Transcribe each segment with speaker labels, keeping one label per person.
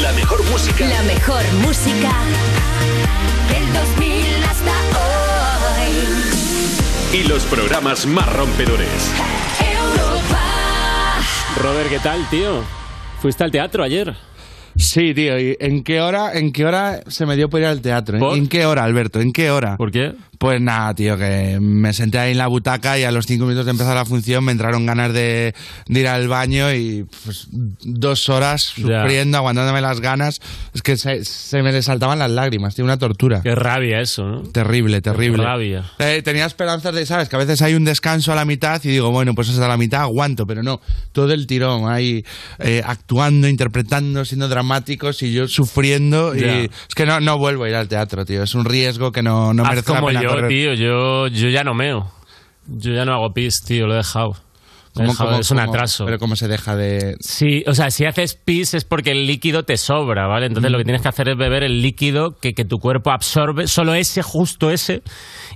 Speaker 1: La mejor música.
Speaker 2: La mejor música del 2000 hasta hoy.
Speaker 1: Y los programas más rompedores.
Speaker 2: Europa.
Speaker 3: Robert, ¿qué tal, tío? ¿Fuiste al teatro ayer?
Speaker 4: Sí, tío, ¿y en qué hora, en qué hora se me dio por ir al teatro? eh?
Speaker 3: ¿Por?
Speaker 4: ¿En qué hora, Alberto? ¿En qué hora?
Speaker 3: ¿Por qué?
Speaker 4: Pues nada, tío, que me senté ahí en la butaca y a los cinco minutos de empezar la función me entraron ganas de, de ir al baño y pues, dos horas
Speaker 3: Ya.
Speaker 4: sufriendo, aguantándome las ganas. Es que se, se me saltaban las lágrimas, tío, una tortura.
Speaker 3: Qué rabia eso, ¿no?
Speaker 4: Terrible, terrible.
Speaker 3: rabia.
Speaker 4: Eh, tenía esperanzas de, ¿sabes? Que a veces hay un descanso a la mitad y digo, bueno, pues hasta la mitad aguanto, pero no, todo el tirón, ahí eh, actuando, interpretando, siendo dramáticos y yo sufriendo.
Speaker 3: Ya.
Speaker 4: Y es que no, no vuelvo a ir al teatro, tío, es un riesgo que no, no
Speaker 3: Haz
Speaker 4: merece la
Speaker 3: como
Speaker 4: pena
Speaker 3: yo,
Speaker 4: correr.
Speaker 3: tío. Yo, yo ya no meo. Yo ya no hago pis, tío. Lo he dejado. Lo he
Speaker 4: ¿Cómo-
Speaker 3: dejado,
Speaker 4: cómo-
Speaker 3: es un
Speaker 4: cómo-
Speaker 3: atraso.
Speaker 4: Pero cómo se deja de...
Speaker 3: Sí, o sea, si haces pis es porque el líquido te sobra, ¿vale? Entonces
Speaker 4: Mm.
Speaker 3: lo que tienes que hacer es beber el líquido que, que tu cuerpo absorbe, solo ese, justo ese.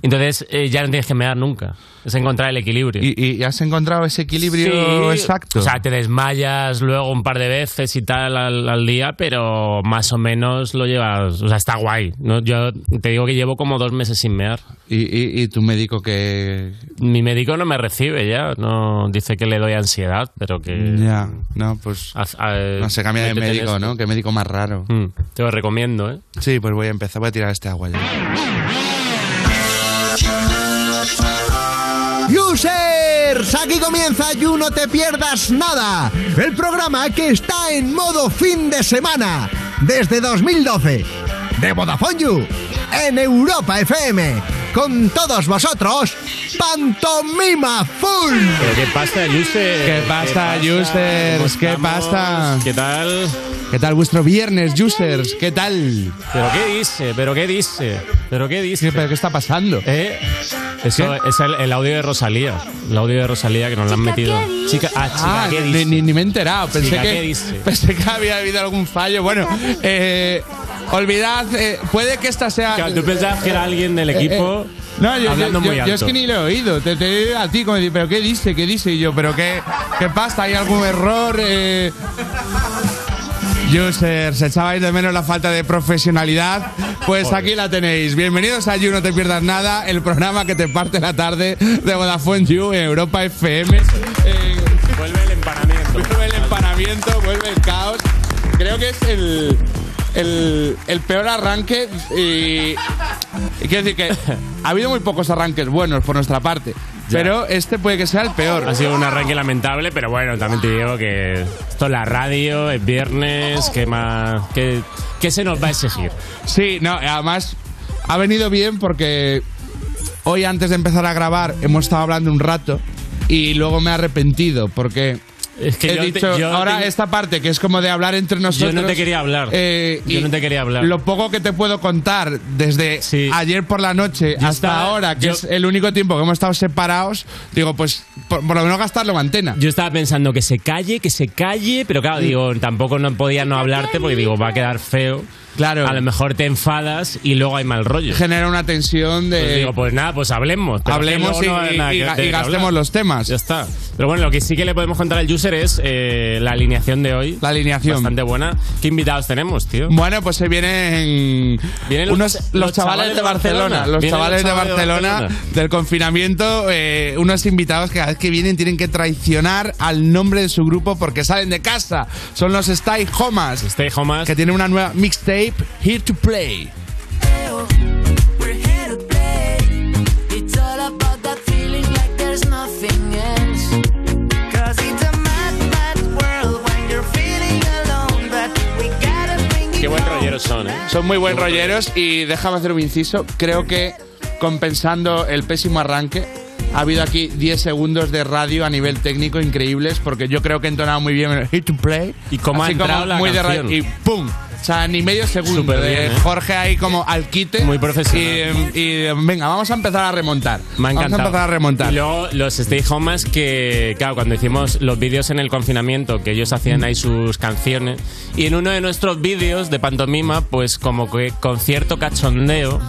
Speaker 3: Entonces eh, ya no tienes que mear nunca. Es encontrar el equilibrio.
Speaker 4: ¿Y, y- y has encontrado ese equilibrio
Speaker 3: Sí,
Speaker 4: exacto?
Speaker 3: O sea, te desmayas luego un par de veces y tal al, al día, pero más o menos lo llevas. O sea, está guay. ¿no? Yo te digo que llevo como dos meses sin mear.
Speaker 4: y, y, y tu médico que...
Speaker 3: Mi médico no me recibe ya. No dice que le doy ansiedad, pero que.
Speaker 4: Ya, no, pues...
Speaker 3: haz- a-
Speaker 4: No se cambia de
Speaker 3: métete en
Speaker 4: médico,
Speaker 3: esto.
Speaker 4: ¿no? Qué médico más raro.
Speaker 3: Mm, te lo recomiendo, ¿eh?
Speaker 4: Sí, pues voy a empezar, voy a tirar este agua ya.
Speaker 5: Users, aquí comienza You No Te Pierdas Nada, el programa que está en modo fin de semana desde 2012 de Vodafone You en Europa FM. Con todos vosotros, Pantomima Full.
Speaker 3: Pero qué pasta, Yusef.
Speaker 4: ¿Qué pasa, users?
Speaker 3: ¿Cómo
Speaker 4: ¿Qué
Speaker 3: estamos?
Speaker 4: pasa?
Speaker 3: Pues ¿Qué tal?
Speaker 4: ¿Qué tal vuestro viernes, users? ¿Qué tal?
Speaker 3: ¿Pero qué dice? ¿Pero qué dice? ¿Pero qué dice?
Speaker 4: ¿Qué, pero qué está pasando?
Speaker 3: ¿Eh? Eso es el, el audio de Rosalía. El audio de Rosalía que nos lo han metido. Chica, ah, chica,
Speaker 4: Ah,
Speaker 3: ¿qué
Speaker 4: ni,
Speaker 3: dice?
Speaker 4: ni- ni me he enterado. Pensé,
Speaker 3: Chica, ¿qué
Speaker 4: que,
Speaker 3: dice?
Speaker 4: pensé que había habido algún fallo. Bueno, eh, olvidad, eh, puede que esta sea.
Speaker 3: Claro, Tú pensabas que era alguien del equipo
Speaker 4: Eh, eh, no, yo,
Speaker 3: hablando
Speaker 4: yo-
Speaker 3: muy
Speaker 4: yo-
Speaker 3: alto.
Speaker 4: yo es que ni lo he oído. Te, te he oído a ti, como decir, pero ¿qué dice? ¿Qué dice? Y yo, ¿pero qué, qué pasa? ¿Hay algún error? Eh... Users, echabais de menos la falta de profesionalidad. Pues
Speaker 3: Joder.
Speaker 4: aquí la tenéis. Bienvenidos a You No Te Pierdas Nada, el programa que te parte la tarde de Vodafone You en Europa FM. Eh,
Speaker 3: Vuelve el empanamiento.
Speaker 4: Vuelve el empanamiento, vuelve el caos. Creo que es el, el, el peor arranque y, y Este, eh, quiero decir que ha habido muy pocos arranques buenos por nuestra parte, pero este puede que sea el peor.
Speaker 3: Ha sido un arranque lamentable, pero bueno, también te digo que esto es la radio, es viernes, ¿qué más? ¿Qué, qué se nos va a exigir?
Speaker 4: Sí, no, además ha venido bien porque hoy antes de empezar a grabar hemos estado hablando un rato y luego me he arrepentido porque
Speaker 3: Es que
Speaker 4: he
Speaker 3: yo te-
Speaker 4: dicho
Speaker 3: yo
Speaker 4: ahora
Speaker 3: te-
Speaker 4: esta parte que es como de hablar entre nosotros.
Speaker 3: Yo no te quería hablar.
Speaker 4: eh,
Speaker 3: Yo
Speaker 4: y
Speaker 3: no te quería hablar.
Speaker 4: Lo poco que te puedo contar desde
Speaker 3: Sí.
Speaker 4: ayer por la noche hasta
Speaker 3: estaba-
Speaker 4: ahora, que
Speaker 3: yo-
Speaker 4: es el único tiempo que hemos estado separados, digo, pues por, por lo menos gastarlo en antena.
Speaker 3: Yo estaba pensando que se calle, que se calle, pero claro, digo, tampoco no podía no hablarte porque digo, va a quedar feo.
Speaker 4: Claro.
Speaker 3: A lo mejor te enfadas y luego hay mal rollo.
Speaker 4: Genera una tensión
Speaker 3: Pues
Speaker 4: de
Speaker 3: digo, pues nada, pues hablemos. Pero
Speaker 4: hablemos
Speaker 3: es que
Speaker 4: y,
Speaker 3: luego no hay
Speaker 4: y-
Speaker 3: nada
Speaker 4: y
Speaker 3: que-
Speaker 4: ga-
Speaker 3: de
Speaker 4: y
Speaker 3: que
Speaker 4: gastemos
Speaker 3: hablar.
Speaker 4: los temas.
Speaker 3: Ya está. Pero bueno, lo que sí que le podemos contar al user es eh, la alineación de hoy.
Speaker 4: La alineación.
Speaker 3: Bastante buena. ¿Qué invitados tenemos, tío?
Speaker 4: Bueno, pues se vienen,
Speaker 3: Vienen los-
Speaker 4: unos, los,
Speaker 3: los
Speaker 4: chavales, de Barcelona, los
Speaker 3: Vienen los
Speaker 4: chavales de
Speaker 3: chavales de
Speaker 4: Barcelona,
Speaker 3: Barcelona.
Speaker 4: del confinamiento, eh, unos invitados que cada vez que vienen tienen que traicionar al nombre de su grupo porque salen de casa. Son los Stay Homas,
Speaker 3: Stay Homas.
Speaker 4: que tienen una nueva mixtape, Here to Play.
Speaker 6: We're here to play. It's all about that feeling like there's nothing else. Cause it's a mad, mad world when you're feeling alone. But we gotta bring it
Speaker 3: Qué buen
Speaker 6: home.
Speaker 3: rolleros son, ¿eh?
Speaker 4: Son muy buen rolleros y déjame hacer un inciso. Creo que compensando el pésimo arranque, ha habido aquí 10 segundos de radio a nivel técnico increíbles porque yo creo que he entonado muy bien el Hit to Play.
Speaker 3: Y cómo ha
Speaker 4: Así como
Speaker 3: entrado la
Speaker 4: muy de
Speaker 3: canción.
Speaker 4: radio- Y ¡pum! O sea, ni medio segundo.
Speaker 3: Súper
Speaker 4: de
Speaker 3: bien, ¿eh?
Speaker 4: Jorge ahí como al quite.
Speaker 3: Muy profesional.
Speaker 4: Y, y, venga, vamos a empezar a remontar.
Speaker 3: Me ha encantado.
Speaker 4: Vamos a empezar a remontar.
Speaker 3: Y luego los Stay Homas que, claro, cuando hicimos los vídeos en el confinamiento, que ellos hacían ahí sus canciones. Y en uno de nuestros vídeos de pantomima, pues como que concierto cachondeo,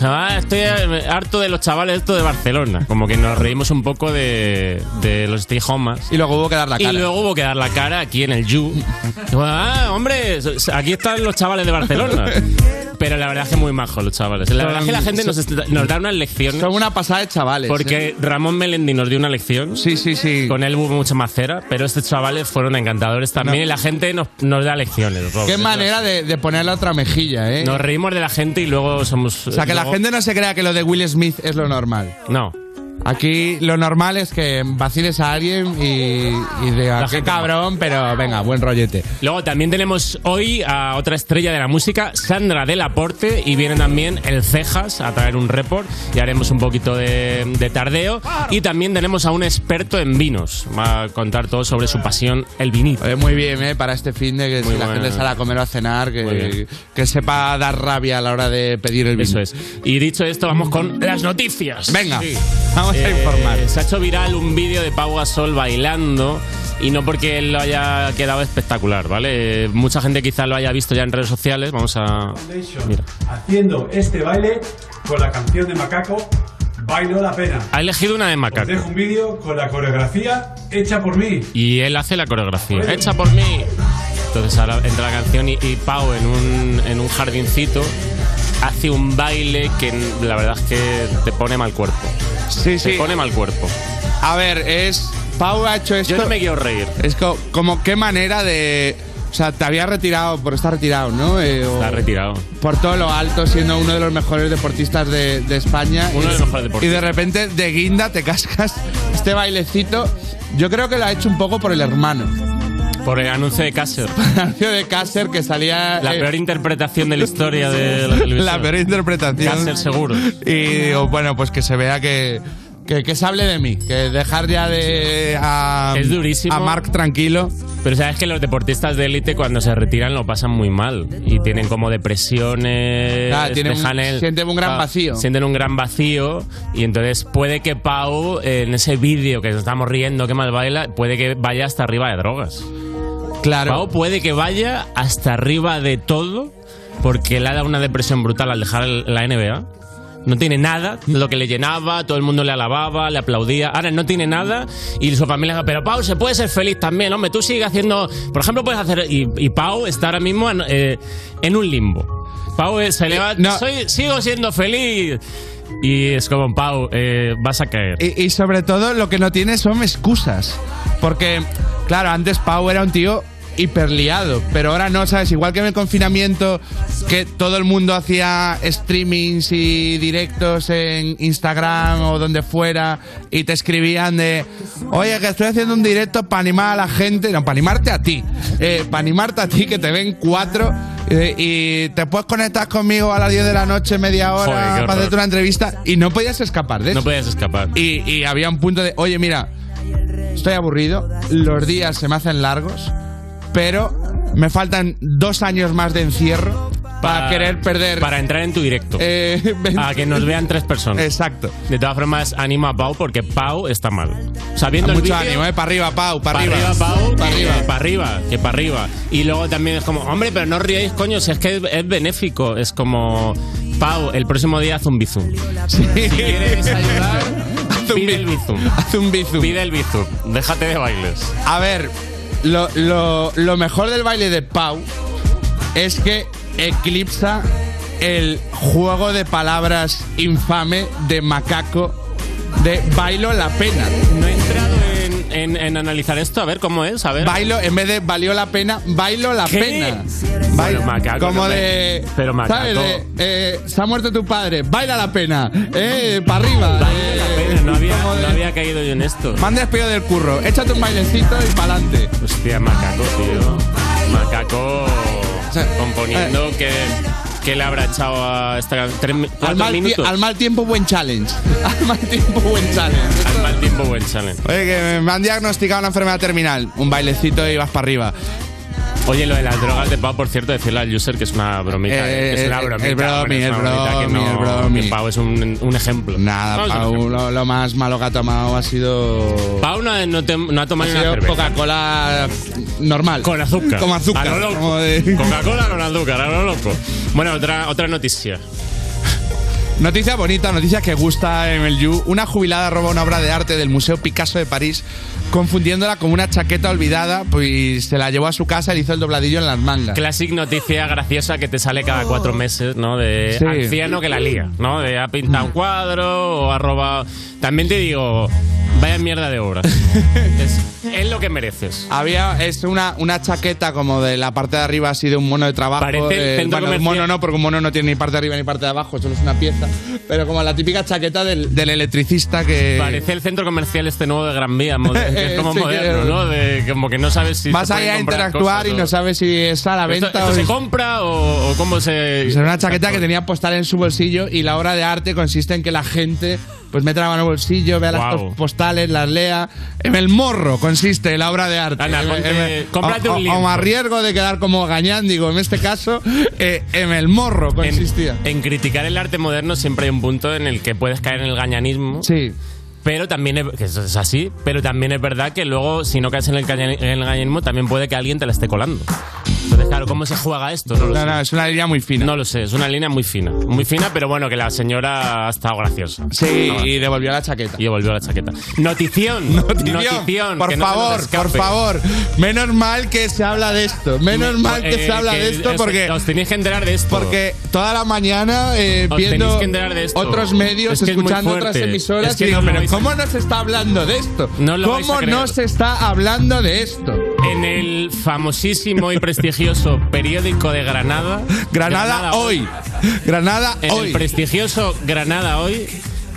Speaker 3: Además, estoy eh, harto de los chavales esto de Barcelona. Como que nos reímos un poco de, de los stay homas.
Speaker 4: Y luego hubo que dar la cara.
Speaker 3: Y luego hubo que dar la cara aquí en el You. Y bueno, ah, hombre, aquí están los chavales de Barcelona. Pero la verdad es que muy majos los chavales. La verdad es que la gente nos, est- nos da unas lecciones.
Speaker 4: Son una pasada de chavales. ¿eh?
Speaker 3: Porque Ramón Melendi nos dio una lección.
Speaker 4: Sí, sí, sí.
Speaker 3: Con él hubo mucha macera, pero estos chavales fueron encantadores también
Speaker 4: No.
Speaker 3: y la gente nos, nos da lecciones. Rob.
Speaker 4: Qué manera de, de poner la otra mejilla, ¿eh?
Speaker 3: Nos reímos de la gente y luego somos...
Speaker 4: o sea, que la
Speaker 3: luego-
Speaker 4: gente no se crea que lo de Will Smith es lo normal.
Speaker 3: No.
Speaker 4: Aquí lo normal es que vaciles a alguien y, y digas, qué
Speaker 3: gente no".
Speaker 4: cabrón, pero venga, buen rollete.
Speaker 3: Luego también tenemos hoy a otra estrella de la música, Sandra del Aporte, y viene también el Cejas a traer un report y haremos un poquito de, de tardeo. Y también tenemos a un experto en vinos, va a contar todo sobre su pasión, el vinito.
Speaker 4: Oye, muy bien, ¿eh? Para este fin de que si
Speaker 3: Muy
Speaker 4: la
Speaker 3: bueno.
Speaker 4: gente sale a comer o a cenar,
Speaker 3: Muy
Speaker 4: que,
Speaker 3: bien.
Speaker 4: que sepa dar rabia a la hora de pedir el vino.
Speaker 3: Eso es. Y dicho esto, vamos con las noticias.
Speaker 4: Venga,
Speaker 3: Sí.
Speaker 4: vamos a
Speaker 3: Eh,
Speaker 4: informar.
Speaker 3: Se ha hecho viral un vídeo de Pau Gasol bailando y no porque lo haya quedado espectacular, ¿vale? Eh, Mucha gente quizá lo haya visto ya en redes sociales. Vamos a. Mira.
Speaker 7: haciendo este baile con la canción de Macaco Bailo la pena.
Speaker 3: Ha elegido una de
Speaker 7: Os dejo
Speaker 3: macaco
Speaker 7: un vídeo con la coreografía hecha por mí.
Speaker 3: y él hace la coreografía.
Speaker 7: Pues
Speaker 3: ¡Hecha por mí! Entonces ahora entra la canción y, y Pau en un, en un jardincito hace un baile que la verdad es que te pone mal cuerpo.
Speaker 4: Sí,
Speaker 3: Te
Speaker 4: sí.
Speaker 3: pone mal cuerpo.
Speaker 4: A ver, es. Pau ha hecho esto.
Speaker 3: Yo no me quiero reír.
Speaker 4: Es co- como, qué manera de. O sea, te había retirado por estar retirado, ¿no? Eh, o-
Speaker 3: La ha retirado.
Speaker 4: Por todo lo alto, siendo uno de los mejores deportistas de, de España.
Speaker 3: Uno de los mejores deportistas.
Speaker 4: Y de repente, de guinda, te cascas este bailecito. Yo creo que lo ha hecho un poco por el hermano.
Speaker 3: Por el anuncio de Cáceres.
Speaker 4: Anuncio de Cácer que salía.
Speaker 3: La
Speaker 4: eh,
Speaker 3: peor interpretación de la historia de la televisión.
Speaker 4: la peor interpretación.
Speaker 3: Cáceres seguro.
Speaker 4: Y digo, bueno, pues que se vea que. Que, que se hable de mí, que dejar ya de a,
Speaker 3: Es durísimo.
Speaker 4: a Mark tranquilo.
Speaker 3: Pero sabes que los deportistas de élite cuando se retiran lo pasan muy mal y tienen como depresiones,
Speaker 4: Ah, tienen un-
Speaker 3: dejan el-
Speaker 4: sienten un gran
Speaker 3: Ah,
Speaker 4: vacío.
Speaker 3: Sienten un gran vacío y entonces puede que Pau eh, en ese vídeo que nos estamos riendo que mal baila, puede que vaya hasta arriba de drogas.
Speaker 4: Claro.
Speaker 3: Pau puede que vaya hasta arriba de todo porque le ha dado una depresión brutal al dejar el- la NBA. No tiene nada, lo que le llenaba, todo el mundo le alababa, le aplaudía. Ahora no tiene nada y su familia dice, pero Pau, se puede ser feliz también, hombre, tú sigues haciendo... Por ejemplo, puedes hacer... Y, y Pau está ahora mismo en, eh, en un limbo. Pau eh, se le va...
Speaker 4: No.
Speaker 3: "Soy- sigo siendo feliz. Y es como, Pau, eh, vas a caer.
Speaker 4: Y, y sobre todo lo que no tiene son excusas. Porque, claro, antes Pau era un tío hiperliado, pero ahora no, ¿sabes? Igual que en el confinamiento, que todo el mundo hacía streamings y directos en Instagram o donde fuera, y te escribían de, oye, que estoy haciendo un directo para animar a la gente, no, para animarte a ti, para animarte a ti, que te ven cuatro, eh, y te puedes conectar conmigo a las 10 de la noche, media
Speaker 3: Joder, qué
Speaker 4: hora,
Speaker 3: horror.
Speaker 4: para hacerte una entrevista, y no podías escapar de eso.
Speaker 3: No puedes escapar.
Speaker 4: Y, y había un punto de, oye, mira, estoy aburrido, los días se me hacen largos, pero me faltan dos años más de encierro para, querer perder.
Speaker 3: Ah, Para entrar en tu directo.
Speaker 4: eh, ven-
Speaker 3: A que nos vean tres personas.
Speaker 4: Exacto.
Speaker 3: De todas formas, anima a Pau porque Pau está mal. Sabiendo el
Speaker 4: Mucho
Speaker 3: vídeo,
Speaker 4: ánimo, eh, para arriba, Pau, para,
Speaker 3: Para arriba, Pau,
Speaker 4: para arriba.
Speaker 3: para arriba, que para arriba. Y luego también es como, hombre, pero no os riáis, coño, si es que es, es benéfico. Es como, Pau, el próximo día haz un bizum.
Speaker 4: Sí.
Speaker 3: Si quieres ayudar,
Speaker 4: Haz un
Speaker 3: pide el
Speaker 4: bi-
Speaker 3: bizum.
Speaker 4: Haz un bizum.
Speaker 3: Pide el bizum. Déjate de bailes.
Speaker 4: A ver, lo, lo- lo mejor del baile de Pau es que eclipsa el juego de palabras infame de macaco de bailo la pena.
Speaker 3: No he entrado en, en- en analizar esto, a ver cómo es, a ver.
Speaker 4: Bailo, en vez de valió la pena, bailo la
Speaker 3: ¿Qué?
Speaker 4: pena.
Speaker 3: Bueno, macaco,
Speaker 4: como
Speaker 3: no me-
Speaker 4: de.
Speaker 3: pero
Speaker 4: ¿sabes?
Speaker 3: macaco.
Speaker 4: De, eh, se ha muerto tu padre, baila la pena. Eh, para arriba.
Speaker 3: Baila la
Speaker 4: eh,
Speaker 3: pena, no había,
Speaker 4: como de-
Speaker 3: no había caído yo en esto.
Speaker 4: Me han despedido del curro, échate un bailecito y pa'lante.
Speaker 3: Hostia, macaco, tío. Macaco
Speaker 4: sea, eh,
Speaker 3: componiendo que, que le habrá echado a esta canción. Tres mi-
Speaker 4: Al
Speaker 3: cuatro
Speaker 4: mal, tie-
Speaker 3: minutos.
Speaker 4: al mal tiempo, buen challenge. Al mal tiempo, buen challenge.
Speaker 3: Al mal tiempo, buen challenge.
Speaker 4: Oye, que me han diagnosticado una enfermedad terminal. Un bailecito y vas para arriba.
Speaker 3: Oye, lo de las drogas de Pau, por cierto, decirle al user que es una bromita.
Speaker 4: Eh,
Speaker 3: eh, que es una
Speaker 4: eh,
Speaker 3: bromita.
Speaker 4: el
Speaker 3: hombre,
Speaker 4: bromi,
Speaker 3: es una
Speaker 4: el
Speaker 3: bromita que
Speaker 4: bromi,
Speaker 3: no-
Speaker 4: el bromi.
Speaker 3: que Pau es un, un ejemplo. Pau
Speaker 4: Nada,
Speaker 3: es un
Speaker 4: Pau,
Speaker 3: ejemplo.
Speaker 4: lo, lo más malo que ha tomado ha sido.
Speaker 3: Pau no, ha- no te- no ha
Speaker 4: ha
Speaker 3: tomado ni una
Speaker 4: sido
Speaker 3: cerveza.
Speaker 4: Coca-Cola normal.
Speaker 3: Con azúcar.
Speaker 4: Con azúcar.
Speaker 3: A lo loco.
Speaker 4: como de-
Speaker 3: Coca-Cola con azúcar, a lo loco. Bueno, otra, otra noticia.
Speaker 4: Noticia bonita, noticia que gusta en el You. Una jubilada roba una obra de arte del Museo Picasso de París, confundiéndola con una chaqueta olvidada, pues se la llevó a su casa y le hizo el dobladillo en las mangas.
Speaker 3: Classic noticia graciosa que te sale cada cuatro meses, ¿no? De
Speaker 4: Sí.
Speaker 3: anciano que la lía, ¿no? De ha pintado un cuadro o ha robado. También te digo, vaya mierda de obras. es, es lo que mereces.
Speaker 4: Había es una, una chaqueta como de la parte de arriba así de un mono de trabajo.
Speaker 3: Parece el
Speaker 4: eh,
Speaker 3: centro
Speaker 4: bueno, un
Speaker 3: comercial.
Speaker 4: mono no, porque un mono no tiene ni parte de arriba ni parte de abajo, solo es una pieza. Pero como la típica chaqueta del, del electricista que.
Speaker 3: Parece el centro comercial este nuevo de Gran Vía, moder- que es como
Speaker 4: Sí, que-
Speaker 3: moderno, ¿no? De, como que no sabes si.
Speaker 4: Vas
Speaker 3: se pueden
Speaker 4: ahí a
Speaker 3: comprar
Speaker 4: interactuar
Speaker 3: cosas,
Speaker 4: y no sabes si está a la
Speaker 3: ¿Esto,
Speaker 4: venta
Speaker 3: esto
Speaker 4: o
Speaker 3: se
Speaker 4: es-
Speaker 3: compra o, o cómo se.?
Speaker 4: Es una chaqueta que tenía postal en su bolsillo y la obra de arte consiste en que la gente pues mete la mano en el bolsillo, vea las
Speaker 3: Guau.
Speaker 4: pos- postales, las lea. En el morro consiste la obra de arte.
Speaker 3: Anda,
Speaker 4: En-
Speaker 3: ponte-
Speaker 4: en- en-
Speaker 3: cómprate
Speaker 4: o-
Speaker 3: un
Speaker 4: o-
Speaker 3: lienzo.
Speaker 4: o me arriesgo de quedar como gañán, digo, en este caso, eh, en el morro consistía.
Speaker 3: En, en criticar el arte moderno siempre hay un punto en el que puedes caer en el gañanismo.
Speaker 4: Sí.
Speaker 3: Pero también es, que eso es así, pero también es verdad que luego, si no caes en el, caña- en el gañanismo, también puede que alguien te la esté colando. Entonces, claro, ¿cómo se juega esto? No lo
Speaker 4: No,
Speaker 3: sé.
Speaker 4: no, es una línea muy fina.
Speaker 3: No lo sé, es una línea muy fina. Muy fina, pero bueno, que la señora ha estado graciosa.
Speaker 4: Sí,
Speaker 3: Ah,
Speaker 4: y devolvió la chaqueta.
Speaker 3: Y volvió la chaqueta. Notición.
Speaker 4: Notición, por
Speaker 3: que no se nos
Speaker 4: favor, por
Speaker 3: escape.
Speaker 4: favor. Menos mal que se habla de esto. Menos mal que
Speaker 3: Eh,
Speaker 4: se habla de esto
Speaker 3: os-
Speaker 4: porque
Speaker 3: Os tenéis que enterar de esto.
Speaker 4: Porque toda la mañana eh,
Speaker 3: Os tenéis
Speaker 4: viendo
Speaker 3: que enterar de esto.
Speaker 4: otros medios,
Speaker 3: Es que es muy
Speaker 4: escuchando
Speaker 3: fuerte.
Speaker 4: otras emisoras,
Speaker 3: Es que
Speaker 4: y digo,
Speaker 3: no lo
Speaker 4: pero
Speaker 3: vais a-
Speaker 4: ¿cómo no se está hablando de esto?
Speaker 3: No lo vais a
Speaker 4: ¿Cómo
Speaker 3: creer.
Speaker 4: no se está hablando de esto?
Speaker 3: En el famosísimo y prestigioso periódico de Granada.
Speaker 4: Granada, hoy. Granada
Speaker 3: En el
Speaker 4: hoy.
Speaker 3: prestigioso Granada hoy.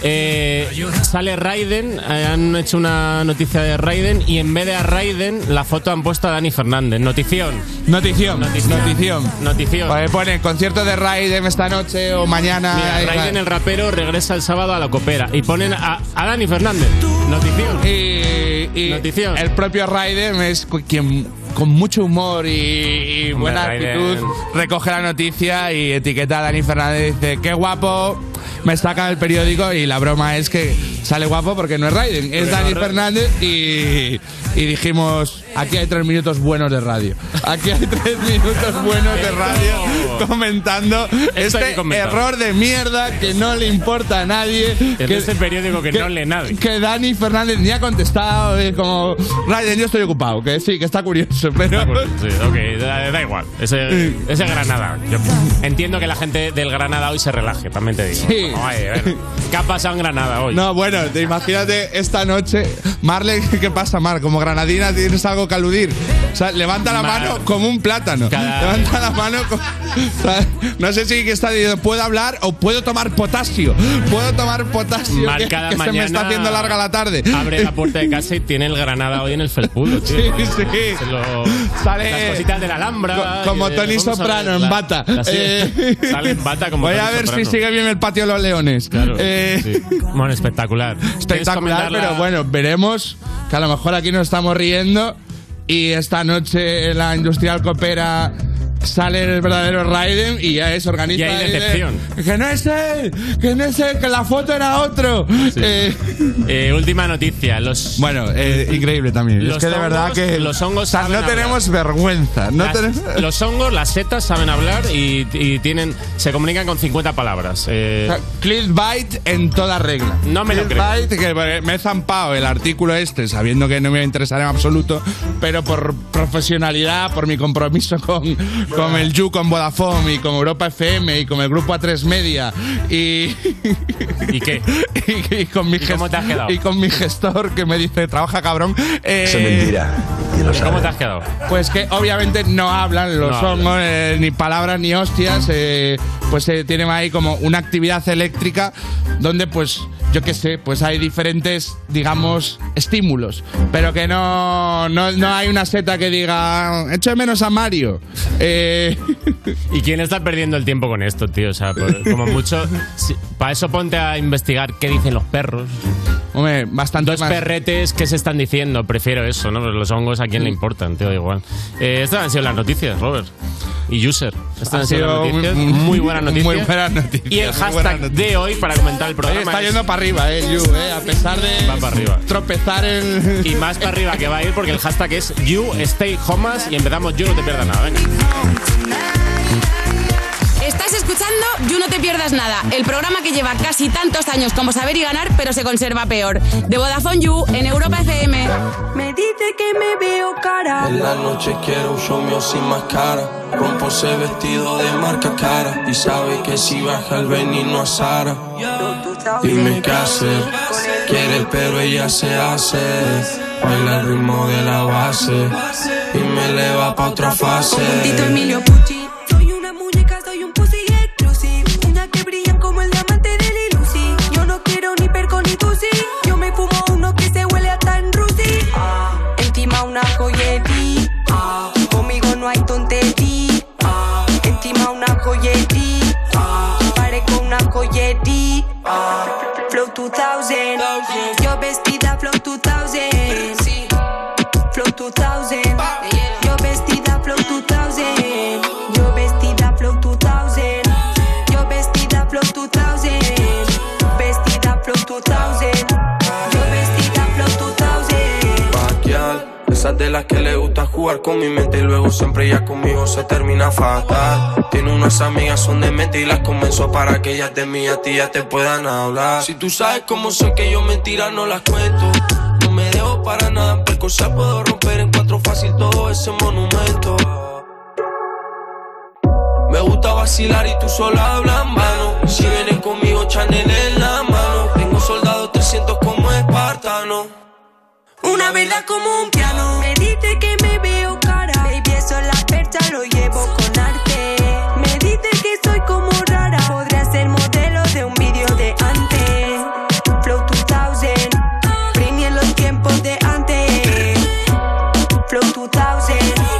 Speaker 3: eh, sale Raiden, eh, han hecho una noticia de Raiden y en vez de a Raiden la foto han puesto a Dani Fernández. Notición,
Speaker 4: Notición.
Speaker 3: Notición.
Speaker 4: Notición.
Speaker 3: notición.
Speaker 4: Pues ponen concierto de Raiden esta noche o mañana.
Speaker 3: Mira,
Speaker 4: y-
Speaker 3: Raiden el rapero regresa el sábado a la copera y ponen a, a Dani Fernández. Notición.
Speaker 4: y, y
Speaker 3: Notición.
Speaker 4: el propio Raiden es cu- quien con mucho humor y, y
Speaker 3: Hombre,
Speaker 4: buena
Speaker 3: Raiden.
Speaker 4: actitud recoge la noticia y etiqueta a Dani Fernández y dice qué guapo me saca el periódico y la broma es que sale guapo porque no es Raiden es Dani Fernández y, y dijimos aquí hay tres minutos buenos de radio aquí hay tres minutos buenos de radio comentando
Speaker 3: Esto hay que
Speaker 4: este
Speaker 3: comentar.
Speaker 4: error de mierda que no le importa a nadie
Speaker 3: En
Speaker 4: que-
Speaker 3: ese periódico que
Speaker 4: que-
Speaker 3: no lee nadie.
Speaker 4: que Dani Fernández ni ha contestado, es como, Raiden, yo estoy ocupado, que sí, que está curioso, pero...
Speaker 3: Sí, ok, da, da igual. Ese, ese Granada. Yo entiendo que la gente del Granada hoy se relaje, también te digo.
Speaker 4: Sí.
Speaker 3: Como, "Oye, a ver, ¿Qué ha pasado en Granada hoy?
Speaker 4: No, bueno, te imagínate esta noche, Marley, ¿qué pasa, Mar? Como granadina tienes algo que aludir. O sea, levanta la
Speaker 3: Mar.
Speaker 4: mano como un plátano.
Speaker 3: Cada-
Speaker 4: Levanta la mano como... o sea, No sé si que está diciendo, puedo hablar o puedo tomar potasio. Puedo tomar potasio,
Speaker 3: Mar,
Speaker 4: que,
Speaker 3: cada
Speaker 4: que se
Speaker 3: mañana
Speaker 4: me está haciendo larga la tarde.
Speaker 3: Abre la puerta de casa y tiene el Granada hoy en el felpudo, tío.
Speaker 4: Sí, sí.
Speaker 3: Se lo-
Speaker 4: Sale-
Speaker 3: las cositas eh, de la Alhambra.
Speaker 4: Co-
Speaker 3: y
Speaker 4: como
Speaker 3: de-
Speaker 4: Tony
Speaker 3: ¿cómo
Speaker 4: Soprano
Speaker 3: sale?
Speaker 4: en
Speaker 3: La-
Speaker 4: bata.
Speaker 3: la- sí,
Speaker 4: Eh,
Speaker 3: Sale en bata como
Speaker 4: Voy a
Speaker 3: Tony
Speaker 4: ver si
Speaker 3: Soprano.
Speaker 4: sigue bien el patio de los leones.
Speaker 3: Claro,
Speaker 4: Eh,
Speaker 3: sí. Bueno, espectacular. ¿Quieres
Speaker 4: Espectacular,
Speaker 3: comentar la-
Speaker 4: pero bueno, veremos que a lo mejor aquí nos estamos riendo y esta noche en la Industrial Coopera sale el verdadero Raiden y ya es eh, organiza.
Speaker 3: Y hay
Speaker 4: el-
Speaker 3: decepción.
Speaker 4: que no es él, que no es él, que la foto era otro. Eh,
Speaker 3: Eh, última noticia. Los
Speaker 4: bueno, eh, increíble también.
Speaker 3: Los
Speaker 4: es que de
Speaker 3: hongos-
Speaker 4: verdad que
Speaker 3: los hongos
Speaker 4: o sea,
Speaker 3: saben
Speaker 4: no
Speaker 3: hablar.
Speaker 4: tenemos vergüenza. No tenemos-
Speaker 3: Las- los hongos, las setas saben hablar y, y tienen, se comunican con 50 palabras. Eh,
Speaker 4: Clickbait en toda regla.
Speaker 3: No me lo
Speaker 4: Clickbait, que eh, me- me he zampado el artículo este sabiendo que no me iba a interesar en absoluto, pero por profesionalidad, por mi compromiso con, con el You, con Vodafone y con Europa FM y con el grupo A3 Media y,
Speaker 3: ¿Y qué?
Speaker 4: y- y con mi
Speaker 3: ¿Y cómo
Speaker 4: gest-
Speaker 3: te has quedado?
Speaker 4: y con mi gestor que me dice, trabaja cabrón. eh,
Speaker 3: ¿Cómo te has quedado?
Speaker 4: pues que obviamente no hablan los
Speaker 3: No hablan.
Speaker 4: hongos, eh, ni palabras ni hostias. eh, pues se tienen ahí como una actividad eléctrica donde, pues, yo qué sé, pues hay diferentes, digamos, estímulos. Pero que no, no, no hay una seta que diga, "Ah, echo de menos a Mario. Eh,
Speaker 3: ¿Y quién está perdiendo el tiempo con esto, tío? O sea, por- como mucho. para eso ponte a investigar qué dicen los perros.
Speaker 4: hombre, bastante
Speaker 3: Dos
Speaker 4: más.
Speaker 3: perretes, ¿qué se están diciendo? Prefiero eso, ¿no? Los hongos a quién
Speaker 4: Mm.
Speaker 3: le importan, tío, da igual. Eh, estas han sido las noticias, Robert. Y user. Estas han,
Speaker 4: Ha
Speaker 3: sido,
Speaker 4: sido
Speaker 3: las noticias.
Speaker 4: muy-
Speaker 3: Muy buenas noticias.
Speaker 4: muy buenas noticias,
Speaker 3: Y el
Speaker 4: muy buenas
Speaker 3: hashtag
Speaker 4: noticias.
Speaker 3: de hoy para comentar el
Speaker 4: Oye,
Speaker 3: programa.
Speaker 4: está
Speaker 3: es-
Speaker 4: yendo para arriba, eh, Yu, eh, a pesar de
Speaker 3: Va para arriba.
Speaker 4: tropezar en.
Speaker 3: Y más para arriba que va a ir porque el hashtag es You Stay Homas y empezamos Yo no te pierdas nada. Venga.
Speaker 2: It
Speaker 7: Estás escuchando You No Te Pierdas Nada, el programa que lleva casi tantos años como Saber y Ganar, pero se conserva peor. De Vodafone You en Europa FM.
Speaker 8: Me dice que me veo cara.
Speaker 9: En la noche quiero un show mío sin máscara. Rompo ese vestido de marca cara. Y sabe que si baja el veneno a Sara. Dime qué hacer. Quiere pero ella se hace. Baila el ritmo de la base. Y me eleva pa' otra fase.
Speaker 8: Conjuntito Emilio Pucci. Soy una muñeca, soy un pussy exclusive. Una que brillan como el diamante de Lilusi. Yo no quiero ni perco ni tusi. Yo me fumo uno que se huele a tan rusi. Ah, encima una joyería. Ah, conmigo no hay tontería. Ah, encima una joyería. Ah, parezco una joyería. Ah, flow 2000. Yo vestida flow 2000. Flow 2000. Yo vestida Flow 2000. Yo vestida Flow 2000. Yo vestida Flow 2000. Vestida Flow 2000. Yo vestida Flow 2000.
Speaker 9: Paquial, esas de las que le gusta jugar con mi mente y luego siempre ya conmigo se termina fatal. Tiene unas amigas, son de mente y las convenzo para que ellas de mí a ti ya te puedan hablar. Si tú sabes cómo soy que yo mentiras no las cuento. No me dejo para nada, en percosa puedo romper en cuatro fácil todo ese monumento. Me gusta vacilar y tú sola hablas mano. Si vienes conmigo, Chanel en la mano. Tengo soldados, te siento como espartano.
Speaker 8: Una verdad como un piano. Me dice que me veo cara. Baby, eso en la percha lo llevo con arte. Me dice que soy como rara. Podría ser modelo de un vídeo de antes. Flow 2000. Premien los tiempos de antes. Flow 2000.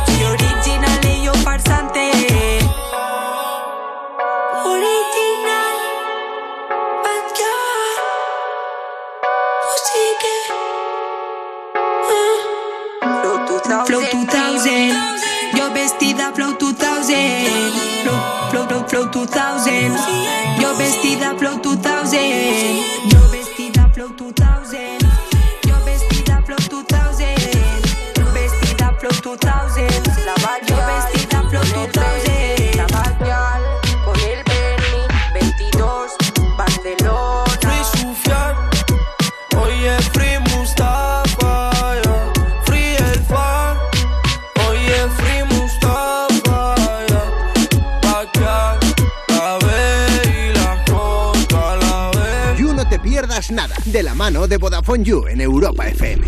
Speaker 8: Soy original y yo farsante. Original. Backyard. Música. Flow 2000, yo vestida Flow 2000, Flow, Flow, Flow, Flow 2000, yo vestida Flow 2000, yo vestida Flow 2000, yo vestida Flow 2000, yo vestida Flow 2000, yo vestida Flow 2000, la con el Benny 22, Barcelona.
Speaker 9: Free Sufjan, oye Free Mustafa, yeah. Free el fan, oye Free Mustafa, yeah. Backyard, la B y la J, la B.
Speaker 5: You No Te Pierdas Nada, de la mano de Vodafone You en Europa FM.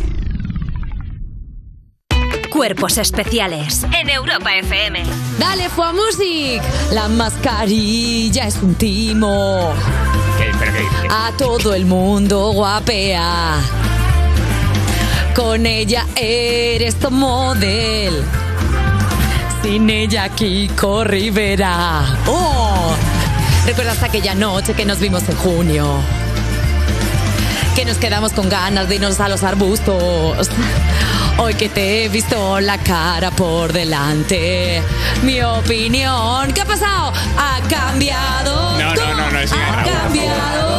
Speaker 10: Cuerpos especiales en Europa FM.
Speaker 7: Dale, Fua Music. La mascarilla es un timo.
Speaker 3: ¿Qué? ¿Pero qué? qué-
Speaker 7: A todo el mundo guapea. Con ella eres tu model. Sin ella, Kiko Rivera. ¡Oh! ¿Recuerdas aquella noche que nos vimos en junio? Que nos quedamos con ganas de irnos a los arbustos. Hoy que te he visto la cara por delante, mi opinión, ¿qué ha pasado? Ha cambiado.
Speaker 11: No, no, no, no, es una
Speaker 7: Ha
Speaker 11: bravo,
Speaker 7: cambiado.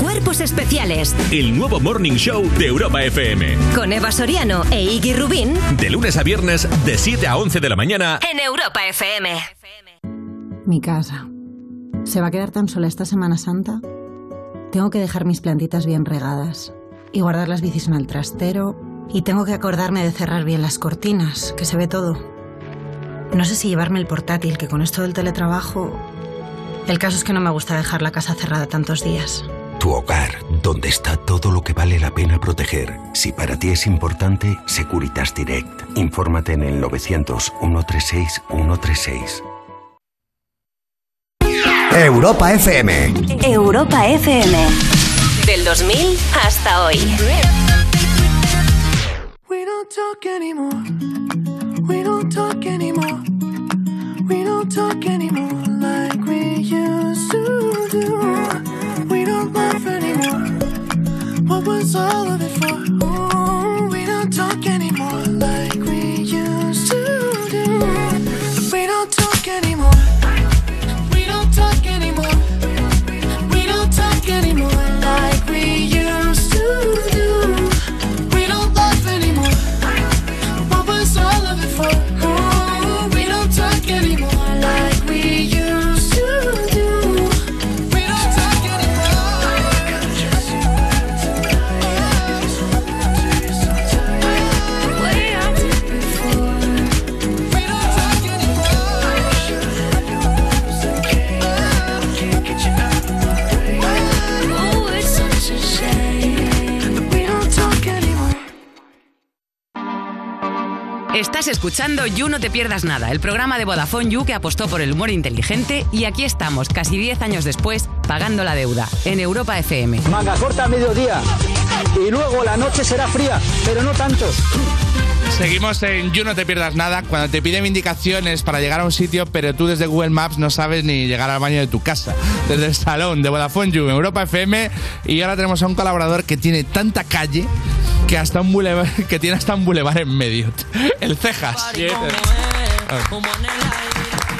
Speaker 10: Cuerpos especiales
Speaker 1: El nuevo Morning Show de Europa FM.
Speaker 10: con Eva Soriano e Iggy Rubín
Speaker 1: De lunes a viernes, de 7 a 11 de la mañana.
Speaker 10: en Europa FM.
Speaker 12: Mi casa. ¿Se va a quedar tan sola esta Semana Santa? Tengo que dejar mis plantitas bien regadas y guardar las bicis en el trastero y tengo que acordarme de cerrar bien las cortinas, que se ve todo. No sé si llevarme el portátil, que con esto del teletrabajo... El caso es que no me gusta dejar la casa cerrada tantos días.
Speaker 13: Tu hogar, donde está todo lo que vale la pena proteger. Si para ti es importante, Securitas Direct. Infórmate en el 900 136 136.
Speaker 5: Europa FM.
Speaker 10: Europa FM. Del 2000 hasta hoy.
Speaker 14: We don't talk anymore. We don't talk anymore. We don't talk anymore like we used to do. We don't laugh anymore. What was all of it for? Ooh, we don't talk anymore like we used to do. We don't talk anymore. We don't talk anymore. We don't talk anymore like we used to do. We don't laugh anymore. What was
Speaker 15: Estás escuchando You No Te Pierdas Nada, el programa de Vodafone You que apostó por el humor inteligente y aquí estamos, casi 10 años después, pagando la deuda, en Europa FM.
Speaker 16: Manga corta a mediodía y luego la noche será fría, pero no tanto.
Speaker 4: Seguimos en You No Te Pierdas Nada, cuando te piden indicaciones para llegar a un sitio, pero tú desde Google Maps no sabes ni llegar al baño de tu casa. Desde el salón de Vodafone You en Europa FM, y ahora tenemos a un colaborador que tiene tanta calle que, hasta un bulevar, que tiene hasta un bulevar en medio. El Cejas.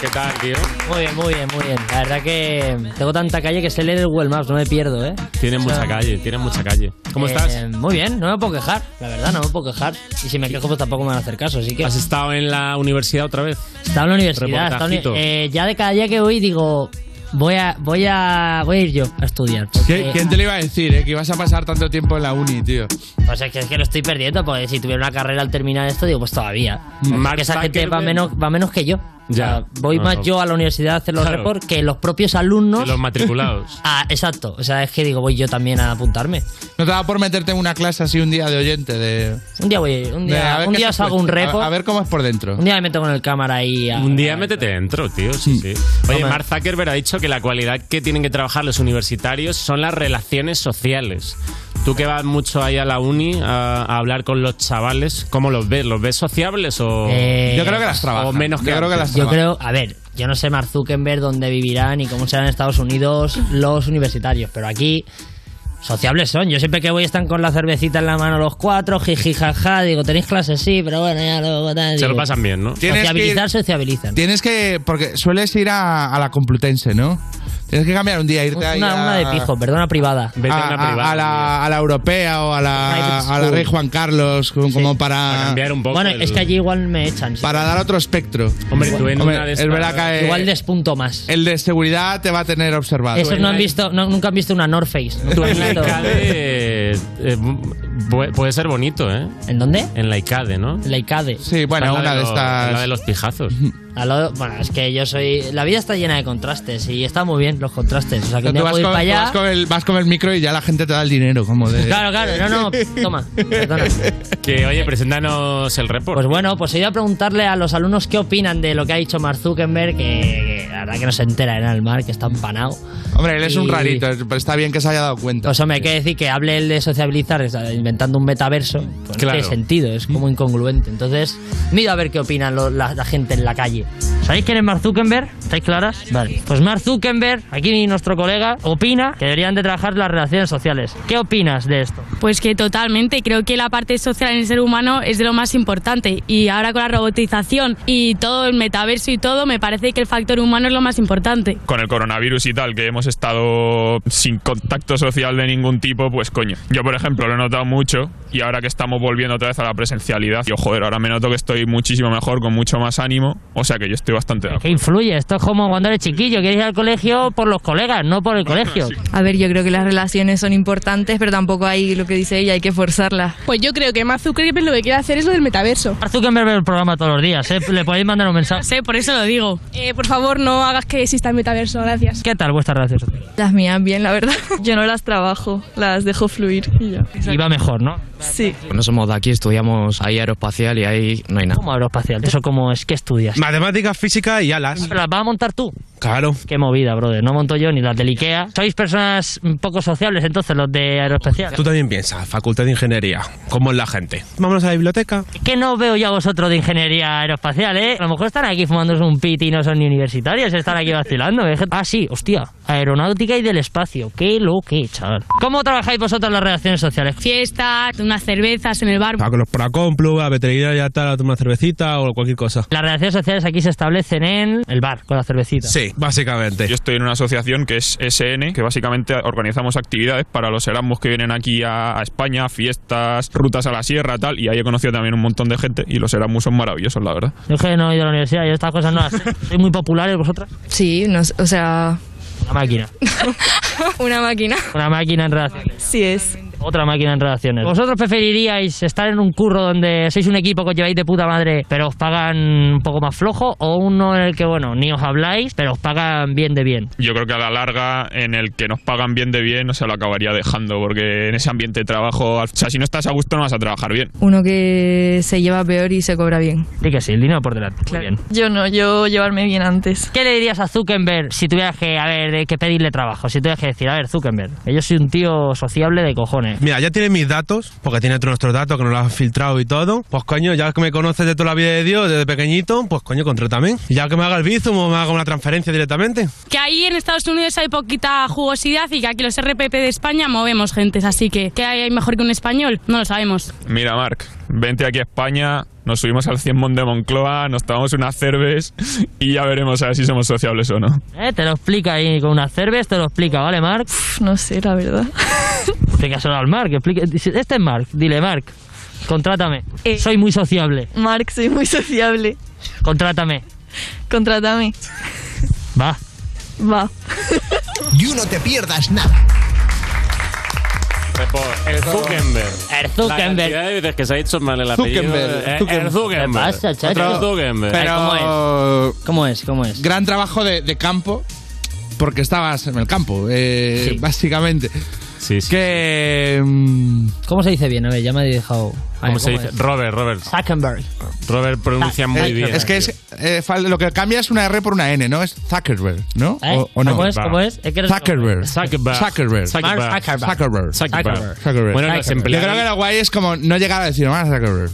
Speaker 3: ¿Qué tal, tío?
Speaker 17: Muy bien, muy bien, muy bien. La verdad que tengo tanta calle que sé leer el Google Maps, no me pierdo, ¿eh?
Speaker 3: Tiene
Speaker 17: O sea,
Speaker 3: mucha calle, tiene mucha calle. ¿Cómo
Speaker 17: eh,
Speaker 3: estás?
Speaker 17: Muy bien, no me puedo quejar, la verdad, no me puedo quejar. Y si me quejo, pues tampoco me van a hacer caso, así que.
Speaker 3: ¿Has estado en la universidad otra vez?
Speaker 17: Estaba en la universidad, estaba en-
Speaker 3: Reportajito.
Speaker 17: eh, ya de cada día que voy, digo, voy a, voy a, voy a ir yo a estudiar. porque-
Speaker 4: ¿Quién te lo iba a decir, eh? Que ibas a pasar tanto tiempo en la uni, tío.
Speaker 17: O sea, que Pues es que lo estoy perdiendo, porque si tuviera una carrera al terminar esto, digo, pues todavía.
Speaker 4: Mark
Speaker 17: Porque esa gente va
Speaker 4: Zuckerberg.
Speaker 17: menos, va menos que yo. O sea,
Speaker 3: Ya. Ah,
Speaker 17: voy
Speaker 3: No,
Speaker 17: más
Speaker 3: no.
Speaker 17: yo a la universidad a hacer los
Speaker 3: Claro.
Speaker 17: reports que los propios alumnos.
Speaker 3: Que los matriculados.
Speaker 17: ah, exacto. O sea, es que digo, voy yo también a apuntarme.
Speaker 4: ¿No te da por meterte en una clase así un día de oyente? De,
Speaker 17: Un día voy, un
Speaker 4: de a
Speaker 17: día,
Speaker 4: ver
Speaker 17: un
Speaker 4: qué
Speaker 17: día
Speaker 4: se
Speaker 17: os hago un
Speaker 4: cuenta, a-
Speaker 17: repo.
Speaker 4: A, ver cómo es por dentro.
Speaker 17: Un día me meto con el cámara ahí. a-
Speaker 3: Un día métete dentro, tío, sí, sí. Oye,
Speaker 17: Hombre.
Speaker 3: Mark Zuckerberg ha dicho que la cualidad que tienen que trabajar los universitarios son las relaciones sociales. Tú que vas mucho ahí a la uni a, a hablar con los chavales, ¿cómo los ves? ¿Los ves sociables o...?
Speaker 17: Eh,
Speaker 3: O menos que antes?
Speaker 17: Yo creo, a ver, yo no sé Mark Zuckerberg dónde vivirán y cómo serán en Estados Unidos los universitarios, pero aquí sociables son. Yo siempre que voy están con la cervecita en la mano los cuatro, jiji, jaja, digo, tenéis clases, sí, pero bueno, ya luego tal, digo,
Speaker 3: bien, ¿no?
Speaker 17: Sociabilizar, sociabilizan.
Speaker 4: Tienes que. Porque sueles ir a, a la Complutense, ¿no? Tienes que cambiar un día, irte
Speaker 17: Una,
Speaker 4: ahí a-
Speaker 17: una de pijo, perdona, privada.
Speaker 4: a, a- a la, a la europea o a la,
Speaker 17: Private
Speaker 4: a la
Speaker 17: school.
Speaker 4: Rey Juan Carlos, como para,
Speaker 17: Bueno, es que allí igual me echan. sí.
Speaker 4: Para dar otro espectro.
Speaker 17: Hombre, tú en
Speaker 4: Hombre,
Speaker 17: una de
Speaker 4: es
Speaker 17: estas-
Speaker 4: verdad que, eh,
Speaker 17: Igual despunto más.
Speaker 4: El de seguridad te va a tener observado.
Speaker 17: Esos no han visto, no- nunca han visto una North Face.
Speaker 3: Tú
Speaker 17: Nunca han
Speaker 3: en la
Speaker 17: visto-
Speaker 3: ICADE eh, pu- puede ser bonito, ¿eh?
Speaker 17: ¿En dónde?
Speaker 3: En la ICADE, ¿no?
Speaker 17: La ICADE.
Speaker 4: Sí, bueno, una de estas-
Speaker 3: La de los pijazos.
Speaker 17: A lo- bueno, es que yo soy. La vida está llena de contrastes y está muy bien los contrastes. O sea, que
Speaker 4: Tú
Speaker 17: un día
Speaker 4: vas
Speaker 17: puedo ir
Speaker 4: con,
Speaker 17: para
Speaker 4: tú
Speaker 17: allá.
Speaker 4: vas con el, vas con el micro y ya la gente te da el dinero, como de.
Speaker 17: Claro, claro, no, no, toma, perdona.
Speaker 3: Que, oye, preséntanos el report.
Speaker 17: Pues bueno, pues he ido a preguntarle a los alumnos qué opinan de lo que ha dicho Mark Zuckerberg, que, que la verdad que no se entera en el mar, que está empanado.
Speaker 4: Hombre, él es un
Speaker 17: Pues Y-
Speaker 4: rarito, pero está bien que se haya dado cuenta.
Speaker 17: Pues hombre, hay que decir que hable él de sociabilizar o sea, inventando un metaverso. Pues
Speaker 4: Claro.
Speaker 17: No tiene sentido, es como incongruente. Entonces, mira a ver qué opinan lo- la, la gente en la calle. ¿Sabéis quién es Mark Zuckerberg? ¿Estáis claras? Vale. Pues Mark Zuckerberg, aquí nuestro colega, opina que deberían de trabajar las relaciones sociales. ¿Qué opinas de esto?
Speaker 18: Pues que totalmente, creo que la parte social en el ser humano es de lo más importante y ahora con la robotización y todo el metaverso y todo, me parece que el factor humano es lo más importante.
Speaker 11: con el coronavirus y tal, que hemos estado sin contacto social de ningún tipo, pues coño. Yo, por ejemplo, lo he notado mucho y ahora que estamos volviendo otra vez a la presencialidad, yo, joder, ahora me noto que estoy muchísimo mejor, con mucho más ánimo, o sea que yo estoy bastante de acuerdo.
Speaker 17: ¿Qué influye? Esto es como cuando eres chiquillo, quieres ir al colegio por los colegas, no por el colegio.
Speaker 19: A ver, yo creo que las relaciones son importantes, pero tampoco hay lo que dice ella, hay que forzarlas.
Speaker 20: Pues yo creo que más Zuckerberg lo que quiere hacer es lo del metaverso.
Speaker 17: Mark Zuckerberg ve el programa todos los días, ¿eh? le podéis mandar un mensaje.
Speaker 20: sé, por eso lo digo.
Speaker 18: Eh,
Speaker 20: por favor, no hagas que exista el metaverso, gracias.
Speaker 17: ¿Qué tal vuestra relación social?
Speaker 19: Las mías bien, la verdad. Yo no las trabajo, las dejo fluir y ya.
Speaker 21: Iba mejor, ¿no?
Speaker 19: Sí.
Speaker 21: Pues No somos de aquí, estudiamos ahí aeroespacial y ahí no hay nada.
Speaker 17: ¿Cómo aeroespacial? ¿Eso cómo es? ¿Qué estudias?
Speaker 21: Matemáticas, física y alas.
Speaker 17: ¿Pero las vas a montar tú?
Speaker 21: Claro.
Speaker 17: Qué movida, brother. No monto yo ni las del Ikea. Sois personas un poco sociables, entonces, los de aeroespacial.
Speaker 21: Tú también piensas, facultad de ingeniería, ¿cómo es la gente? Vámonos a la biblioteca.
Speaker 17: Que no os veo yo a vosotros de ingeniería aeroespacial, ¿eh? A lo mejor están aquí fumándose un piti y no son ni universitarios, están aquí vacilando. ¿eh? Ah, sí, hostia. Aeronáutica y del espacio. Qué lo que, chaval. ¿Cómo trabajáis vosotros las relaciones sociales?
Speaker 20: Fiestas, unas cervezas en el bar.
Speaker 21: A los para complu, a veterinaria tal, a tomar una cervecita o cualquier cosa.
Speaker 17: Las relaciones sociales aquí se establecen en el bar, con la cervecita.
Speaker 21: Sí, básicamente.
Speaker 11: Yo estoy en una asociación que es SN, que básicamente organizamos actividades para los Erasmus que vienen aquí a, a España, fiestas, rutas a la sierra, tal, y ahí he conocido también un montón de gente y los Erasmus son maravillosos, la verdad.
Speaker 17: Yo es que no he ido a la universidad, yo estas cosas no las sé. ¿Sois muy populares vosotras?
Speaker 19: Sí, no, s- o sea,
Speaker 17: Una máquina.
Speaker 19: una máquina.
Speaker 17: Una máquina en relación.
Speaker 19: Sí es.
Speaker 17: Otra máquina en relaciones. ¿Vosotros preferiríais estar en un curro donde sois un equipo que os lleváis de puta madre, pero os pagan un poco más flojo, o uno en el que, bueno, ni os habláis, pero os pagan bien de bien?
Speaker 11: Yo creo que a la larga, en el que nos pagan bien de bien, no se lo acabaría dejando, porque en ese ambiente de trabajo, al- o sea, si no estás a gusto, no vas a trabajar bien.
Speaker 19: Uno que se lleva peor y se cobra bien.
Speaker 17: Sí que sí, el dinero por delante. Muy bien.
Speaker 19: Yo no, yo llevarme bien antes.
Speaker 17: ¿Qué le dirías a Zuckerberg si tuvieras que, a ver, de- que pedirle trabajo? Si tuvieras que decir, a ver, Zuckerberg, que yo soy un tío sociable de cojones.
Speaker 21: Mira, ya tienes mis datos, porque tienes tú nuestros datos que nos los has filtrado y todo. Pues coño, ya que me conoces de toda la vida de Dios, desde pequeñito, pues coño, contrátame. Y ya que me haga el bizum o me haga una transferencia directamente.
Speaker 18: Que ahí en Estados Unidos hay poquita jugosidad y que aquí los RPP de España movemos gentes, así que ¿qué hay mejor que un español? No lo sabemos.
Speaker 11: Mira, Marc, vente aquí a España, nos subimos al 100 de Moncloa, nos tomamos unas cerves y ya veremos a ver si somos sociables o no.
Speaker 17: ¿Eh? Te lo explica ahí con una cerveza, te lo explica, ¿vale, Mark?
Speaker 19: No sé, la verdad.
Speaker 17: Explícaselo al Mark, explica- dice, este es Mark, dile, Mark, contrátame.
Speaker 19: Eh.
Speaker 17: Soy muy sociable,
Speaker 19: Mark, soy muy sociable.
Speaker 17: contrátame.
Speaker 19: Contrátame.
Speaker 17: Va.
Speaker 19: Va.
Speaker 5: You no te pierdas nada.
Speaker 3: El Zuckerberg.
Speaker 17: El
Speaker 3: La cantidad de veces que se ha dicho mal el apellido.
Speaker 4: Zuckerberg,
Speaker 3: Eh,
Speaker 4: Zuckerberg.
Speaker 3: El Zuckerberg.
Speaker 4: ¿Qué pasa, chacho?
Speaker 3: Otro Zuckerberg.
Speaker 4: Pero-
Speaker 17: ¿Cómo es? ¿Cómo es?
Speaker 4: Gran trabajo de, de campo, porque estabas en el campo, eh,
Speaker 17: Sí.
Speaker 4: básicamente.
Speaker 3: Sí,
Speaker 4: Que. mm,
Speaker 17: ¿Cómo se dice bien? A ver, ya me he dejado. A ver,
Speaker 3: ¿Cómo se dice?
Speaker 17: es?
Speaker 3: Robert, Robert.
Speaker 17: Zuckerberg.
Speaker 3: Robert pronuncia
Speaker 17: Ah,
Speaker 4: eh,
Speaker 3: muy bien.
Speaker 4: Es que es, eh, fal- lo que cambia es una R por una N, ¿no? Es Zuckerberg, ¿no?
Speaker 17: ¿Eh?
Speaker 4: O, o no.
Speaker 17: ¿Cómo es? ¿Cómo es? Es que eres-
Speaker 4: Zuckerberg.
Speaker 3: Zuckerberg.
Speaker 4: Zuckerberg.
Speaker 3: Zuckerberg.
Speaker 4: Mark
Speaker 3: Zuckerberg.
Speaker 4: Zuckerberg.
Speaker 3: Zuckerberg.
Speaker 4: Zuckerberg.
Speaker 3: Bueno, los empleados-
Speaker 4: Yo creo que lo guay es como no llegar a decir más Zuckerberg.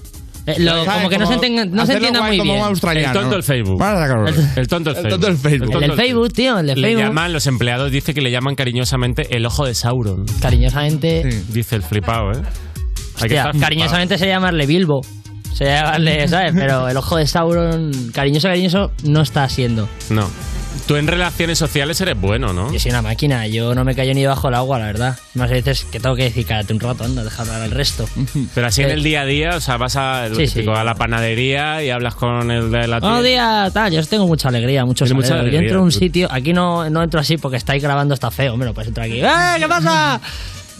Speaker 17: Eh, lo-
Speaker 4: ¿Sabes?
Speaker 17: como que no se, enten- no
Speaker 4: hacerlo
Speaker 17: se entienda
Speaker 4: guay
Speaker 17: muy
Speaker 4: como
Speaker 17: bien.
Speaker 4: un australiano.
Speaker 3: El tonto del Facebook.
Speaker 4: Mark Zuckerberg.
Speaker 3: El tonto del
Speaker 4: El tonto del Facebook.
Speaker 3: tonto
Speaker 17: El del
Speaker 3: del
Speaker 17: Facebook, tío, el del
Speaker 3: Le
Speaker 17: Facebook.
Speaker 3: llaman los empleados, dice que le llaman cariñosamente el ojo de Sauron.
Speaker 17: Cariñosamente.
Speaker 3: Dice el flipado, ¿eh? Hay que
Speaker 17: Hostia,
Speaker 3: estar flipado.
Speaker 17: cariñosamente sería llamarle Bilbo. Sería llamarle, ¿sabes? Pero el ojo de Sauron, cariñoso, cariñoso, no está siendo.
Speaker 3: No. Tú en relaciones sociales eres bueno, ¿no?
Speaker 17: Yo soy una máquina, yo no me callo ni bajo el agua, la verdad. Más veces que tengo que decir, cállate un rato, anda, deja hablar al resto.
Speaker 3: Pero así en el día a día, o sea, vas a, lo
Speaker 17: Eh. Sí, sí. Oh,
Speaker 3: típico, a la panadería y hablas con el de la
Speaker 17: Buenos días, tal. Yo tengo mucha alegría, mucho
Speaker 3: Tienes mucha
Speaker 17: salero. Yo
Speaker 3: alegría,
Speaker 17: entro a un
Speaker 3: tú.
Speaker 17: sitio, aquí no, no entro así porque estáis grabando, está feo, hombre, no puedes entrar aquí. ¡Eh, qué pasa!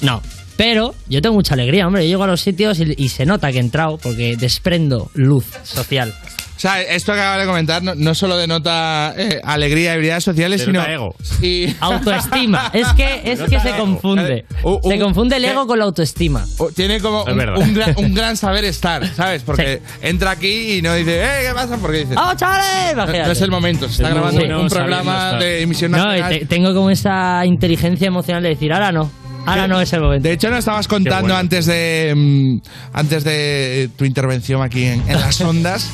Speaker 17: No. Pero yo tengo mucha alegría, hombre. Yo llego a los sitios y, y se nota que he entrado porque desprendo luz social.
Speaker 4: O sea, esto que acabo de comentar no, no solo denota eh, alegría y habilidades sociales,
Speaker 17: Denota
Speaker 4: sino.
Speaker 17: ego.
Speaker 4: Y
Speaker 17: Autoestima. Es que, es que se
Speaker 4: Eh,
Speaker 17: confunde. Se confunde el ego con la autoestima.
Speaker 4: Tiene como un,
Speaker 17: verdad.
Speaker 4: un gran, un gran saber estar, ¿sabes? Porque entra aquí y no dice, ¡eh, qué pasa! Porque dice.
Speaker 17: ¡Oh, chavales!
Speaker 4: No,
Speaker 17: Imagínate.
Speaker 4: no es el momento, se está
Speaker 17: Es muy
Speaker 4: grabando
Speaker 17: bueno
Speaker 4: un
Speaker 17: sabiendo
Speaker 4: programa
Speaker 17: estar.
Speaker 4: de emisión
Speaker 17: No, y
Speaker 4: nacional.
Speaker 17: te- tengo como esa inteligencia emocional de decir, ahora no. Ahora no es el momento.
Speaker 4: De hecho, nos estabas contando
Speaker 17: bueno.
Speaker 4: antes de mm, antes de tu intervención aquí en, en las ondas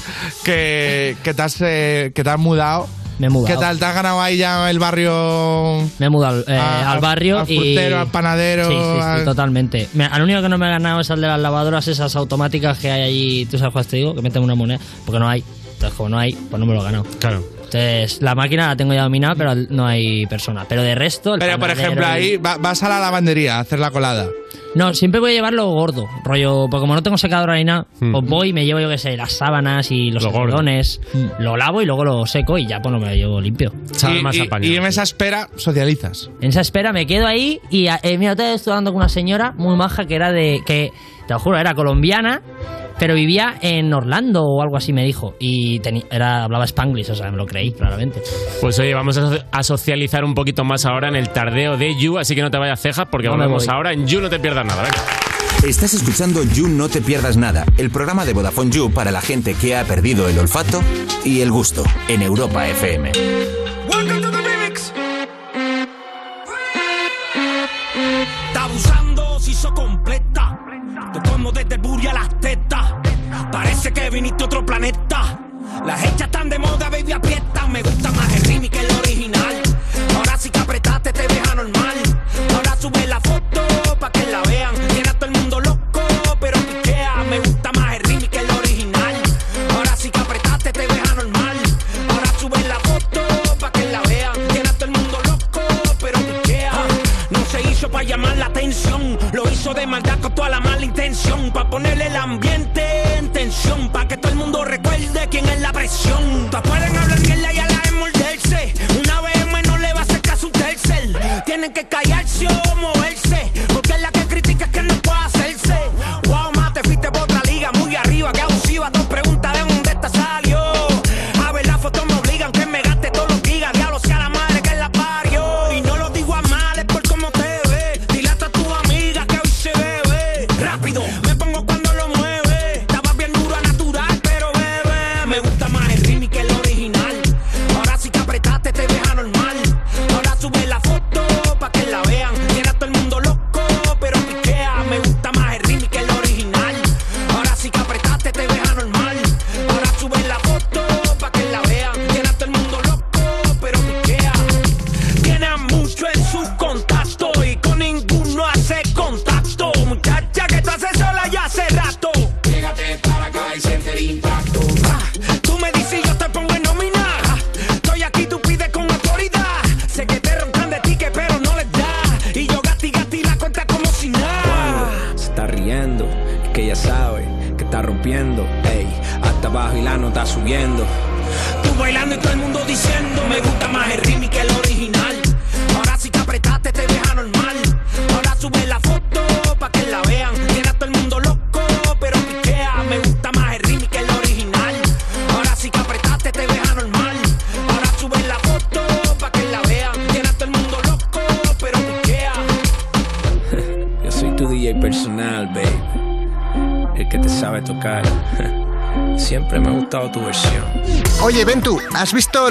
Speaker 4: que, que, te has, eh, que te has mudado.
Speaker 17: Me he mudado.
Speaker 4: ¿Qué tal? ¿Te has ganado ahí ya el barrio?
Speaker 17: Me he mudado eh,
Speaker 4: Ah,
Speaker 17: al
Speaker 4: al-
Speaker 17: barrio
Speaker 4: al
Speaker 17: y...
Speaker 4: frutero, al panadero,
Speaker 17: Sí, sí, sí,
Speaker 4: al-
Speaker 17: totalmente. Me- al único que no me he ganado es al de las lavadoras esas automáticas que hay allí, tú sabes cuál te digo, que meten una moneda, porque no hay. Entonces, como no hay, pues no me lo he ganado.
Speaker 3: Claro.
Speaker 17: Entonces, la máquina la tengo ya dominada, pero no hay persona. Pero de resto... el
Speaker 4: Pero, por
Speaker 17: panadero
Speaker 4: ejemplo,
Speaker 17: y-
Speaker 4: ahí va- Ah, vas a la lavandería a hacer la colada.
Speaker 17: No, siempre voy a llevarlo gordo. Rollo, porque como no tengo secadora ni nada,
Speaker 4: Hmm.
Speaker 17: pues voy y me llevo, yo qué sé, las sábanas y los cordones.
Speaker 4: Hmm.
Speaker 17: Lo lavo y luego lo seco y ya pues lo me lo llevo limpio.
Speaker 4: Y, y- y en esa espera socializas.
Speaker 17: En esa espera me quedo ahí y eh, mira, te estoy hablando con una señora muy maja que era de. que, te lo juro, era colombiana, pero vivía en Orlando o algo así, me dijo. Y teni- era, hablaba spanglish, o sea, me lo creí, claramente.
Speaker 3: Pues oye, vamos a, so- a socializar un poquito más ahora en el tardeo de You, así que no te vayas cejas porque
Speaker 14: No me
Speaker 3: volvemos
Speaker 14: voy.
Speaker 3: ahora en You, no te pierdas nada. venga.
Speaker 14: Estás escuchando You No Te Pierdas Nada, el programa de Vodafone You para la gente que ha perdido el olfato y el gusto en Europa FM.
Speaker 6: Welcome to the remix. Está abusando, si hizo completa. Te como desde el booty a las tetas. Parece que viniste a otro planeta. Las hechas están de moda, baby, aprieta. Me gusta más el remix que el original. Ahora sí que apretaste, te ves anormal. Ahora sube la foto pa' que la vean. Tiene a todo el mundo loco, pero piquea. Me gusta más el remix que el original. Ahora sí que apretaste, te ves anormal. Ahora sube la foto pa' que la vean. Tiene a todo el mundo loco, pero piquea. No se hizo para llamar la atención. Lo hizo de maldad con toda la mala intención. Pa' ponerle el ambiente en tensión. Pa' que todo el mundo recuerde quién es la presión. Pa' pueden hablar mierda y a la vez morderse. Una vez no le va a hacer caso a un tercer. Tienen que callarse o moverse. Porque la que critica es que no puede. Ah,
Speaker 22: está rompiendo. Ey, hasta abajo y la nota subiendo.
Speaker 23: Tú bailando y todo el mundo diciendo Me gusta más el remix que el original Ahora si te apretaste te deja normal Ahora sube la foto pa' que la vean Tiene a todo el mundo loco pero piquea Me gusta más el remix que el original Ahora si te apretaste te deja normal Ahora sube la foto pa' que la vean Tiene a todo el mundo loco pero piquea
Speaker 22: Yo soy tu DJ personal, babe. El que te sabe tocar. Siempre me ha gustado tu versión.
Speaker 5: Oye, Ventu, ¿has visto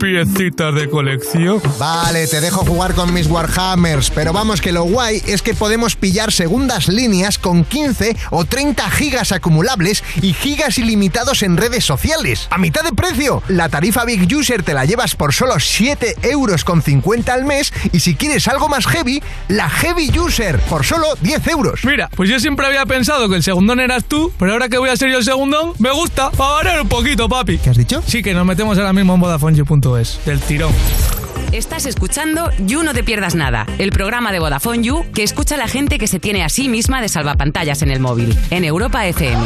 Speaker 24: piecitas de colección.
Speaker 5: Vale, te dejo jugar con mis Warhammers, pero vamos que lo guay es que podemos pillar segundas líneas con 15 o 30 gigas acumulables y gigas ilimitados en redes sociales. ¡A mitad de precio! La tarifa Big User te la llevas por solo 7 euros con 50 al mes y si quieres algo más heavy, la Heavy User por solo 10 euros.
Speaker 24: Mira, pues yo siempre había pensado que el segundón eras tú, pero ahora que voy a ser yo el segundón, me gusta, para variar un poquito, papi. ¿Qué
Speaker 5: has dicho?
Speaker 24: Sí, que nos metemos ahora mismo en VodafoneYou.es, del tirón.
Speaker 15: Estás escuchando You No Te Pierdas Nada, el programa de Vodafone You que escucha a la gente que se tiene a sí misma de salvapantallas en el móvil, en Europa FM.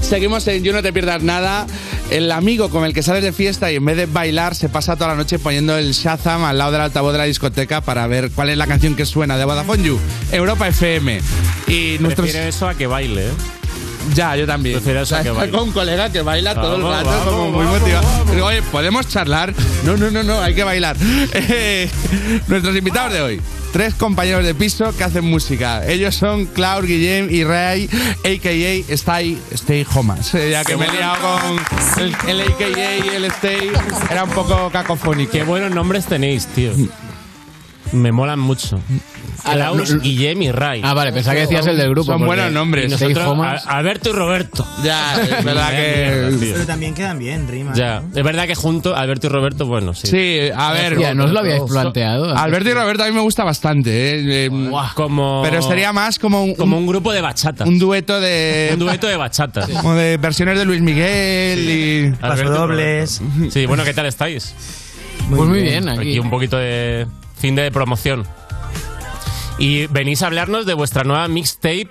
Speaker 4: Seguimos en You No Te Pierdas Nada. El amigo con el que sales de fiesta y en vez de bailar se pasa toda la noche poniendo el Shazam al lado del altavoz de la discoteca para ver cuál es la canción que suena de Vodafone You, Europa FM. Y nuestros...
Speaker 3: Prefiero eso a que baile, ¿eh?
Speaker 4: Ya, yo también.
Speaker 3: Prefiero eso a que baile.
Speaker 4: Con un colega que baila todo el
Speaker 3: Vamos,
Speaker 4: rato,
Speaker 3: vamos,
Speaker 4: como muy
Speaker 3: vamos,
Speaker 4: motivado. Digo, oye, ¿podemos charlar? No, no, no, no, hay que bailar. Eh, nuestros invitados de hoy. Tres compañeros de piso que hacen música. Ellos son Claude, Guillem y Ray, a.k.a. Stay, Stay Homas. Eh, ya que me he liado con el, el a.k.a. y el Stay, era un poco cacofónico.
Speaker 3: Qué buenos nombres tenéis, tío. Me molan mucho. Klaus, Guillem y Ray.
Speaker 25: Ah, vale, pensaba que decías el del grupo,
Speaker 4: Son
Speaker 25: porque-
Speaker 4: buenos nombres.
Speaker 25: y nosotros, Stay Homas.
Speaker 3: A- Alberto y Roberto.
Speaker 4: Ya, es verdad que-
Speaker 26: Ah, Pero también quedan bien, rima.
Speaker 3: Ya, es verdad que juntos, Alberto y Roberto, bueno, sí.
Speaker 4: Sí, a ver.
Speaker 25: Hostia, no os lo habíais planteado.
Speaker 4: Alberto y Roberto a mí me gusta bastante. eh, eh,
Speaker 3: Como,
Speaker 4: Pero sería más como un,
Speaker 3: como un grupo de bachata.
Speaker 4: Un dueto de.
Speaker 3: Un dueto de bachata.
Speaker 4: Como de versiones de Luis Miguel y.
Speaker 3: Alberto y Roberto. Sí, bueno, ¿qué tal estáis?
Speaker 25: Muy Pues muy bien, bien, aquí.
Speaker 3: un poquito de fin de promoción. Y venís a hablarnos de vuestra nueva mixtape.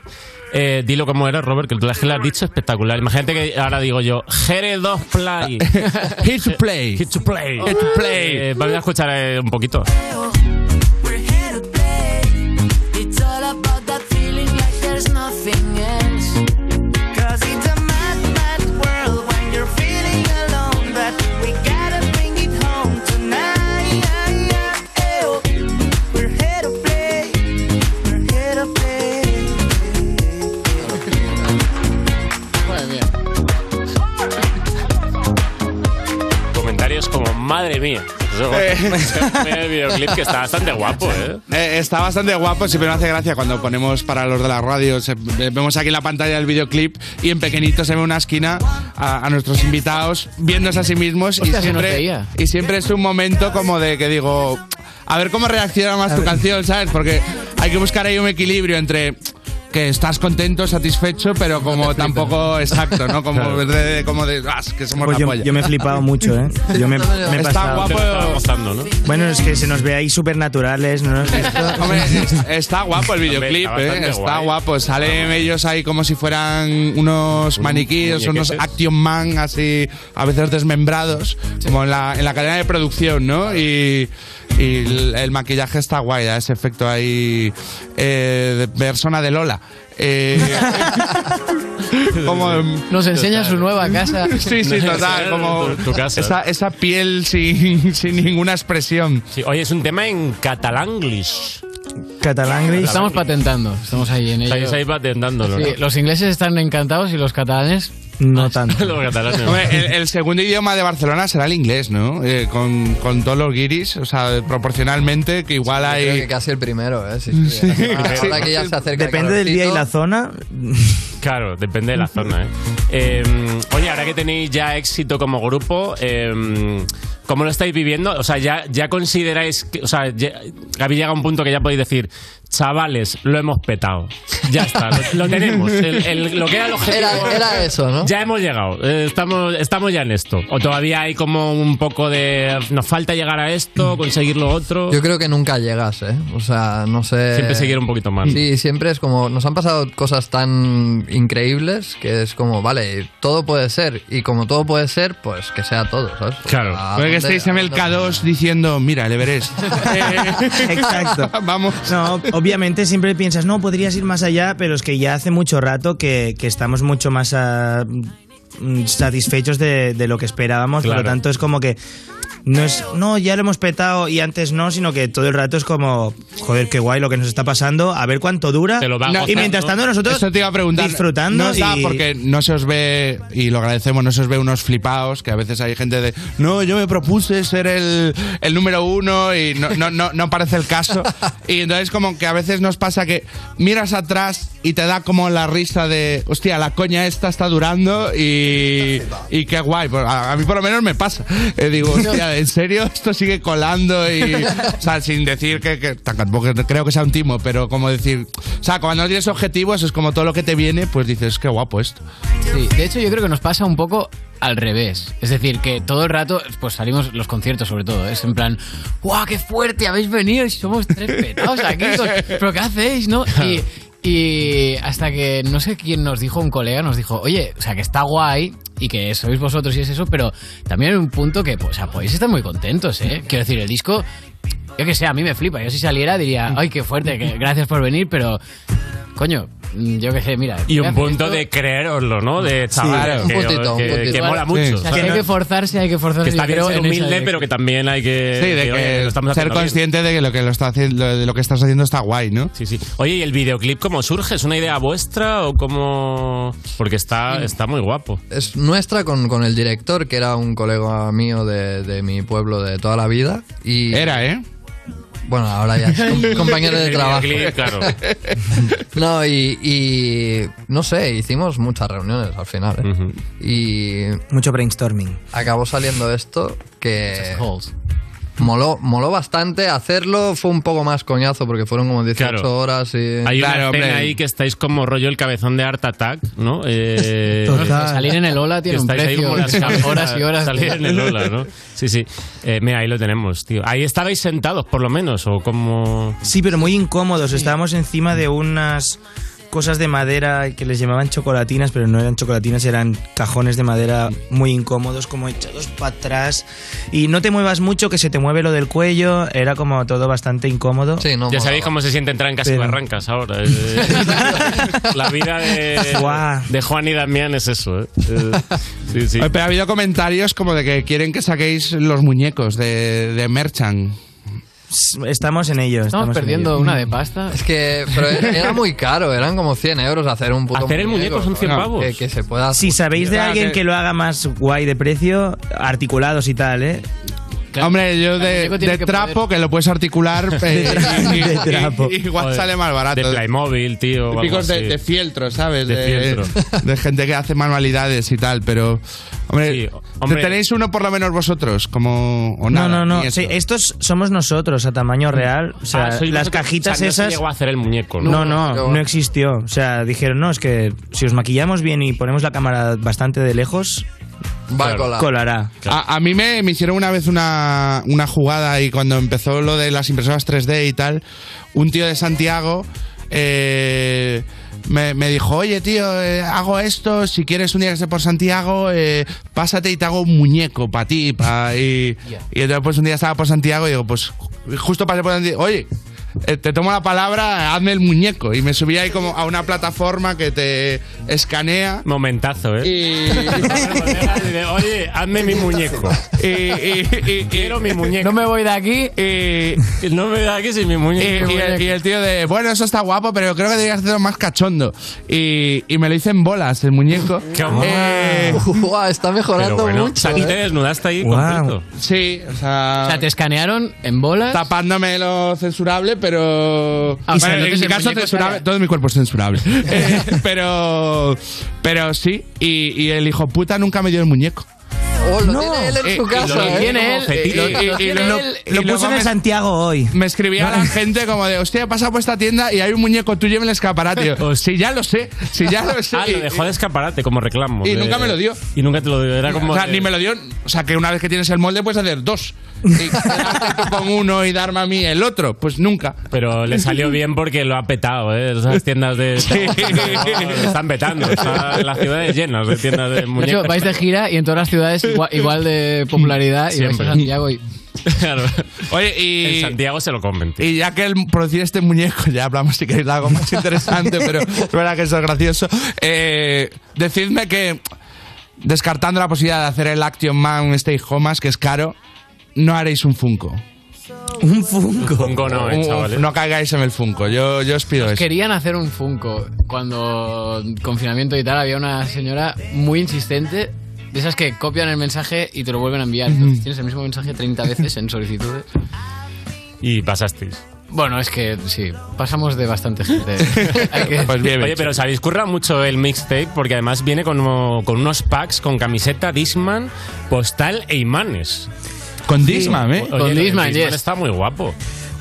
Speaker 3: Eh, dilo como era, Robert, que tú la, que la has dicho espectacular. Imagínate que ahora digo yo, Jere 2 Play.
Speaker 4: Hit to play.
Speaker 3: Hit to play.
Speaker 7: Hit to play.
Speaker 3: Eh, vamos a escuchar eh, un poquito.
Speaker 6: It's all about that feeling like there's nothing else. Cause it's a mad, mad world when you're feeling alone. But we gotta bring it home tonight. Ayo. We're here to play. We're here to play.
Speaker 3: Comentarios como, madre mía. Eso,
Speaker 4: Eh.
Speaker 3: el videoclip que está bastante guapo, ¿eh?
Speaker 4: Eh, está bastante guapo, siempre me hace gracia cuando ponemos para los de la radio. se- eh, vemos aquí la pantalla del videoclip y en pequeñito se ve una esquina a, a nuestros invitados viéndose a sí mismos.
Speaker 25: Hostia,
Speaker 4: y,
Speaker 25: se nos
Speaker 4: siempre,
Speaker 25: veía.
Speaker 4: y siempre es un momento como de que digo, a ver cómo reacciona más tu canción, ¿sabes? Porque hay que buscar ahí un equilibrio entre que estás contento, satisfecho, pero como tampoco exacto, ¿no? Como
Speaker 26: Claro.
Speaker 4: de, como de "Ah, es que somos
Speaker 26: Pues
Speaker 4: la
Speaker 26: yo,
Speaker 4: polla".
Speaker 26: yo me he flipado mucho, ¿eh? Yo me, me he
Speaker 4: Está
Speaker 26: pasado.
Speaker 4: guapo. Te lo estaba gozando, ¿no?
Speaker 26: Bueno, es que se nos ve ahí súper naturales, ¿no?
Speaker 4: Hombre, es- está guapo el videoclip,
Speaker 26: Hombre, está
Speaker 4: ¿eh?
Speaker 26: bastante
Speaker 4: Está
Speaker 26: guay.
Speaker 4: guapo. Salen ellos ahí como si fueran unos maniquíes, unos
Speaker 26: muñequetes.
Speaker 4: Action Man así, a veces desmembrados, como en la, en la cadena de producción, ¿no? Y, y el, el maquillaje está guay, da ese efecto ahí eh, de persona de Lola. Eh, como,
Speaker 25: Nos enseña su nueva casa.
Speaker 4: sí, sí, total, como
Speaker 3: Tu- tu casa.
Speaker 4: Esa, esa piel sin, sin ninguna expresión.
Speaker 3: Sí, oye, es un tema en catalanglish.
Speaker 26: Catalangris.
Speaker 25: Estamos patentando, estamos ahí en ello.
Speaker 3: Estáis ahí patentándolo.
Speaker 25: Sí,
Speaker 3: ¿no?
Speaker 25: los ingleses están encantados y los catalanes
Speaker 26: no tanto.
Speaker 3: Los catalanes.
Speaker 4: Hombre, el, el segundo idioma de Barcelona será el inglés, ¿no? Eh, con, con todos los guiris, o sea, proporcionalmente, que igual hay.
Speaker 27: Creo que casi el primero, ¿eh? Sí, sí. Ahora que ya se acerca el
Speaker 26: Depende del día y la zona.
Speaker 3: Claro, depende de la zona. ¿eh? Eh, oye, ahora que tenéis ya éxito como grupo, eh, ¿Cómo lo estáis viviendo? O sea, ya, ya consideráis que. O sea, ya- habéis llegado a un punto que ya podéis decir, chavales, lo hemos petado. Ya está, lo, lo tenemos. El- el- lo que era el objetivo.
Speaker 27: Era- era eso, ¿no?
Speaker 3: Ya hemos llegado. eh, estamos, estamos ya en esto. O todavía hay como un poco de. Nos falta llegar a esto, conseguir lo otro.
Speaker 27: Yo creo que nunca llegas, ¿eh? O sea, no sé.
Speaker 3: Siempre se quiere un poquito más.
Speaker 27: Sí, siempre es como. Nos han pasado cosas tan increíbles que es como, vale, todo puede ser. Y como todo puede ser, pues que sea todo, ¿sabes? Claro.
Speaker 4: Puede que estéis en el K2 diciendo, mira, el Everest. Eh,
Speaker 26: Exacto.
Speaker 4: Vamos.
Speaker 26: No, obviamente siempre piensas, no, podrías ir más allá, pero es que ya hace mucho rato que, que estamos mucho más ah, mm, satisfechos de, de lo que esperábamos. Por
Speaker 1: Claro.
Speaker 26: lo tanto, es como que. No es, no, ya lo hemos petado y antes no, sino que todo el rato es como, joder, qué guay lo que nos está pasando, a ver cuánto dura.
Speaker 4: No,
Speaker 26: y mientras tanto nosotros
Speaker 4: Eso te iba a preguntar.
Speaker 26: disfrutando
Speaker 4: No está,
Speaker 26: y-
Speaker 4: porque no se os ve, y lo agradecemos, no se os ve unos flipados, que a veces hay gente de, no, yo me propuse ser el, el número uno y no, no, no, no parece el caso. Y entonces como que a veces nos pasa que miras atrás y te da como la risa de, hostia, la coña esta está durando y, y qué guay. Pues A, a mí por lo menos me pasa. Eh, digo, hostia, ¿en serio esto sigue colando? Y, o sea, sin decir que, que tampoco creo que sea un timo, pero como decir, o sea, cuando no tienes objetivos es como todo lo que te viene, pues dices, qué guapo esto.
Speaker 25: Sí, de hecho yo creo que nos pasa un poco al revés. Es decir, que todo el rato, pues salimos los conciertos sobre todo, ¿eh? es en plan, ¡guau, qué fuerte habéis venido! Y somos tres petados aquí, con- pero ¿qué hacéis, no? Y, y hasta que, no sé quién nos dijo, un colega nos dijo, oye, o sea, que está guay y que sois vosotros y es eso, pero también en un punto que, pues, o sea, podéis estar muy contentos, ¿eh? Quiero decir, el disco... Yo que sé, a mí me flipa. Yo si saliera diría, ay, qué fuerte, que gracias por venir, pero coño, mm, yo que sé, mira. voy
Speaker 3: Y
Speaker 25: a
Speaker 3: un
Speaker 25: hacer
Speaker 3: punto
Speaker 25: esto.
Speaker 3: de creeroslo, ¿no? De
Speaker 25: Sí,
Speaker 3: chavales.
Speaker 25: un
Speaker 3: que,
Speaker 25: puntito, un
Speaker 3: que-
Speaker 25: puntito.
Speaker 3: que mola
Speaker 25: Sí.
Speaker 3: mucho.
Speaker 25: O sea,
Speaker 3: ¿sabes?
Speaker 25: que hay que forzarse, hay que forzarse.
Speaker 3: Que está bien
Speaker 25: yo creo,
Speaker 3: ser
Speaker 25: en esa
Speaker 3: humilde,
Speaker 25: dirección.
Speaker 3: pero que también hay que.
Speaker 4: Sí, de
Speaker 3: que, Eh, oye,
Speaker 4: que
Speaker 3: lo estamos
Speaker 4: ser
Speaker 3: haciendo bien.
Speaker 4: consciente de que lo que lo está haciendo, de lo que estás haciendo está guay, ¿no?
Speaker 3: Sí, sí. Oye, ¿y el videoclip cómo surge? ¿Es una idea vuestra o cómo.? Porque está, está muy guapo.
Speaker 27: es nuestra con, con el director, que era un colega mío de, de mi pueblo de toda la vida. Y
Speaker 4: era, ¿eh?
Speaker 27: Bueno, ahora ya es com- compañero de
Speaker 3: El
Speaker 27: trabajo.
Speaker 3: videoclip, claro.
Speaker 27: No, y, y no sé, hicimos muchas reuniones al final. ¿eh? Y
Speaker 26: mucho brainstorming.
Speaker 27: acabó saliendo esto que moló, moló bastante hacerlo. Fue un poco más coñazo porque fueron como 18
Speaker 3: Claro.
Speaker 27: horas y...
Speaker 3: Hay una escena ahí que estáis como rollo el cabezón de Art Attack, ¿no? Eh,
Speaker 27: Total.
Speaker 25: Salir en el Ola tiene
Speaker 3: que
Speaker 25: un
Speaker 3: estáis ahí
Speaker 25: precio.
Speaker 3: como las cabezas,
Speaker 25: horas y horas.
Speaker 3: Salir en el Ola, ¿no? Sí, sí. Eh, mira, ahí lo tenemos, tío. Ahí estabais sentados, por lo menos, o como...
Speaker 26: Sí, pero muy incómodos. Estábamos encima de unas cosas de madera que les llamaban chocolatinas, pero no eran chocolatinas, eran cajones de madera muy incómodos, como echados para atrás. Y no te muevas mucho, que se te mueve lo del cuello. Era como todo bastante incómodo.
Speaker 27: Sí,
Speaker 3: ya sabéis cómo se sienten trancas y
Speaker 26: Pero-
Speaker 3: barrancas ahora. eh. la vida de,
Speaker 26: Guau.
Speaker 3: de Juan y Damián es eso, ¿eh? Eh, sí, sí.
Speaker 4: Oye, Pero ha habido comentarios como de que quieren que saquéis los muñecos de, de Merchan.
Speaker 26: Estamos en ello.
Speaker 25: Estamos perdiendo una de pasta.
Speaker 27: Es que pero era muy caro, eran como 100 euros hacer un puto
Speaker 26: Hacer el muñeco son 100
Speaker 27: ¿no?
Speaker 26: pavos.
Speaker 27: Que, que se pueda...
Speaker 26: Si sabéis de
Speaker 27: Claro,
Speaker 26: alguien que lo haga más guay de precio, articulados y tal, ¿eh?
Speaker 4: Hombre, yo de, de trapo, que lo puedes articular. eh, y- y- y- Igual
Speaker 3: Joder,
Speaker 4: sale más barato.
Speaker 3: De Playmobil, tío. o algo
Speaker 4: Típicos de,
Speaker 3: así.
Speaker 4: de fieltro, ¿sabes?
Speaker 3: De
Speaker 4: Eh, de gente que hace manualidades y tal, pero. Hombre,
Speaker 3: hombre.
Speaker 4: ¿tenéis uno por lo menos vosotros? Como, o nada,
Speaker 26: no, no,
Speaker 4: ni
Speaker 26: no.
Speaker 4: eso.
Speaker 26: Sí, estos somos nosotros a tamaño real. O sea,
Speaker 4: Ah, sois
Speaker 26: las
Speaker 4: vosotros.
Speaker 26: cajitas
Speaker 4: O sea, no se
Speaker 26: esas.
Speaker 4: llegó a hacer el muñeco, ¿no?
Speaker 26: No, no,
Speaker 4: Yo-
Speaker 26: no, existió. O sea, dijeron, no, es que si os maquillamos bien y ponemos la cámara bastante de lejos.
Speaker 27: Va a colar.
Speaker 26: Colará.
Speaker 4: A, a mí me, me hicieron una vez una, una jugada y cuando empezó lo de las impresoras 3D y tal, un tío de Santiago eh, me, me dijo, oye tío, eh, hago esto, si quieres un día que esté por Santiago, eh, pásate y te hago un muñeco para ti. pa'", y, y entonces pues un día estaba por Santiago y digo, pues ju- justo pasé por Santiago, oye. eh, Te tomo la palabra, hazme el muñeco. Y me subí ahí como a una plataforma que te escanea.
Speaker 3: Momentazo, ¿eh? Oye, hazme mi muñeco. Quiero mi muñeco.
Speaker 25: No me voy de aquí.
Speaker 3: no me voy de aquí sin mi
Speaker 4: Eh, Y, y el, y el tío de, bueno, eso está guapo, pero creo que deberías hacerlo más cachondo. Y, y me lo hice en bolas, el muñeco. Eh,
Speaker 27: Guau, está mejorando
Speaker 4: Pero bueno,
Speaker 27: mucho.
Speaker 4: o sea, ni
Speaker 27: ¿eh?
Speaker 4: te
Speaker 3: desnudaste ahí
Speaker 4: completo. Sí, o sea...
Speaker 25: O sea, te escanearon en bolas.
Speaker 4: Tapándome lo censurable, pero...
Speaker 25: Ah,
Speaker 4: Bueno,
Speaker 25: o sea, no
Speaker 4: en
Speaker 25: que
Speaker 4: mi
Speaker 25: el
Speaker 4: caso,
Speaker 25: muñeco
Speaker 4: censurable-
Speaker 25: sale.
Speaker 4: todo mi cuerpo es censurable. Eh, pero... Pero sí, y, y el hijo puta nunca me dio el muñeco.
Speaker 27: Oh, lo tiene él en su casa. ¿eh?
Speaker 4: Eh,
Speaker 26: Lo puso en el Santiago hoy.
Speaker 4: Me escribía la gente como de, hostia, he pasado por esta tienda y hay un muñeco tuyo en el escaparate. Yo, oh, sí, ya lo sé, sí, ya lo sé.
Speaker 3: Ah, lo
Speaker 4: Y-
Speaker 3: dejó de escaparate como reclamo.
Speaker 4: Y
Speaker 3: de-
Speaker 4: nunca me lo dio.
Speaker 3: Y nunca te lo dio. Era como.
Speaker 4: o sea,
Speaker 3: de-
Speaker 4: ni me lo dio. O sea, que una vez que tienes el molde puedes hacer dos. Y quedarte tú con uno y darme a mí el otro. Pues nunca.
Speaker 3: Pero le salió bien porque lo ha petado, ¿eh? Esas tiendas de. Le están petando. Está, las ciudades llenas de tiendas de
Speaker 25: De hecho,
Speaker 3: muñecos.
Speaker 25: vais de gira y en todas las ciudades igual, igual de popularidad y vais
Speaker 3: Siempre.
Speaker 25: a Santiago y...
Speaker 4: Oye, y.
Speaker 3: En Santiago se lo comen.
Speaker 4: Y ya que el, por decir este muñeco, ya hablamos si queréis de algo más interesante, pero es verdad que eso es gracioso. Eh, decidme que, descartando la posibilidad de hacer el Action Man Stay Homas, que es caro, no haréis un Funko.
Speaker 26: Un Funko.
Speaker 3: Funko no, eh,
Speaker 4: Un-
Speaker 3: chavales.
Speaker 4: No caigáis en el Funko, yo, yo os pido
Speaker 3: Pues-
Speaker 4: eso.
Speaker 25: Querían hacer un Funko. Cuando confinamiento y tal, había una señora muy insistente, de esas que copian el mensaje y te lo vuelven a enviar. Entonces tienes el mismo mensaje 30 veces en solicitudes.
Speaker 3: Y pasasteis.
Speaker 25: Bueno, es que sí, pasamos de bastante gente.
Speaker 3: Oye, pero os habéis currado mucho el mixtape porque además viene con, uno- con unos packs con camiseta Disman, postal e imanes.
Speaker 4: Con Discman, ¿eh?
Speaker 3: Oye,
Speaker 25: Con
Speaker 3: el
Speaker 25: Discman, yes.
Speaker 3: está muy guapo.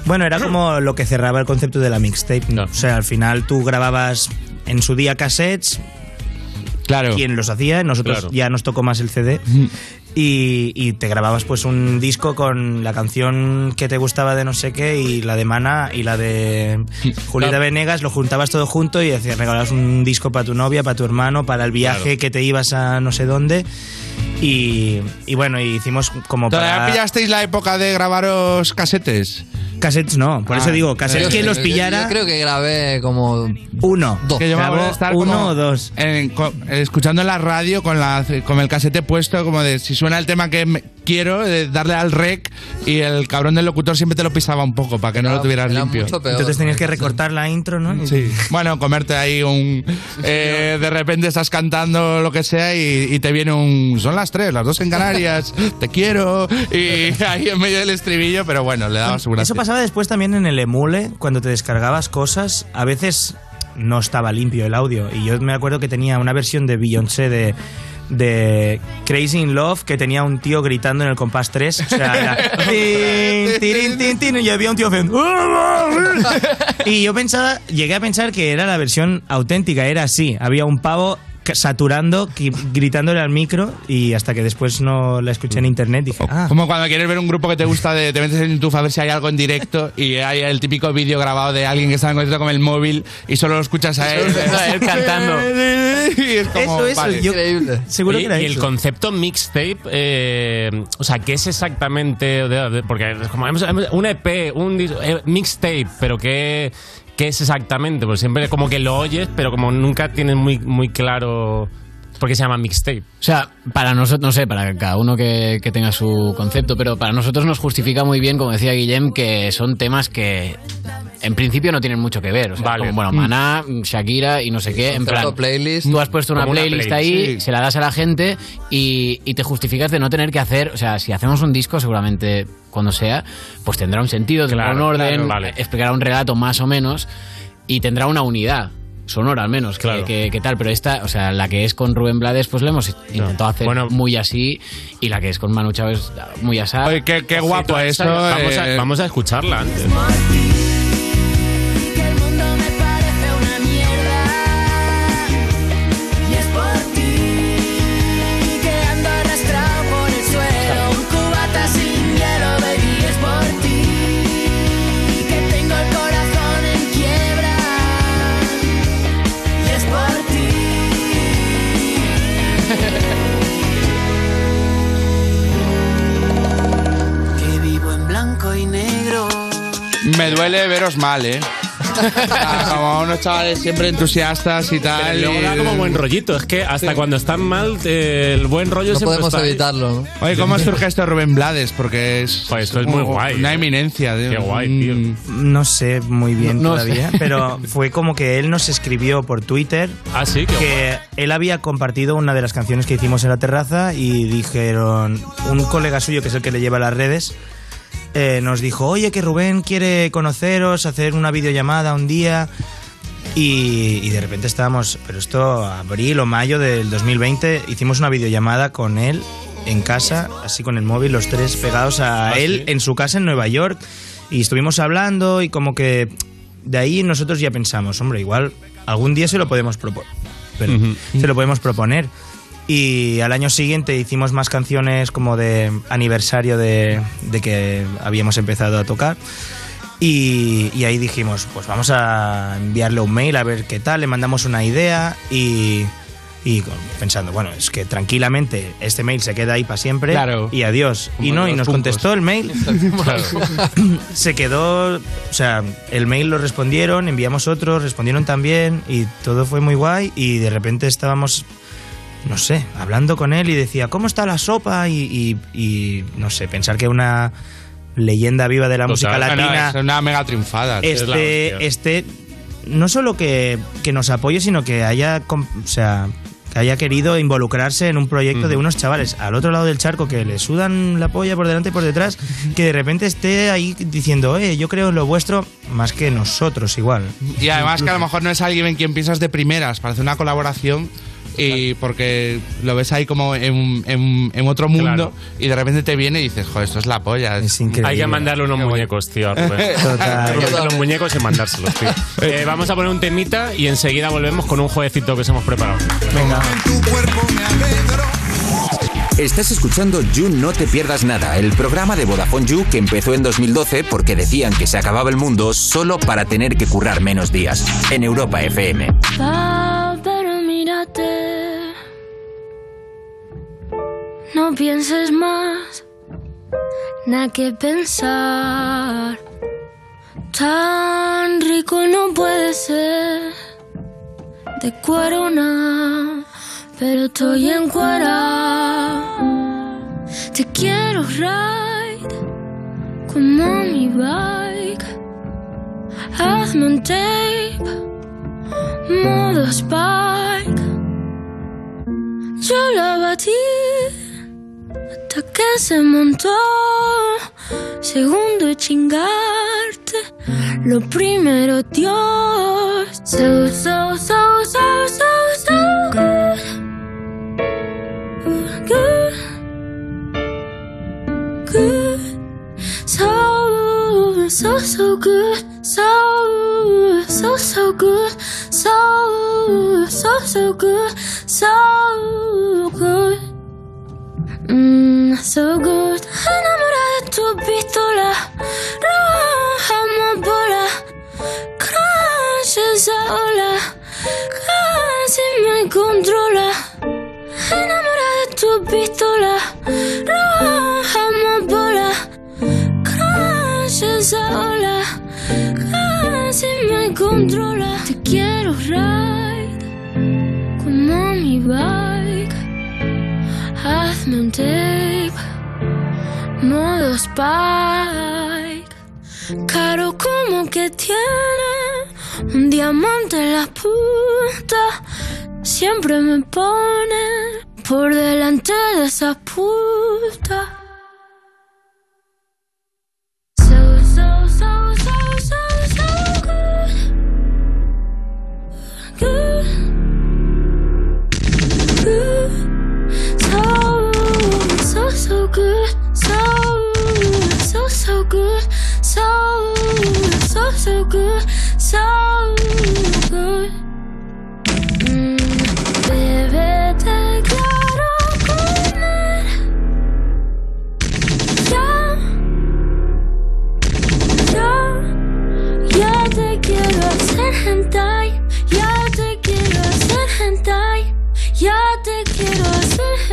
Speaker 26: Bueno, era como lo que cerraba el concepto de la mixtape. O sea, al final tú grababas en su día cassettes.
Speaker 4: Claro.
Speaker 26: Quien los hacía, nosotros
Speaker 4: Claro.
Speaker 26: ya nos tocó más el CD.
Speaker 4: Mm.
Speaker 26: Y, y te grababas pues un disco con la canción que te gustaba de no sé qué y la de Mana y la de
Speaker 4: Mm.
Speaker 26: Julieta Venegas, lo juntabas todo junto y hacías- regalabas un disco para tu novia, para tu hermano, para el viaje
Speaker 4: Claro.
Speaker 26: que te ibas a no sé dónde. Y, y bueno, y hicimos como
Speaker 4: ¿Todavía
Speaker 26: para...
Speaker 4: pillasteis la época de grabaros casetes?
Speaker 26: Cassettes no, por eso digo, cassettes que los pillara...
Speaker 27: Ah, Yo creo que grabé como
Speaker 26: uno.
Speaker 27: dos.
Speaker 4: Que yo me acuerdo de estar como
Speaker 26: dos.
Speaker 4: en- co- escuchando en la radio con, la, con el casete puesto, como de si suena el tema que me- quiero, de darle al rec y el cabrón del locutor siempre te lo pisaba un poco para que no lo tuvieras limpio.
Speaker 26: Entonces tenías que recortar la intro, ¿no?
Speaker 4: Sí. Bueno, comerte ahí un. eh, de repente estás cantando lo que sea y, y te viene un. Son las tres, las dos en Canarias, te quiero. Y ahí en medio del estribillo, pero bueno, le daba seguridad.
Speaker 26: Eso pasaba después también en el emule, cuando te descargabas cosas, a veces no estaba limpio el audio. Y yo me acuerdo que tenía una versión de Beyoncé de, de Crazy in Love que tenía un tío gritando en el compás 3. O sea, era tin, tirin, tin, tin, y había un tío haciendo... "Ah, Y yo pensaba, llegué a pensar que era la versión auténtica, era así. Había un pavo ca- saturando, qui- gritándole al micro y hasta que después no la escuché en internet dije, ah,
Speaker 4: Como cuando quieres ver un grupo que te gusta, de, te metes en YouTube a ver si hay algo en directo y hay el típico vídeo grabado de alguien que está en concierto con el móvil y solo lo escuchas a él,
Speaker 26: ah,
Speaker 4: Y es como,
Speaker 26: Eso, eso,
Speaker 4: vale.
Speaker 26: yo- Seguro
Speaker 3: Oye,
Speaker 26: que era
Speaker 3: y el
Speaker 26: eso.
Speaker 3: concepto mixtape, eh, o sea, ¿qué es exactamente? de- de- porque es como hemos- hemos- un EP, un dis- eh, mixtape, pero ¿qué, ¿qué es exactamente? Pues siempre como que lo oyes, pero como nunca tienes muy, muy claro por qué se llama mixtape.
Speaker 25: O sea, para nosotros, no sé, para cada uno que, que tenga su concepto, pero para nosotros nos justifica muy bien, como decía Guillem, que son temas que en principio no tienen mucho que ver. O sea, como, bueno, Maná, Shakira y no sé qué. En
Speaker 27: Concepto
Speaker 25: plan,
Speaker 27: playlist.
Speaker 25: tú has puesto una
Speaker 27: Como una
Speaker 25: playlist,
Speaker 27: playlist,
Speaker 25: ahí,
Speaker 27: sí.
Speaker 25: se la das a la gente y, y te justificas de no tener que hacer. O sea, si hacemos un disco, seguramente cuando sea, pues tendrá un sentido, tendrá un
Speaker 3: Claro,
Speaker 25: orden,
Speaker 3: claro. Vale.
Speaker 25: explicará un relato más o menos y tendrá una unidad sonora al menos que- que, que tal pero esta o sea la que es con Rubén Blades pues la hemos intentado hacer muy así y la que es con Manu Chávez muy asá
Speaker 4: Oye, qué, qué guapo eso.
Speaker 25: vamos a-
Speaker 4: eh.
Speaker 25: vamos
Speaker 3: a escucharla antes.
Speaker 6: Que el mundo me parece una mierda Y es por ti Que ando arrastrado por el suelo Un cubata sin hielo, baby Y es por ti Que tengo el corazón en quiebra Y es por ti Que vivo en blanco y negro
Speaker 4: Me duele veros mal, ¿eh? Ah, como unos chavales siempre entusiastas y tal.
Speaker 3: Pero luego da como buen rollito, es que hasta cuando están mal, eh, el buen rollo siempre está ahí.
Speaker 4: Oye, ¿cómo surge esto de Rubén Blades? Porque es. esto
Speaker 3: es muy guay,
Speaker 4: Una
Speaker 3: eh.
Speaker 4: eminencia. Qué
Speaker 3: guay, tío.
Speaker 26: Mm, No sé muy bien
Speaker 3: No- no
Speaker 26: todavía,
Speaker 3: sé.
Speaker 26: pero fue como que él nos escribió por Twitter
Speaker 3: Ah, sí, qué
Speaker 26: que él había compartido una de las canciones que hicimos en la terraza y dijeron, un colega suyo que es el que le lleva las redes, eh, nos dijo, oye que Rubén quiere conoceros, hacer una videollamada un día. Y, y de repente estábamos, pero esto abril o mayo del 2020, hicimos una videollamada con él en casa, así con el móvil, los tres pegados a
Speaker 25: Ah,
Speaker 26: él en su casa en Nueva York. Y estuvimos hablando y como que de ahí nosotros ya pensamos, hombre, igual algún día se lo podemos proponer. Se lo podemos proponer. Y al año siguiente hicimos más canciones como de aniversario de, de que habíamos empezado a tocar. Y, y ahí dijimos, pues vamos a enviarle un mail a ver qué tal, le mandamos una idea y, y con- pensando, bueno, es que tranquilamente este mail se queda ahí para siempre
Speaker 25: Claro.
Speaker 26: y adiós.
Speaker 25: Como
Speaker 26: y no,
Speaker 25: los
Speaker 26: y nos
Speaker 25: Funkos.
Speaker 26: contestó el mail. se quedó, o sea, el mail lo respondieron, enviamos otro, respondieron también y todo fue muy guay y de repente estábamos no sé, hablando con él y decía, ¿cómo está la sopa? Y, y- y, no sé, pensar que una leyenda viva de la música
Speaker 4: Total. Ah,
Speaker 26: latina...
Speaker 4: No, no, es una mega triunfada. tío, es la hostia.
Speaker 26: este, este, no solo que, que nos apoye, sino que haya, com- o sea, que haya querido involucrarse en un proyecto de unos chavales al otro lado del charco que le sudan la polla por delante y por detrás, que de repente esté ahí diciendo, eh, yo creo en lo vuestro más que nosotros igual.
Speaker 4: Y además que a lo mejor no es alguien en quien piensas de primeras, parece una colaboración y porque lo ves ahí como en, en- en otro
Speaker 3: Claro.
Speaker 4: mundo y de repente te viene y dices, joder, esto es la polla. Es
Speaker 3: Hay que mandarle unos muñecos, tío. a Rubén. Hay que mandarle los muñecos y mandárselos, tío. Eh, vamos a poner un temita y enseguida volvemos con un jueguecito que os hemos preparado.
Speaker 26: Venga.
Speaker 1: Estás escuchando You No Te Pierdas Nada, el programa de Vodafone You que empezó en 2012 porque decían que se acababa el mundo solo para tener que currar menos días. En Europa FM.
Speaker 2: Va, pero mírate. No pienses más, nada que pensar. Tan rico no puede ser de corona, pero estoy en cuara. Te quiero ride como mi bike. Hazme un tape modo Spike. Yo la batí hasta que se montó. Segundo chingarte, lo primero Dios. So, so, so, so, so, so good. Good. Good. So, so, so good. So, so, so good. So, so, so good. So good. Mm, so good. Enamorada de tu pistola. Roja bola. Crash esa ola. Casi me controla. Enamorada de tu pistola. Roja bola. Crash esa ola. Casi me controla. Te quiero ride. Como mi bike. Hazme un tape, modo spike. Caro como que tiene un diamante en la punta. Siempre me pone por delante de esa puta. So, so, so, so, so, so good. Good. Good. So, so, so good. So, so, so good. So, so, so good. So good. Mm, bebé, te quiero comer. Ya. Ya. Ya te quiero hacer hentai. Ya te quiero hacer hentai. Ya te quiero hacer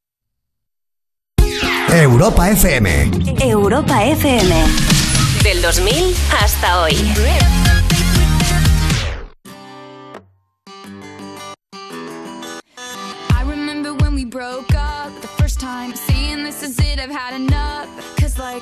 Speaker 5: Europa FM.
Speaker 28: Europa FM.
Speaker 15: Del
Speaker 28: el 2000 hasta hoy.
Speaker 9: I remember when we broke up the first time, saying this is it, I've had enough. Cause like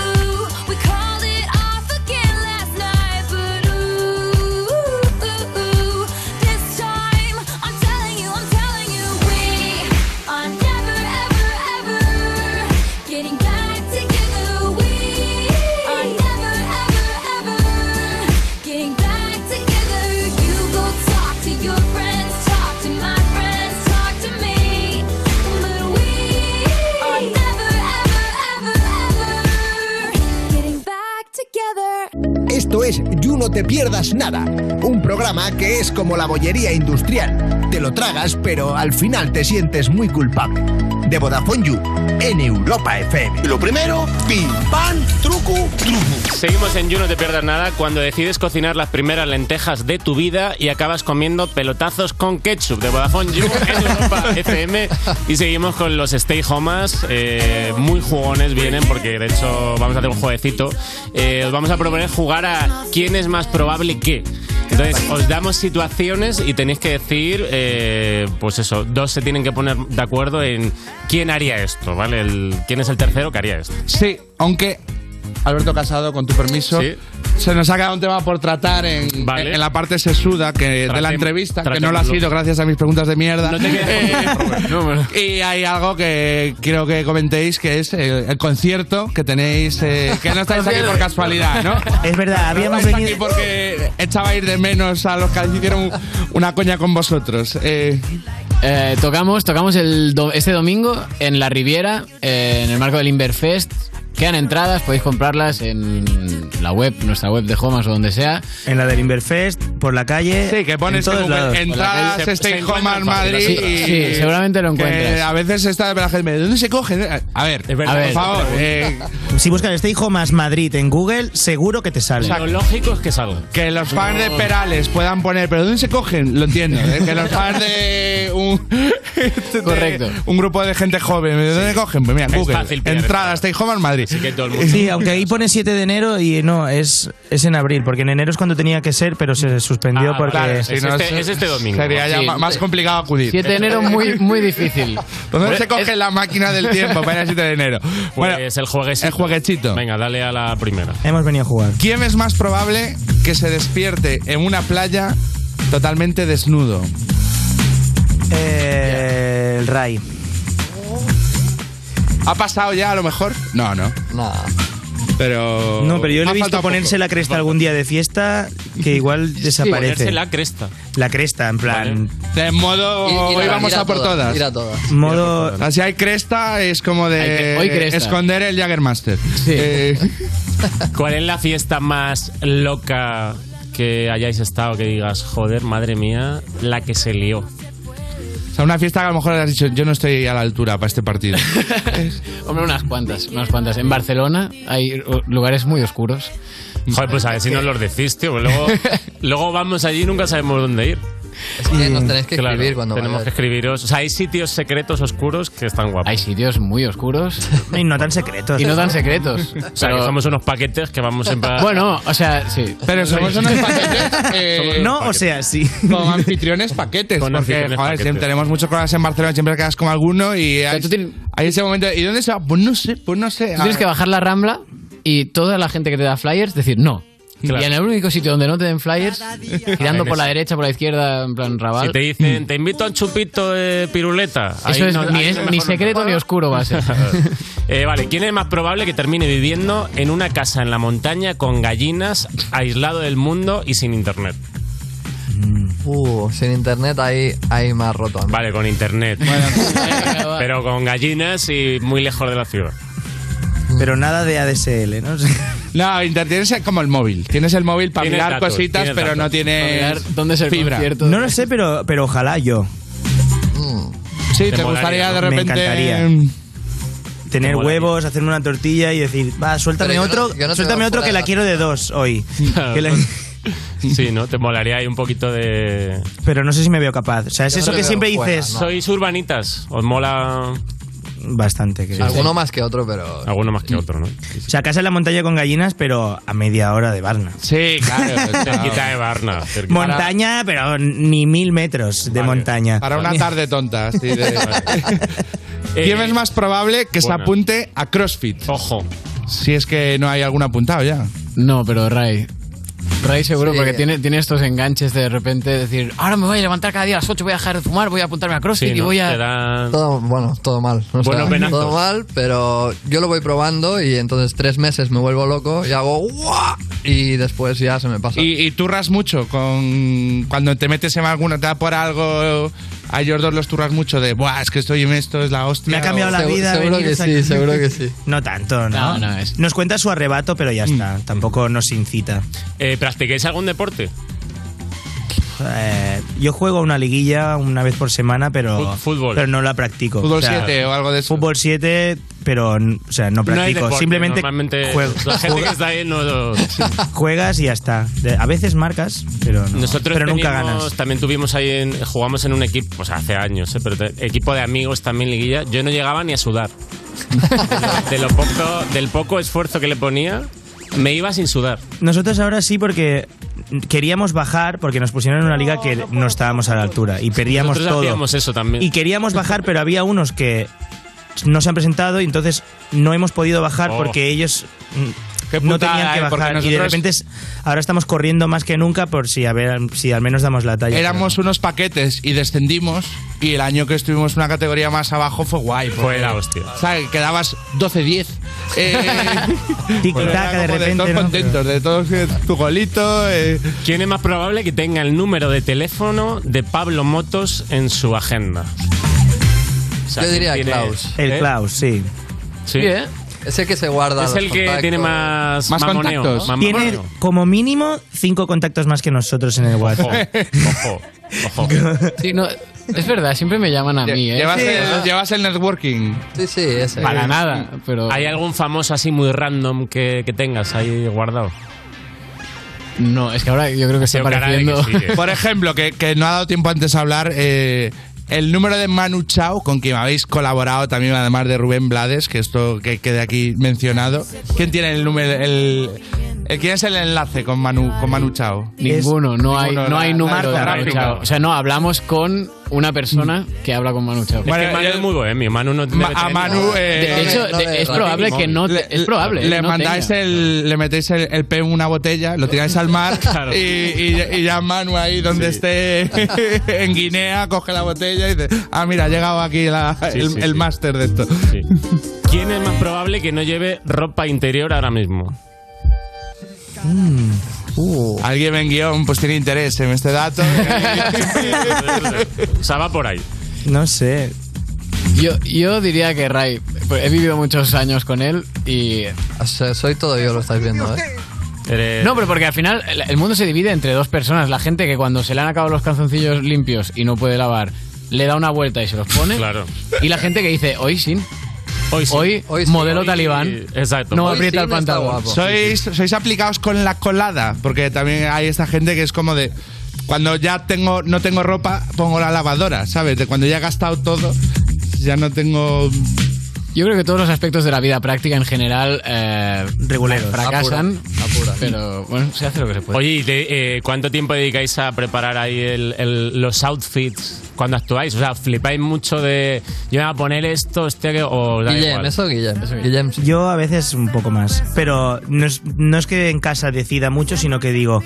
Speaker 9: ooh, we called it off again last night, but ooh, ooh, ooh, this time I'm telling you, I'm telling you, we are never, ever, ever getting back together. We are never, ever, ever getting back together. You go talk to your friends, talk to my friends, talk to me, but we are never, ever, ever, ever getting back together.
Speaker 5: Esto es You No Te Pierdas Nada, un programa que es como la bollería industrial. Te lo tragas, pero al final te sientes muy culpable. De Vodafone You, en Europa FM. Lo primero, pim, pam, truco, truco.
Speaker 3: Seguimos en You, no te pierdas nada cuando decides cocinar las primeras lentejas de tu vida y acabas comiendo pelotazos con ketchup de Vodafone You en Europa FM. Y seguimos con los Stay Homas, eh, muy jugones vienen porque de hecho vamos a hacer un jueguecito. Eh, os vamos a proponer jugar a quién es más probable que. Entonces os damos situaciones y tenéis que decir, eh, pues eso, dos se tienen que poner de acuerdo en quién haría esto, ¿vale? El- ¿Quién es el tercero que haría esto?
Speaker 4: Sí, aunque Alberto Casado, con tu permiso, se nos ha quedado un tema por tratar en, en la parte sesuda que, de la
Speaker 3: Tratem-
Speaker 4: entrevista, que no lo ha
Speaker 3: tratémoslo.
Speaker 4: sido gracias a mis preguntas de mierda.
Speaker 3: No te quedes
Speaker 4: Eh,
Speaker 3: con
Speaker 4: y hay algo que quiero que comentéis, que es eh, el, el concierto que tenéis, eh, que no estáis aquí por casualidad, ¿no?
Speaker 26: Es verdad, habíamos
Speaker 4: no estáis
Speaker 26: venido-
Speaker 4: aquí porque echabais de menos a los que hicieron una coña con vosotros. Eh,
Speaker 25: Eh, tocamos tocamos el do- este domingo en la Riviera, eh, en el marco del Inverfest. Quedan entradas, podéis comprarlas en la web, nuestra web de Homas o donde sea.
Speaker 26: En la del Inverfest, por la calle.
Speaker 25: Sí, que pones
Speaker 26: en todos
Speaker 25: en Google,
Speaker 26: lados.
Speaker 4: entradas,
Speaker 25: se-
Speaker 4: Stay
Speaker 25: se
Speaker 4: Home
Speaker 25: encuentran
Speaker 4: al
Speaker 25: fácil,
Speaker 4: Madrid.
Speaker 25: sí,
Speaker 4: y-
Speaker 25: sí, seguramente lo
Speaker 4: que
Speaker 25: encuentras.
Speaker 4: A veces está la gente, ¿de dónde se coge? A ver,
Speaker 26: verdad.
Speaker 4: por favor. eh,
Speaker 26: Pues Si buscas Stay Homas Madrid en Google, seguro que te sale.
Speaker 4: Exacto. Lo
Speaker 3: lógico es que salga.
Speaker 4: Que los fans de Perales puedan poner, pero ¿dónde se cogen? Lo entiendo. ¿eh? Que los fans de un. de un grupo de gente joven, ¿de dónde cogen? Pues mira,
Speaker 26: Es
Speaker 4: Google.
Speaker 26: fácil pillar
Speaker 4: entradas, Stay Home al Madrid. Sí,
Speaker 3: que todo el
Speaker 26: Sí, aunque ahí pone 7 de enero y no, es, es en abril, porque en enero es cuando tenía que ser, pero se suspendió
Speaker 4: Ah,
Speaker 26: porque...
Speaker 4: este,
Speaker 26: este-
Speaker 4: Sería ya ma- más complicado acudir.
Speaker 25: 7 de enero muy, muy difícil.
Speaker 4: ¿Dónde se coge la máquina del tiempo para el 7 de enero?
Speaker 3: Bueno, Pues es el jueguecito. El
Speaker 4: jueguecito.
Speaker 3: Venga, dale a la primera.
Speaker 26: Hemos venido a jugar.
Speaker 4: ¿Quién es más probable que se despierte en una playa totalmente desnudo?
Speaker 26: Eh, el Ray.
Speaker 4: ¿Ha pasado ya a lo mejor? No, no.
Speaker 26: No.
Speaker 4: Pero...
Speaker 26: No, pero yo le
Speaker 4: Ha
Speaker 26: he visto
Speaker 4: faltado poco.
Speaker 26: ponerse la cresta algún día de fiesta que igual desaparece.
Speaker 3: Ponerse la cresta.
Speaker 26: La cresta, en plan...
Speaker 4: De modo,
Speaker 26: Ir- ir a-
Speaker 4: hoy vamos
Speaker 26: ir a
Speaker 4: a, por
Speaker 26: todas,
Speaker 4: todas.
Speaker 26: ir a todas. Modo- Ir a por
Speaker 4: Así hay cresta, es como
Speaker 3: Hay
Speaker 4: de
Speaker 3: cre- hoy cresta.
Speaker 4: esconder el Jaggermaster. Eh,
Speaker 3: ¿Cuál es la fiesta más loca que hayáis estado que digas, joder, madre mía, la que se lió?
Speaker 4: O sea, una fiesta que a lo mejor has dicho, yo no estoy a la altura para este partido.
Speaker 25: Hombre, unas cuantas, unas cuantas. En Barcelona hay o- lugares muy oscuros.
Speaker 3: Joder, pues a ver si nos los decís, tío. pues Luego, luego vamos allí y nunca sabemos dónde ir.
Speaker 25: Eh, nos tenéis que escribir cuando
Speaker 3: mm, Tenemos
Speaker 25: vayáis.
Speaker 3: que escribiros. O sea, hay sitios secretos oscuros que están guapos. Hay
Speaker 25: sitios muy oscuros.
Speaker 26: Y no tan secretos. ¿eh?
Speaker 25: Y no tan secretos.
Speaker 3: O sea, que somos unos paquetes que vamos siempre a...
Speaker 25: Bueno, o sea, sí.
Speaker 4: Pero somos unos paquetes. eh,
Speaker 26: No, o sea, sí.
Speaker 4: Como anfitriones paquetes.
Speaker 26: Con
Speaker 4: porque,
Speaker 26: anfitriones
Speaker 4: joder,
Speaker 26: paquetes.
Speaker 4: siempre tenemos muchos colegas en Barcelona, siempre quedas con alguno y hay, hay ese momento. de, ¿Y dónde se va? Pues no sé, pues no sé.
Speaker 25: Tú tienes que bajar la rambla y toda la gente que te da flyers decir no. Y en el único sitio donde no te den flyers, girando
Speaker 3: Hacen
Speaker 25: por la
Speaker 3: eso.
Speaker 25: derecha, por la izquierda, en plan rabal.
Speaker 3: Si te dicen, te invito a un chupito de piruleta. ahí
Speaker 25: Eso es
Speaker 3: no-
Speaker 25: ni,
Speaker 3: ahí
Speaker 25: es-
Speaker 3: mejor
Speaker 25: ni
Speaker 3: no.
Speaker 25: secreto ni oscuro va a ser.
Speaker 3: Eh, vale, ¿quién es más probable que termine viviendo en una casa en la montaña con gallinas, aislado del mundo y sin internet?
Speaker 27: Uh, sin internet ahí, ahí más roto. amigo.
Speaker 3: Vale, con internet. Pero con gallinas y muy lejos de la ciudad.
Speaker 26: Pero nada de ADSL, ¿no?
Speaker 4: No, internet es como el móvil. Tienes el móvil para
Speaker 26: Tienes
Speaker 4: mirar
Speaker 26: datos,
Speaker 4: cositas,
Speaker 26: tienes
Speaker 4: pero
Speaker 26: datos.
Speaker 4: no tienes fibra.
Speaker 26: No lo sé, pero, pero ojalá yo.
Speaker 4: Sí,
Speaker 26: molaría,
Speaker 4: te, Mm. gustaría
Speaker 26: ¿no?
Speaker 4: de
Speaker 26: Me
Speaker 4: repente.
Speaker 26: encantaría.
Speaker 4: mm,
Speaker 26: tener
Speaker 25: molaría.
Speaker 26: huevos, hacerme una tortilla y decir, va, suéltame
Speaker 25: Pero yo no-
Speaker 26: otro,
Speaker 25: yo no
Speaker 26: suéltame
Speaker 25: tengo
Speaker 26: otro que
Speaker 25: fuera
Speaker 26: la
Speaker 25: de
Speaker 26: quiero de dos hoy. Que la-
Speaker 3: Sí, ¿no? Te molaría ahí un poquito de...
Speaker 26: Pero no sé si me veo capaz. O sea, es eso que siempre dices.
Speaker 3: Sois urbanitas, os mola...
Speaker 26: Bastante, creo.
Speaker 3: Alguno
Speaker 26: más
Speaker 27: que otro, pero.
Speaker 3: Alguno más que otro, ¿no?
Speaker 26: O sea, casa en la montaña con gallinas, pero a media hora de Barna.
Speaker 3: Sí, claro, cerquita de Barna. cerquita.
Speaker 26: Montaña, pero ni mil metros de montaña.
Speaker 4: Para una tarde tonta. así de- ¿Quién
Speaker 26: Eh,
Speaker 4: es más probable que se
Speaker 26: buena.
Speaker 4: apunte a CrossFit?
Speaker 3: Ojo.
Speaker 4: Si es que no hay algún apuntado ya.
Speaker 25: No, pero Ray. Ray seguro,
Speaker 27: Sí.
Speaker 25: porque tiene, tiene estos enganches de repente decir, ahora me voy a levantar cada día a las 8, voy a dejar de fumar, voy a apuntarme a CrossFit y voy a...
Speaker 27: Todo, bueno, todo mal. O
Speaker 25: Buenos
Speaker 27: sea,
Speaker 25: venazos.
Speaker 27: todo mal, pero yo lo voy probando y entonces tres meses me vuelvo loco y hago ¡guau! y después ya se me pasa.
Speaker 4: ¿Y, y turras mucho con cuando te metes en alguna etapa por algo a ellos dos los turras mucho de buah es que estoy en esto es la hostia
Speaker 26: Me ha cambiado la vida. venir hasta aquí. No tanto, ¿no?
Speaker 4: No, no, Mm.
Speaker 26: Nos cuenta su arrebato, pero ya está. Tampoco nos incita.
Speaker 3: Eh, ¿Practiquéis algún deporte?
Speaker 26: Eh, yo juego a una liguilla una vez por semana, pero,
Speaker 3: Fu- fútbol.
Speaker 26: pero no la practico.
Speaker 4: Fútbol 7 o algo de eso.
Speaker 26: Fútbol 7, pero n- o sea, no
Speaker 3: No hay
Speaker 26: practico.
Speaker 3: deporte,
Speaker 26: Simplemente
Speaker 3: Normalmente
Speaker 26: juego-
Speaker 3: la gente que está ahí no...
Speaker 26: juegas y ya está. De- A veces marcas, pero, no-
Speaker 3: Nosotros
Speaker 26: pero nunca
Speaker 3: teníamos-
Speaker 26: ganas.
Speaker 3: También tuvimos ahí, en- jugamos en un equipo, o sea, hace años, ¿eh? pero te- equipo de amigos también liguilla. Yo no llegaba ni a sudar. De lo poco, del poco esfuerzo que le ponía, me iba sin sudar.
Speaker 26: Nosotros ahora sí porque queríamos bajar porque nos pusieron en una liga que no estábamos a la altura y perdíamos
Speaker 3: Nosotros
Speaker 26: todo.
Speaker 3: hacíamos eso también.
Speaker 26: Y queríamos bajar, pero había unos que no se han presentado y entonces no hemos podido bajar
Speaker 4: Oh.
Speaker 26: porque ellos mm, no
Speaker 4: putada,
Speaker 26: tenían que
Speaker 4: ¿eh? Porque
Speaker 26: bajar. Y de
Speaker 4: nosotros-
Speaker 26: repente es- ahora estamos corriendo más que nunca por si a ver si al menos damos la talla.
Speaker 4: éramos unos paquetes y descendimos y el año que estuvimos una categoría más abajo fue guay
Speaker 3: Fue la hostia.
Speaker 4: o sea que quedabas Eh, 12-10
Speaker 26: Tic tac, de repente,
Speaker 4: todos
Speaker 26: ¿no?
Speaker 4: contentos de todos que- tu golito eh.
Speaker 3: ¿Quién es más probable que tenga el número de teléfono de Pablo Motos en su agenda? O sea,
Speaker 27: yo diría
Speaker 3: tiene-
Speaker 27: Klaus.
Speaker 26: El
Speaker 3: ¿Eh?
Speaker 26: Klaus, sí.
Speaker 3: Sí.
Speaker 27: Sí, ¿eh? Es el que se guarda.
Speaker 3: Es
Speaker 27: los
Speaker 3: el que
Speaker 27: contactos.
Speaker 3: tiene más- Más mamoneo, contactos. ¿no?
Speaker 26: Tiene
Speaker 27: Mamoneo.
Speaker 26: como mínimo cinco contactos más que nosotros en el WhatsApp.
Speaker 3: Ojo, ojo.
Speaker 25: Sí, no, es verdad, siempre me llaman a mí, ¿eh?
Speaker 4: llevas,
Speaker 25: Sí,
Speaker 4: el,
Speaker 25: ¿verdad?
Speaker 4: llevas el networking
Speaker 27: sí sí ese
Speaker 25: Para nada, pero...
Speaker 3: ¿Hay algún famoso así muy random que, que tengas ahí guardado?
Speaker 25: No, es que ahora yo creo que está
Speaker 4: Tengo cara de que
Speaker 25: pareciendo...
Speaker 4: sí, eh. Por ejemplo, que, que no ha dado tiempo antes a hablar, eh, el número de Manu Chao, con quien habéis colaborado también, además de Rubén Blades, que esto que quede aquí mencionado. ¿Quién tiene el número? El, el- ¿Quién es el enlace con Manu, con Manu Chao?
Speaker 25: Ninguno, no hay,
Speaker 4: Ninguno,
Speaker 25: no hay
Speaker 4: la-
Speaker 25: número de
Speaker 4: Marco
Speaker 25: Manu
Speaker 4: Rápido.
Speaker 25: Chao. O sea, no, hablamos con una persona que habla con Manu Chao.
Speaker 3: Es que Manu es muy bohemio. Manu no debe
Speaker 4: eh, a
Speaker 3: tener-
Speaker 4: Manu, eh,
Speaker 25: de hecho,
Speaker 4: no
Speaker 25: de-
Speaker 4: le-
Speaker 25: es
Speaker 4: no
Speaker 25: probable
Speaker 4: tiene
Speaker 25: que no...
Speaker 4: móvil.
Speaker 25: te- es probable.
Speaker 4: Le
Speaker 25: que no
Speaker 4: mandáis
Speaker 25: tenga.
Speaker 4: el, le metéis el, el pez en una botella, lo tiráis al mar y, y- y ya Manu ahí donde esté en Guinea coge la botella y dice, ah mira, ha llegado aquí la-
Speaker 3: Sí,
Speaker 4: el,
Speaker 3: sí,
Speaker 4: el
Speaker 3: sí.
Speaker 4: máster de esto.
Speaker 3: ¿Quién es más probable que no lleve ropa interior ahora mismo?
Speaker 4: Alguien en guión pues tiene interés en este dato.
Speaker 3: o sea, va por ahí.
Speaker 26: No sé.
Speaker 25: Yo, yo diría que Ray, he vivido muchos años con él y...
Speaker 27: soy todo yo, lo estáis viendo, ¿eh?
Speaker 25: No, pero porque al final el- el mundo se divide entre dos personas. La gente que cuando se le han acabado los calzoncillos limpios y no puede lavar, le da una vuelta y se los pone.
Speaker 3: Claro.
Speaker 25: Y la gente que dice, hoy sin.
Speaker 3: Hoy,
Speaker 4: Hoy sí.
Speaker 25: modelo
Speaker 4: Hoy-
Speaker 25: talibán.
Speaker 3: Exacto.
Speaker 25: No aprieta el pantalón.
Speaker 4: ¿Sois, sois aplicados con la colada, porque también hay esta gente que es como de cuando ya tengo no tengo ropa, pongo la lavadora, ¿sabes? De cuando ya he gastado todo, ya no tengo
Speaker 25: Yo creo que todos los aspectos de la vida práctica en general eh,
Speaker 26: Reguleros.
Speaker 25: fracasan.
Speaker 27: Apura.
Speaker 25: Pero bueno, se hace lo que se puede.
Speaker 3: Oye, ¿y de- eh, ¿cuánto tiempo dedicáis a preparar ahí el- el- los outfits cuando actuáis? O sea, flipáis mucho de. Yo me voy a poner esto, este que- o. da igual.
Speaker 27: Guillem.
Speaker 26: Yo a veces un poco más. Pero no es, no es que en casa decida mucho, sino que digo,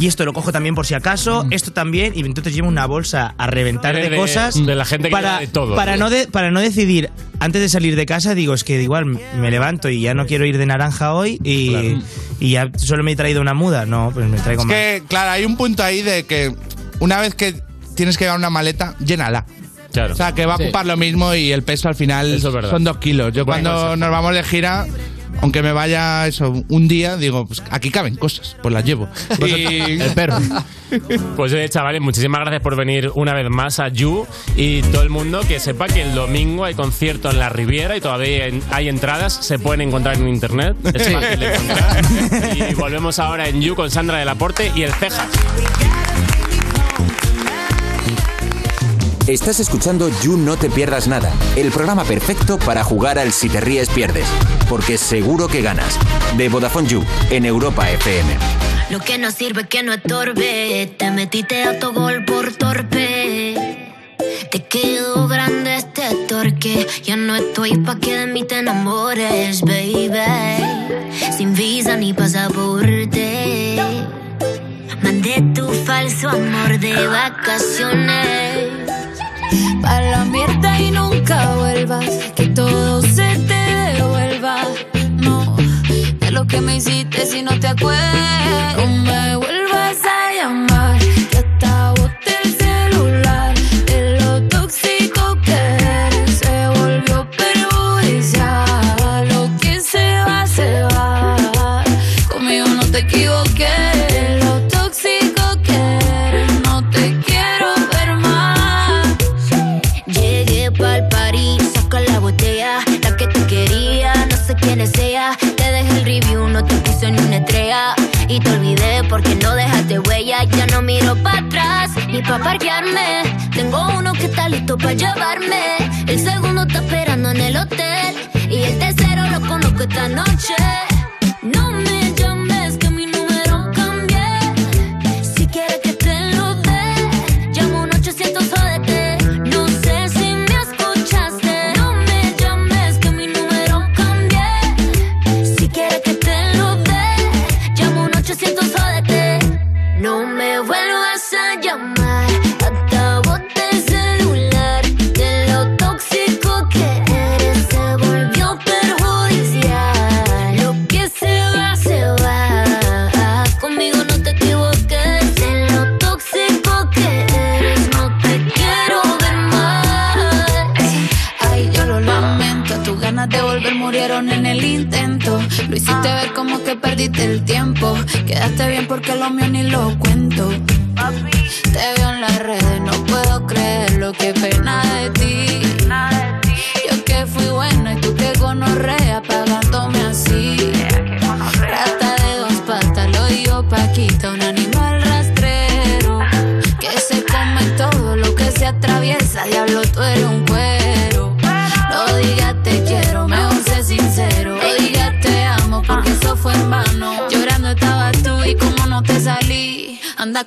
Speaker 26: y esto lo cojo también por si acaso,
Speaker 27: Mm.
Speaker 26: esto también, y entonces llevo una bolsa a reventar
Speaker 3: Eres
Speaker 26: de,
Speaker 3: de-
Speaker 26: cosas.
Speaker 3: de la gente que
Speaker 26: para,
Speaker 3: lleva de todo,
Speaker 26: Para
Speaker 3: ¿no?
Speaker 26: no, de- para no decidir, antes de salir de casa, digo, es que igual me levanto y ya no quiero ir de naranja hoy y, y ya solo me he traído una muda. No, pues me traigo
Speaker 4: Es
Speaker 26: más.
Speaker 4: que claro, hay un punto ahí de que una vez que tienes que llevar una maleta, llénala.
Speaker 3: Claro.
Speaker 4: O sea, que va a
Speaker 3: Sí.
Speaker 4: ocupar lo mismo y el peso al final
Speaker 3: Eso es verdad.
Speaker 4: son dos kilos. Yo
Speaker 3: Bueno,
Speaker 4: cuando nos vamos de gira, aunque me vaya eso un día, digo, pues aquí caben cosas, pues las llevo. Y-
Speaker 3: El perro. Pues eh, chavales, muchísimas gracias por venir una vez más a You y todo el mundo que sepa que el domingo hay concierto en la Riviera y todavía en- hay entradas, se pueden encontrar en internet. Es
Speaker 28: Sí.
Speaker 3: fácil de encontrar. Y volvemos ahora en You con Sandra del Aporte y el Cejas.
Speaker 1: Estás escuchando You No Te Pierdas Nada, el programa perfecto para jugar al Si Te Ríes Pierdes, porque seguro que ganas. De Vodafone You, en Europa FM.
Speaker 29: Lo que no sirve que no estorbe. Te metiste a tu gol por torpe. Te quedó grande este torque. Ya no estoy pa' que de mí te enamores, baby. Sin visa ni pasaporte. Mandé tu falso amor de vacaciones.
Speaker 16: Para la mierda y nunca vuelvas. Que todo se te devuelva. No, de lo que me hiciste si no te acuerdas. No me vuelvas a llamar. Que hasta boté el celular. De lo tóxico que eres, se volvió perjudicial. Lo que se va, se va. Conmigo no te equivoques. De lo tóxico que eres, no te quiero ver más.
Speaker 29: Llegué pa'l París, saca la botella, la que te quería, no sé quién sea. Te dejé el review, no te puse ni una estrella. Y te olvidé porque no dejaste huella. Ya no miro para atrás ni pa' parquearme. Tengo uno que está listo pa' llevarme. El segundo está esperando en el hotel. Y el tercero lo conozco esta noche.
Speaker 16: No me llames que mi número cambié. Si quieres que te lo dé, llamo un 800 ODT. No sé si me escuchaste. No me llames que mi número cambié. Si quieres que te lo dé, llamo un 800 ODT.
Speaker 29: No me vuelvas a llamar. Hasta boté el celular. De lo tóxico que eres, se volvió perjudicial. Lo que se va, se va. Ah, Conmigo no te equivoques. De lo tóxico que eres, no te quiero ver más.
Speaker 16: Ay, yo lo lamento. Tus ganas de volver murieron en el intento. Lo hiciste ver como que perdiste el tiempo. Quedaste bien porque lo mío ni lo cuento. Te veo en las redes, no puedo creer lo que pena de ti. Yo que fui buena y tú que gonorrea pagándome así. Rata de dos patas, lo digo Paquita, un animal rastrero. Que se come todo lo que se atraviesa, diablo, tú eres un cuero. No digas te quiero, mejor sé sincero. No digas te amo, porque eso fue en vano. Llorando estabas tú y como no te salí. Andas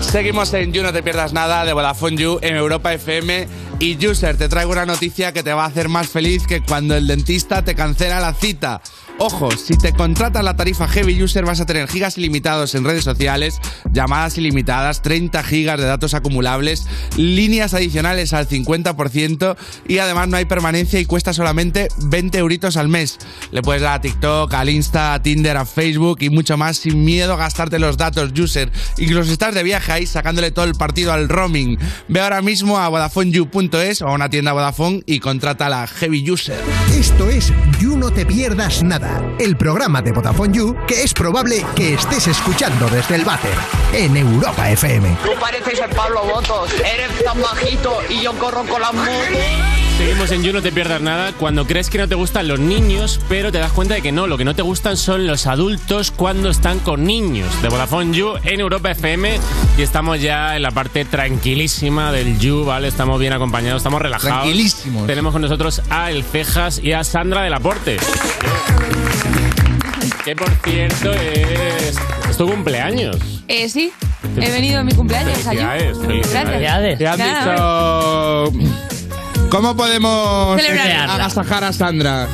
Speaker 4: Seguimos en You, no te pierdas nada de Vodafone You en Europa FM. Y User, te traigo una noticia que te va a hacer más feliz que cuando el dentista te cancela la cita. Ojo, si te contratas la tarifa Heavy User vas a tener gigas ilimitados en redes sociales, llamadas ilimitadas, 30 gigas de datos acumulables, líneas adicionales al 50% y además no hay permanencia y cuesta solamente 20 euritos al mes. Le puedes dar a TikTok, al Insta, a Tinder, a Facebook y mucho más sin miedo a gastarte los datos, user. Incluso si estás de viaje ahí sacándole todo el partido al roaming. Ve ahora mismo a VodafoneYou.es vodafone.es o a una tienda Vodafone y contrata a la Heavy User.
Speaker 5: Esto es You No Te Pierdas Nada, el programa de Vodafone You que es probable que estés escuchando desde el váter en Europa FM.
Speaker 28: Tú pareces Este el Pablo Botos, eres tan bajito y yo corro con las motos.
Speaker 3: Seguimos en You, no te pierdas nada. Cuando crees que no te gustan los niños, pero te das cuenta de que no, lo que no te gustan son los adultos cuando están con niños. De Vodafone You en Europa FM y estamos ya en la parte tranquilísima del You, ¿vale? Estamos bien acompañados, estamos relajados.
Speaker 4: Tranquilísimos.
Speaker 3: Tenemos con nosotros a El Cejas y a Sandra del Aporte. Que por cierto es, es tu cumpleaños.
Speaker 18: Eh, sí, he venido en mi cumpleaños allí.
Speaker 3: Felicidades, felicidades.
Speaker 18: Gracias.
Speaker 4: ¿Qué has dicho? ¿Cómo podemos
Speaker 18: Celebrarla.
Speaker 4: agasajar a Sandra?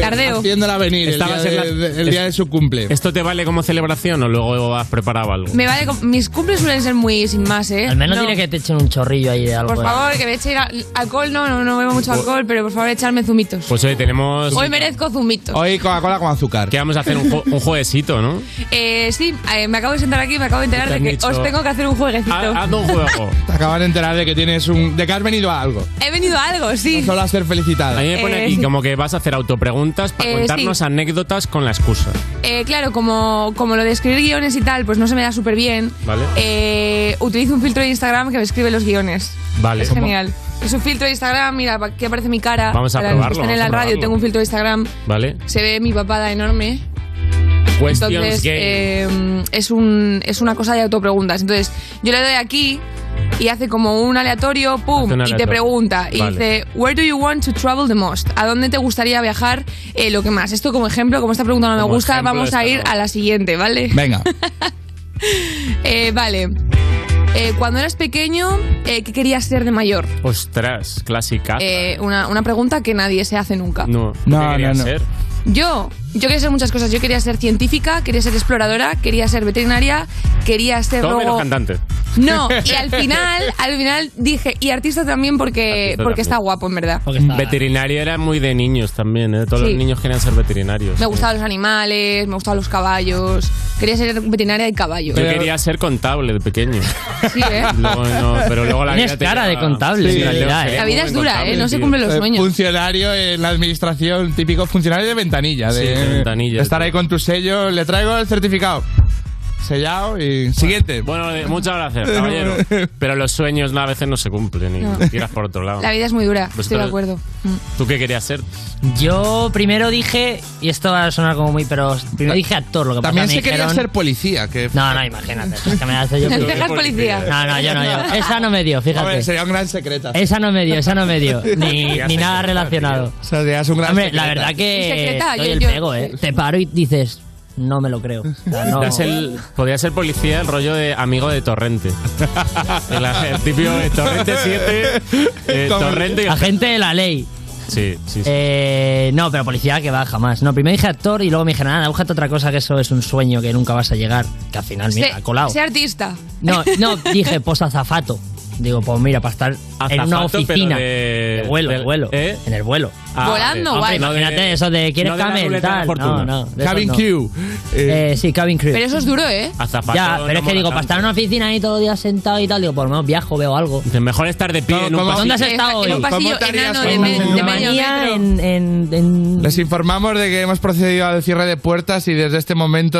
Speaker 18: Tardeo.
Speaker 4: Eh, Haciéndola venir el día,
Speaker 3: Estabas
Speaker 4: de,
Speaker 3: en la-
Speaker 4: de- el día de su cumple.
Speaker 3: ¿Esto te vale como celebración o luego has preparado algo?
Speaker 18: Me vale, con- mis cumples suelen ser muy sin más, ¿eh?
Speaker 17: Al menos
Speaker 18: No.
Speaker 17: tiene que te echen un chorrillo ahí de algo.
Speaker 18: Por
Speaker 17: ¿eh?
Speaker 18: favor, que me echen al- alcohol, no, no, no bebo mucho alcohol, pero por favor echarme zumitos.
Speaker 3: Pues hoy tenemos...
Speaker 18: Hoy merezco zumitos.
Speaker 4: Hoy Coca-Cola con azúcar.
Speaker 3: Que vamos a hacer un, ju- un jueguecito, ¿no?
Speaker 18: Eh, sí, eh, me acabo de sentar aquí y me acabo de enterar
Speaker 4: Te
Speaker 18: de
Speaker 4: han
Speaker 18: que
Speaker 4: dicho-
Speaker 18: os tengo que hacer un jueguecito.
Speaker 4: Ah,
Speaker 3: Haz un juego.
Speaker 4: Te acaban de enterar de que tienes un. de que has venido a algo.
Speaker 18: He venido a algo, sí.
Speaker 4: Solo a ser felicitada.
Speaker 3: A mí me pone
Speaker 18: Eh,
Speaker 3: aquí como que vas a hacer autopreguntas para
Speaker 18: Eh,
Speaker 3: contarnos
Speaker 18: sí.
Speaker 3: anécdotas con la excusa.
Speaker 18: Eh, claro, como, como lo de escribir guiones y tal, pues no se me da súper bien.
Speaker 3: Vale.
Speaker 18: Eh, utilizo un filtro de Instagram que me escribe los guiones.
Speaker 3: Vale.
Speaker 18: Es genial. Es un filtro de Instagram, mira, pa- aquí aparece mi cara.
Speaker 3: Vamos a
Speaker 18: Para los que
Speaker 3: probarlo,
Speaker 18: estén
Speaker 3: vamos
Speaker 18: en la
Speaker 3: a
Speaker 18: radio,
Speaker 3: probarlo.
Speaker 18: tengo un filtro de Instagram.
Speaker 3: Vale.
Speaker 18: Se ve mi papada enorme.
Speaker 3: Questions
Speaker 18: Entonces,
Speaker 3: game.
Speaker 18: eh, es, un, es una cosa de autopreguntas. Entonces, yo le doy aquí y hace como un aleatorio,
Speaker 3: Hace
Speaker 18: pum,
Speaker 3: un
Speaker 18: y te
Speaker 3: aleatorio.
Speaker 18: pregunta. Y
Speaker 3: Vale.
Speaker 18: dice, ¿Where do you want to travel the most? ¿A dónde te gustaría viajar eh, lo que más? Esto como ejemplo, como esta pregunta no me
Speaker 3: Como
Speaker 18: gusta,
Speaker 3: ejemplo
Speaker 18: vamos
Speaker 3: esta
Speaker 18: a ir
Speaker 3: no.
Speaker 18: a la siguiente, ¿vale?
Speaker 4: Venga.
Speaker 18: Eh, vale. Eh, cuando eras pequeño, eh, ¿qué querías ser de mayor?
Speaker 3: Ostras, clásica.
Speaker 18: Eh, una, una pregunta que nadie se hace nunca.
Speaker 3: no,
Speaker 4: No,
Speaker 3: ¿qué querías
Speaker 4: no, no.
Speaker 3: ser?
Speaker 18: Yo, yo quería ser muchas cosas. Yo quería ser científica, quería ser exploradora, quería ser veterinaria, quería ser
Speaker 3: Todo menos
Speaker 18: luego-
Speaker 3: cantante.
Speaker 18: No, y al final, al final dije, y artista también porque,
Speaker 3: Artista
Speaker 18: porque
Speaker 3: también.
Speaker 18: está guapo, en verdad.
Speaker 3: Veterinario era muy de niños también, ¿eh? Todos
Speaker 18: Sí.
Speaker 3: los niños querían ser veterinarios.
Speaker 18: Me gustaban los animales, me gustaban los caballos. Quería ser veterinaria de
Speaker 3: Yo
Speaker 18: caballos.
Speaker 3: quería ser contable de pequeño.
Speaker 18: Sí, ¿eh?
Speaker 3: Luego no, pero luego la
Speaker 17: Tienes
Speaker 3: vida te
Speaker 17: cara
Speaker 4: Ah,
Speaker 3: lleva-
Speaker 17: de contable, en realidad,
Speaker 3: sería
Speaker 18: La
Speaker 3: muy
Speaker 18: vida es
Speaker 3: buen
Speaker 18: dura,
Speaker 3: contable,
Speaker 18: ¿eh? No se
Speaker 3: tío.
Speaker 18: cumplen los
Speaker 4: Eh,
Speaker 18: sueños.
Speaker 4: Funcionario en la administración, típico funcionario de ventanilla. De,
Speaker 3: Sí, de ventanilla,
Speaker 4: de estar ahí con tu sello, le traigo el certificado. Sellado y. Siguiente.
Speaker 3: Bueno, eh, muchas gracias, caballero. Pero los sueños a veces no se cumplen y
Speaker 18: No.
Speaker 3: tiras por otro lado.
Speaker 18: La vida es muy dura,
Speaker 17: Pues
Speaker 3: Vosotros-
Speaker 18: estoy de acuerdo. Mm.
Speaker 3: ¿Tú qué querías ser?
Speaker 17: Yo primero dije, y esto va a sonar como muy, pero primero dije actor, lo que pasa
Speaker 4: También
Speaker 17: me
Speaker 4: se quería
Speaker 17: dijeron-
Speaker 4: ser policía. Que...
Speaker 17: No, no, imagínate. Es que me hace yo.
Speaker 18: El cejas policía.
Speaker 17: No, no, yo no. Yo. Esa no me dio, fíjate.
Speaker 4: Hombre, sería un gran secreto.
Speaker 17: Esa no me dio, esa no me dio. Ni, ni nada relacionado.
Speaker 4: Serías un gran
Speaker 17: Hombre,
Speaker 4: secreta.
Speaker 17: la verdad
Speaker 4: Un
Speaker 17: que
Speaker 4: secreta,
Speaker 17: estoy
Speaker 4: yo-
Speaker 17: el
Speaker 4: yo-
Speaker 17: pego, ¿eh? Te paro y dices, no me lo creo. O sea, no.
Speaker 3: Podrías el- podrías ser policía el rollo de amigo de Torrente. El, ag- el típico de Torrente 7. eh, Torrente y...
Speaker 17: Agente de la ley.
Speaker 3: Sí, sí, sí.
Speaker 17: Eh, no, pero policía que va jamás. No, primero dije actor y luego me dijeron, nada, búscate otra cosa que eso es un sueño que nunca vas a llegar. Que al final, mira, ha colado.
Speaker 18: Sé artista.
Speaker 17: No, no, dije, pues azafato. Digo, pues mira, para estar en una
Speaker 3: Azafato, pero
Speaker 17: oficina.
Speaker 3: de- ¿eh? Ah.
Speaker 17: vuelo, de vuelo. En el vuelo.
Speaker 18: Volando,
Speaker 17: Hombre,
Speaker 18: guay.
Speaker 17: imagínate eso de quieres
Speaker 3: no de la
Speaker 17: camel,
Speaker 3: ruleta de la
Speaker 17: tal.
Speaker 3: fortuna.
Speaker 17: No, no. de
Speaker 3: Cabin
Speaker 17: eso no.
Speaker 3: crew.
Speaker 17: Eh, sí, cabin crew.
Speaker 18: Pero eso es duro, ¿eh?
Speaker 3: Azafato
Speaker 17: ya,
Speaker 3: no
Speaker 17: pero es que
Speaker 3: mola
Speaker 17: digo, para
Speaker 3: tanto.
Speaker 17: estar en una oficina ahí todo el día sentado y tal, digo, por lo menos viajo, veo algo.
Speaker 3: Dice, Mejor estar de pie en un
Speaker 17: ¿Cómo-
Speaker 3: pasillo.
Speaker 17: ¿Dónde has estado
Speaker 18: En un
Speaker 17: hoy?
Speaker 18: pasillo
Speaker 17: ¿Cómo te harías
Speaker 18: enano de,
Speaker 17: un-
Speaker 18: me- de medio
Speaker 17: Rumanía,
Speaker 18: metro.
Speaker 17: en, en, en-
Speaker 4: Les informamos de que hemos procedido al cierre de puertas y desde este momento.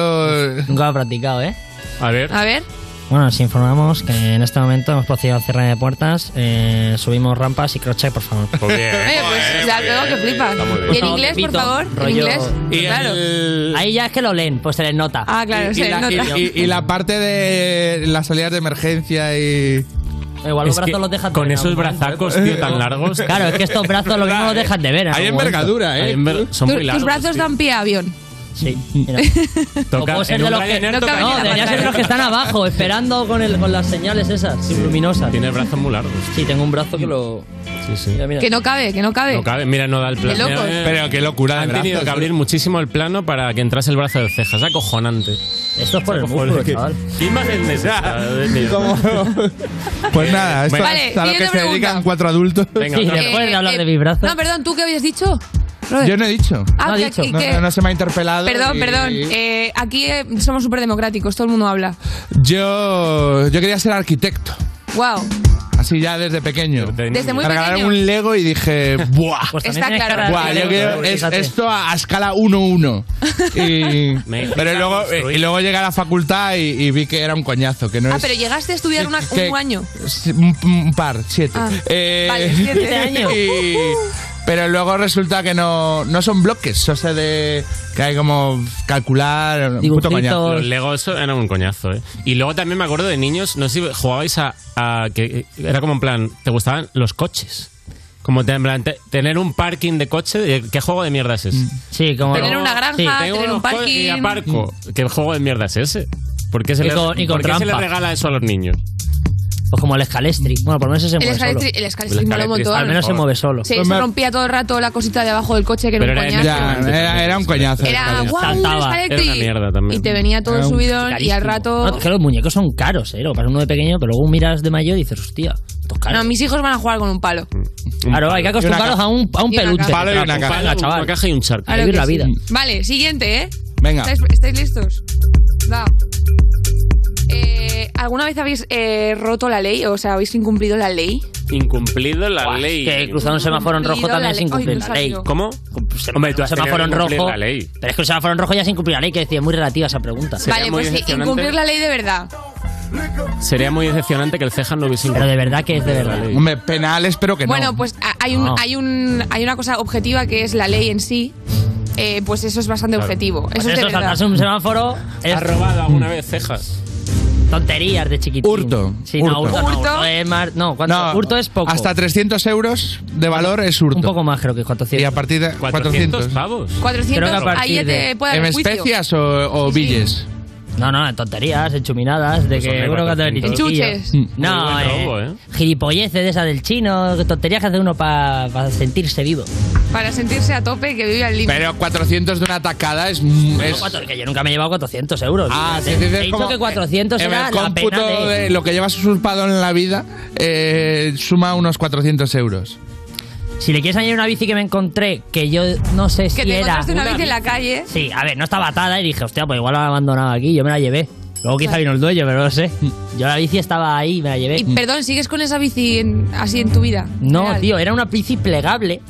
Speaker 17: Nunca lo he practicado, ¿eh?
Speaker 3: A ver.
Speaker 18: A ver.
Speaker 17: Bueno, os informamos que en este momento hemos procedido al cierre de puertas, eh, subimos rampas y crochet, por favor.
Speaker 18: Eh, pues la tengo que flipas. Y en
Speaker 17: No,
Speaker 18: inglés, por
Speaker 17: pito,
Speaker 18: favor. En
Speaker 17: rollo-
Speaker 18: inglés. Claro.
Speaker 17: Ahí ya es que lo leen, pues se les nota.
Speaker 18: Ah, claro,
Speaker 4: y,
Speaker 18: se
Speaker 4: la,
Speaker 18: nota.
Speaker 4: y- y- y la parte de las salidas de emergencia y.
Speaker 17: Igual
Speaker 3: los Es brazos que los dejas de con ver, esos ¿no? brazacos,
Speaker 18: Eh,
Speaker 17: eh,
Speaker 3: tío, tan largos.
Speaker 17: Claro, es que estos brazos lo mismo los dejas de ver.
Speaker 3: Hay
Speaker 17: en algún momento.
Speaker 3: envergadura, ¿eh? Hay enver- son
Speaker 18: Tu-
Speaker 3: muy largos,
Speaker 18: tus brazos dan pie a avión.
Speaker 17: Sí, mira.
Speaker 3: Toca-
Speaker 17: Puedo ser
Speaker 3: en
Speaker 17: de
Speaker 3: un
Speaker 17: los que.
Speaker 3: Ryanair
Speaker 17: No,
Speaker 3: toca-
Speaker 17: debería ser de los que están abajo, esperando con, el, con las señales esas, luminosas.
Speaker 3: Tiene brazos muy largos.
Speaker 17: Sí, tengo un brazo que lo.
Speaker 3: Sí, sí.
Speaker 18: Que no cabe, que no cabe.
Speaker 3: No cabe, mira, no da el plano.
Speaker 18: Qué locos.
Speaker 4: Pero qué locura de
Speaker 3: Han tenido
Speaker 4: brazos,
Speaker 3: que
Speaker 4: ¿no?
Speaker 3: abrir muchísimo el plano para que entrase el brazo de cejas. Acojonante.
Speaker 17: Esto es por el músculo, chaval.
Speaker 3: ¿Qué imagen es esta?
Speaker 4: Pues nada, esto
Speaker 18: Vale,
Speaker 4: es a lo que
Speaker 18: siguiente
Speaker 4: se
Speaker 18: pregunta.
Speaker 4: dedican cuatro adultos.
Speaker 17: Sí, después de hablar de mis brazos.
Speaker 18: eh, No, perdón, ¿tú qué habías dicho?
Speaker 4: Yo no he dicho.
Speaker 18: Ah, No ha que- dicho. que-
Speaker 4: No, no, no se me ha interpelado.
Speaker 18: Perdón,
Speaker 4: y-
Speaker 18: perdón. Eh, aquí eh, somos súper democráticos, todo el mundo habla.
Speaker 4: Yo, yo quería ser arquitecto.
Speaker 18: Wow.
Speaker 4: Así ya desde pequeño.
Speaker 18: Desde muy
Speaker 4: Me regalaron
Speaker 18: pequeño.
Speaker 4: un Lego y dije, ¡buah!
Speaker 18: Pues también Está tienes claro. cara de
Speaker 4: Buah, yo
Speaker 18: Lego,
Speaker 4: quiero- es-
Speaker 18: fíjate.
Speaker 4: esto a, a escala 1-1. Y- Pero luego, eh, y luego llegué a la facultad y, y vi que era un coñazo, que no
Speaker 18: Ah,
Speaker 4: es...
Speaker 18: pero llegaste a estudiar una-
Speaker 4: que-
Speaker 18: un año.
Speaker 4: Sí, Un, un par, siete.
Speaker 18: Ah,
Speaker 4: Eh,
Speaker 18: vale, siete años.
Speaker 4: y- pero luego resulta que no, no son bloques, o sea, de, que hay como calcular. un puto coñazo.
Speaker 3: Los Lego eso era un coñazo, ¿eh? Y luego también me acuerdo de niños, no sé si jugabais a, a que eh, era como en plan, te gustaban los coches. Como te- en plan, te- tener un parking de coche, eh, ¿qué juego de mierda es ese?
Speaker 17: Sí, como
Speaker 18: Tener una granja, tener un
Speaker 3: Y
Speaker 18: parking.
Speaker 3: aparco, ¿qué juego de mierda es ese? ¿Por qué se,
Speaker 17: Mm. Y
Speaker 3: le,
Speaker 17: con- y con
Speaker 3: por qué se le
Speaker 17: trampa.
Speaker 3: regala eso a los niños?
Speaker 17: Pues como el escalestri. Bueno, por lo menos ese se
Speaker 18: El
Speaker 17: mueve solo.
Speaker 18: escalestri- el escalestri mola un montón.
Speaker 17: Al menos se mueve solo.
Speaker 18: Se, se rompía todo el rato la cosita de abajo del coche que era un coñazo.
Speaker 17: eh.
Speaker 4: era, un coñazo.
Speaker 18: Era guau, un escalestri. Y te venía todo el
Speaker 17: Era un-
Speaker 18: subidón y al
Speaker 17: carísimo. No,
Speaker 18: rato.
Speaker 17: es que los muñecos son caros, ¿eh? Lo que pasa es uno de pequeño, pero luego miras de mayor y dices, hostia, esto es caro.
Speaker 18: No, mis hijos van a jugar con un palo.
Speaker 17: claro, hay que acostumbrarlos a un, a un
Speaker 18: Y una
Speaker 17: peluche.
Speaker 18: caja. Palo y una
Speaker 17: Un
Speaker 18: caja.
Speaker 17: palo, chaval.
Speaker 3: Una caja y un charco.
Speaker 18: Claro
Speaker 17: Vivir
Speaker 18: que
Speaker 17: la
Speaker 18: sí.
Speaker 17: vida.
Speaker 18: Vale, siguiente, ¿eh?
Speaker 4: Venga.
Speaker 18: ¿Estáis, estáis listos? Da. Eh, ¿Alguna vez habéis eh, roto la ley? O sea, ¿habéis incumplido la ley?
Speaker 3: Incumplido la
Speaker 17: es
Speaker 3: ley.
Speaker 17: que cruzar un semáforo en rojo Incumplido también la es ley. incumplir Ay, no la ley. salió.
Speaker 3: ¿Cómo?
Speaker 17: Hombre, tú has
Speaker 3: tenido
Speaker 17: semáforo en
Speaker 3: que cumplir
Speaker 17: rojo.
Speaker 3: la ley.
Speaker 17: Pero es que un semáforo en rojo ya se incumplió la ley, que decía, muy relativa esa pregunta.
Speaker 3: Sería muy
Speaker 18: vale, pues sí,
Speaker 3: decepcionante.
Speaker 18: incumplir la ley de verdad.
Speaker 3: Sería muy decepcionante que el Cejas no hubiese Pero
Speaker 17: de verdad que es de verdad.
Speaker 4: Hombre, penales, pero que
Speaker 18: bueno,
Speaker 4: no.
Speaker 18: pues a- hay, un,
Speaker 4: No.
Speaker 18: hay, un, hay una cosa objetiva que es la ley en sí. Eh, pues eso es bastante
Speaker 3: Claro.
Speaker 18: objetivo.
Speaker 3: Pues
Speaker 18: Eso es de
Speaker 17: Eso,
Speaker 18: verdad.
Speaker 17: saltarse un semáforo es...
Speaker 3: ¿Has robado alguna vez cejas?
Speaker 17: Tonterías de chiquitín. Hurto. Sí, no,
Speaker 4: Hurto.
Speaker 17: hurto, no, hurto es más... No, ¿cuánto?
Speaker 4: No,
Speaker 17: hurto es poco.
Speaker 4: Hasta 300 euros de valor es hurto. Un poco
Speaker 17: más, creo que 400.
Speaker 4: Y a partir de 400.
Speaker 3: pavos.
Speaker 18: 400, ahí ya te puede haber
Speaker 4: ¿En
Speaker 18: juicio.
Speaker 4: especias o, o billes?
Speaker 17: No, no, en tonterías, en chuminadas, de
Speaker 4: Pues
Speaker 17: que
Speaker 4: hombre,
Speaker 17: uno que otro
Speaker 4: 400.
Speaker 17: ni
Speaker 18: En chuches.
Speaker 17: chiquillo.
Speaker 4: Muy
Speaker 17: Mm. No,
Speaker 4: buen
Speaker 17: eh,
Speaker 4: robo, ¿eh?
Speaker 17: gilipolleces de esa del chino, tonterías que hace uno para sentirse vivo.
Speaker 18: Para sentirse a tope que vive al límite.
Speaker 4: Pero 400 de una atacada es. es-
Speaker 17: cuatro- que yo nunca me he llevado 400 euros.
Speaker 4: Ah,
Speaker 17: Te-
Speaker 4: si
Speaker 17: te he
Speaker 4: dices
Speaker 17: dicho
Speaker 4: como
Speaker 17: que 400
Speaker 4: en
Speaker 17: era
Speaker 4: el
Speaker 17: la
Speaker 4: cómputo
Speaker 17: pena de...
Speaker 4: de lo que llevas usurpado en la vida, eh, suma unos 400 euros.
Speaker 17: Si le quieres añadir una bici que me encontré, que yo no sé si
Speaker 18: Que te
Speaker 17: era...
Speaker 18: encontraste una bici en la calle.
Speaker 17: Sí, a ver, no estaba atada y dije, hostia, pues igual la he abandonado aquí, yo me la llevé. Luego quizá
Speaker 18: Claro.
Speaker 17: vino el dueño, pero no lo sé. Yo la bici estaba ahí y me la llevé.
Speaker 18: Y perdón, ¿sigues con esa bici en- así en tu vida?
Speaker 17: No,
Speaker 18: Real.
Speaker 17: tío, era una bici plegable.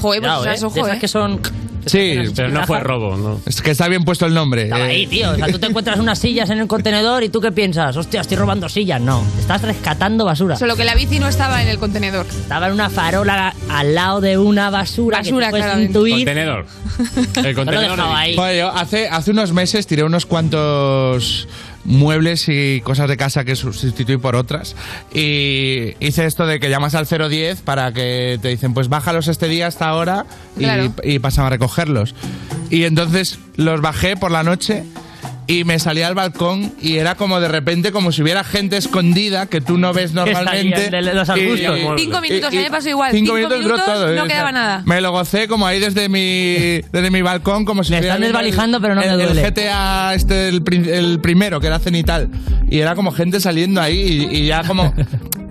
Speaker 18: Joder, pues
Speaker 17: Cuidado,
Speaker 18: esas,
Speaker 17: ¿eh?
Speaker 18: ojo,
Speaker 17: De esas
Speaker 18: ¿eh?
Speaker 17: que son...
Speaker 4: Sí,
Speaker 17: pero no fue
Speaker 3: robo, ¿no?
Speaker 4: Es que está bien puesto el nombre.
Speaker 17: Estaba
Speaker 4: eh.
Speaker 17: ahí, tío. O sea, tú te encuentras unas sillas en el contenedor y tú qué piensas, hostia, estoy robando sillas. No, estás rescatando basura.
Speaker 18: Solo que la bici no estaba en el contenedor.
Speaker 17: Estaba en una farola al lado de una basura,
Speaker 18: Basura,
Speaker 17: que tú puedes
Speaker 18: claramente.
Speaker 17: intuir.
Speaker 3: Contenedor. El contenedor.
Speaker 17: dejaba ahí.
Speaker 4: Joder, yo hace, hace unos meses tiré unos cuantos muebles y cosas de casa que su- sustituí por otras. Y hice esto de que llamas al 010 para que te dicen, pues bájalos este día hasta ahora y,
Speaker 14: Claro.
Speaker 4: y pasan a recogerlos. Y entonces los bajé por la noche. Y me salí al balcón y era como de repente como si hubiera gente escondida que tú no ves normalmente.
Speaker 17: salían de los arbustos.
Speaker 18: Cinco minutos, a mí me pasó igual.
Speaker 4: Cinco,
Speaker 18: Cinco
Speaker 4: minutos, duró
Speaker 18: minutos,
Speaker 4: todo, ¿eh?
Speaker 18: no
Speaker 4: O sea,
Speaker 18: quedaba nada.
Speaker 4: Me lo gocé como ahí desde mi, desde mi balcón, como si me
Speaker 17: están desvalijando, pero no me
Speaker 4: el, el
Speaker 17: duele.
Speaker 4: GTA, este, el, pri- el primero, que era cenital. Y era como gente saliendo ahí y, y ya como.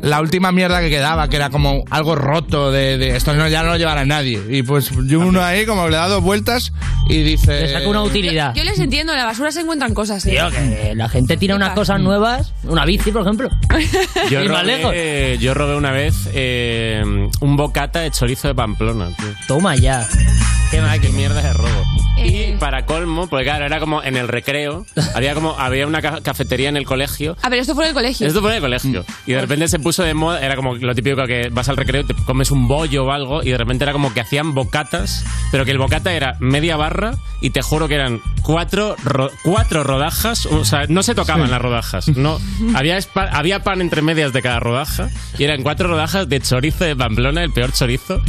Speaker 4: La última mierda que quedaba, que era como algo roto de, de esto no, ya no lo llevará nadie. Y pues yo uno ahí como le da dos vueltas y dice...
Speaker 17: Le saco una utilidad.
Speaker 18: Yo les entiendo, en la basura se encuentran cosas, ¿eh?
Speaker 17: Tío, que la gente tira unas cosas nuevas, una bici, por ejemplo.
Speaker 3: Yo
Speaker 17: Ir más lejos.
Speaker 3: robé, yo robé una vez eh, un bocata de chorizo de Pamplona. tío.
Speaker 17: Toma ya.
Speaker 3: Qué, mal, qué mierda de robo. Y para colmo, porque claro, era como en el recreo, había como había una ca- cafetería en el colegio.
Speaker 18: A ver, esto fue en el colegio.
Speaker 3: Esto fue en el colegio. Y de repente se puso de moda, era como lo típico que vas al recreo, te comes un bollo o algo, y de repente era como que hacían bocatas, pero que el bocata era media barra, y te juro que eran cuatro, ro- cuatro rodajas, o sea, no se tocaban
Speaker 11: Sí.
Speaker 3: las rodajas, no. Había, espa- había pan entre medias de cada rodaja, y eran cuatro rodajas de chorizo de Pamplona, el peor chorizo.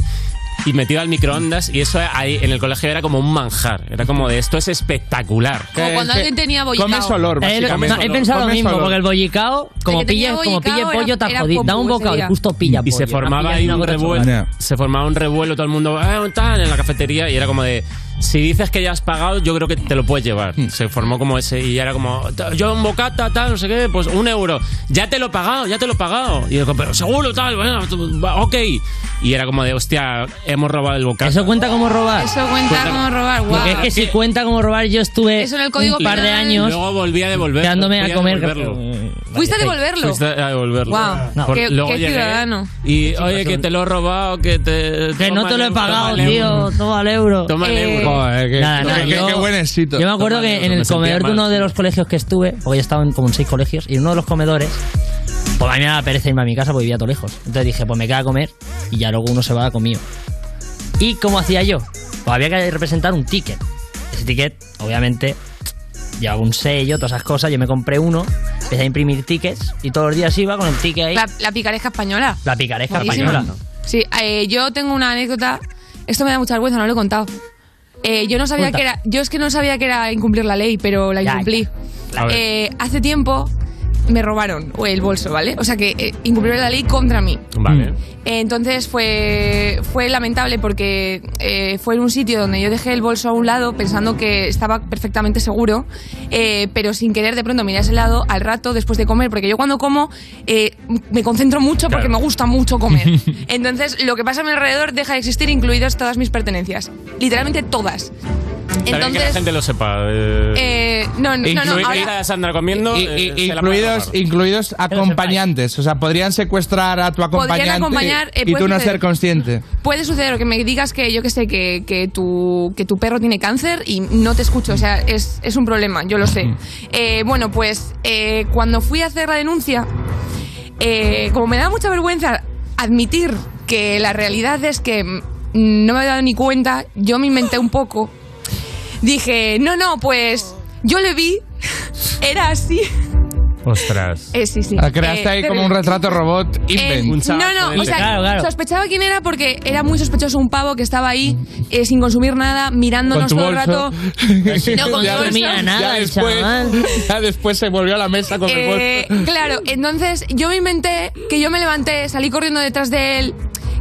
Speaker 3: Y metido al microondas, y eso ahí en el colegio era como un manjar. Era como de esto es espectacular.
Speaker 18: Como cuando alguien tenía bollicao.
Speaker 17: Eh, lo- no, he pensado lo mismo, porque el bollicao, como
Speaker 18: que tenía
Speaker 17: pille, como
Speaker 18: bollicao
Speaker 17: pille
Speaker 18: era-
Speaker 17: pollo, te
Speaker 18: era
Speaker 17: jodido. Da un
Speaker 18: popu ese
Speaker 17: bocado y
Speaker 18: día.
Speaker 17: justo pilla
Speaker 3: y
Speaker 17: pollo.
Speaker 3: se formaba
Speaker 17: Ah, pillas
Speaker 3: ahí
Speaker 17: una
Speaker 3: un
Speaker 17: cosa
Speaker 3: revuelo
Speaker 17: chunga.
Speaker 3: se formaba un revuelo todo el mundo "Ah, tal", en la cafetería y era como de si dices que ya has pagado, yo creo que te lo puedes llevar. Se formó como ese y era como, yo un bocata, tal, no sé qué, pues un euro. Ya te lo he pagado, ya te lo he pagado. Y yo, pero seguro, tal, bueno, tú- va, ok. Y era como de, hostia, hemos robado el bocata.
Speaker 17: ¿Eso cuenta como robar?
Speaker 18: Eso cuenta como robar, guau.
Speaker 17: Porque es que si cuenta como robar, yo estuve
Speaker 18: Eso en el código
Speaker 17: un par de
Speaker 18: penal.
Speaker 17: años
Speaker 3: Luego volví a devolverlo.
Speaker 17: dándome
Speaker 3: fui
Speaker 17: a comer.
Speaker 3: devolverlo.
Speaker 18: ¿Fuiste a devolverlo?
Speaker 3: Fuiste a devolverlo.
Speaker 18: Guau,
Speaker 3: No.
Speaker 18: qué- qué
Speaker 3: llegué
Speaker 18: ciudadano.
Speaker 3: Y oye, que te lo he robado, que te.
Speaker 17: Que no
Speaker 3: toma
Speaker 17: te lo he
Speaker 3: el- toma
Speaker 17: pagado,
Speaker 3: el
Speaker 17: tío.
Speaker 3: euro.
Speaker 17: Toma el euro. Eh,
Speaker 3: Toma el euro. Joder, que-
Speaker 17: Nada, nada,
Speaker 3: Qué- qué-
Speaker 17: yo-
Speaker 3: qué buen éxito.
Speaker 17: Yo me acuerdo
Speaker 3: Toma el
Speaker 17: que
Speaker 3: euro,
Speaker 17: en
Speaker 3: me
Speaker 17: el
Speaker 3: sentía
Speaker 17: comedor de
Speaker 3: mal.
Speaker 17: uno de los colegios que estuve, porque yo estaba en como en seis colegios, y en uno de los comedores, pues a mí me daba pereza irme a mi casa porque vivía todo lejos. Entonces dije, pues me queda a comer y ya luego uno se va a comer. ¿Y cómo hacía yo? Pues había que representar un ticket. Ese ticket, obviamente, llevaba un sello, todas esas cosas. Yo me compré uno, empecé a imprimir tickets y todos los días iba con el ticket ahí.
Speaker 18: La, la picaresca española.
Speaker 17: La picaresca
Speaker 18: Buenísimo.
Speaker 17: española.
Speaker 18: Sí, eh, yo tengo una anécdota. Esto me da mucha vergüenza, no lo he contado. Eh, yo no sabía
Speaker 17: Cuenta.
Speaker 18: que era. Yo es que no sabía que era incumplir la ley, pero la
Speaker 17: Ya,
Speaker 18: incumplí.
Speaker 17: ya. A ver.
Speaker 18: Eh, hace tiempo me robaron el bolso, ¿vale? O sea que eh, incumplieron la ley contra mí.
Speaker 3: Vale.
Speaker 18: Entonces fue, fue lamentable porque eh, fue en un sitio donde yo dejé el bolso a un lado pensando que estaba perfectamente seguro, eh, pero sin querer de pronto miré a ese lado al rato después de comer, porque yo cuando como eh, me concentro mucho porque
Speaker 2: Claro.
Speaker 18: me gusta mucho comer. Entonces lo que pasa a mi alrededor deja de existir, incluidas todas mis pertenencias, literalmente todas.
Speaker 3: También que la
Speaker 18: Entonces,
Speaker 3: gente lo sepa. eh,
Speaker 18: eh, no, no, no, no,
Speaker 3: incluida
Speaker 18: ahora-
Speaker 3: Sandra comiendo.
Speaker 4: I-
Speaker 3: eh,
Speaker 4: i-
Speaker 3: se la
Speaker 4: incluidos, incluidos acompañantes. O sea, podrían secuestrar a tu acompañante
Speaker 18: acompañar, eh,
Speaker 4: y
Speaker 18: puede
Speaker 4: tú no
Speaker 18: suceder.
Speaker 4: ser consciente.
Speaker 18: Puede suceder o que me digas que yo que sé que, que tu que tu perro tiene cáncer y no te escucho, o sea, es, es un problema, yo lo sé. Eh, bueno, pues eh, cuando fui a hacer la denuncia, eh, como me da mucha vergüenza admitir que la realidad es que mm, no me había dado ni cuenta, yo me inventé un poco. Dije, no, no, pues yo le vi, era así.
Speaker 3: Ostras.
Speaker 18: Eh, sí, sí.
Speaker 4: Ah, Creaste
Speaker 18: Eh,
Speaker 4: ahí
Speaker 18: pero-
Speaker 4: como un retrato robot
Speaker 18: eh,
Speaker 4: invent.
Speaker 18: no, no, o sea, sospechaba quién era porque era muy sospechoso un pavo que estaba ahí eh, sin consumir nada, mirándonos todo el rato. No, con
Speaker 4: ya,
Speaker 18: tu bolso.
Speaker 4: ya después, ya después se volvió a la mesa con
Speaker 18: Eh,
Speaker 4: el bolso.
Speaker 18: claro, entonces yo me inventé que yo me levanté, salí corriendo detrás de él,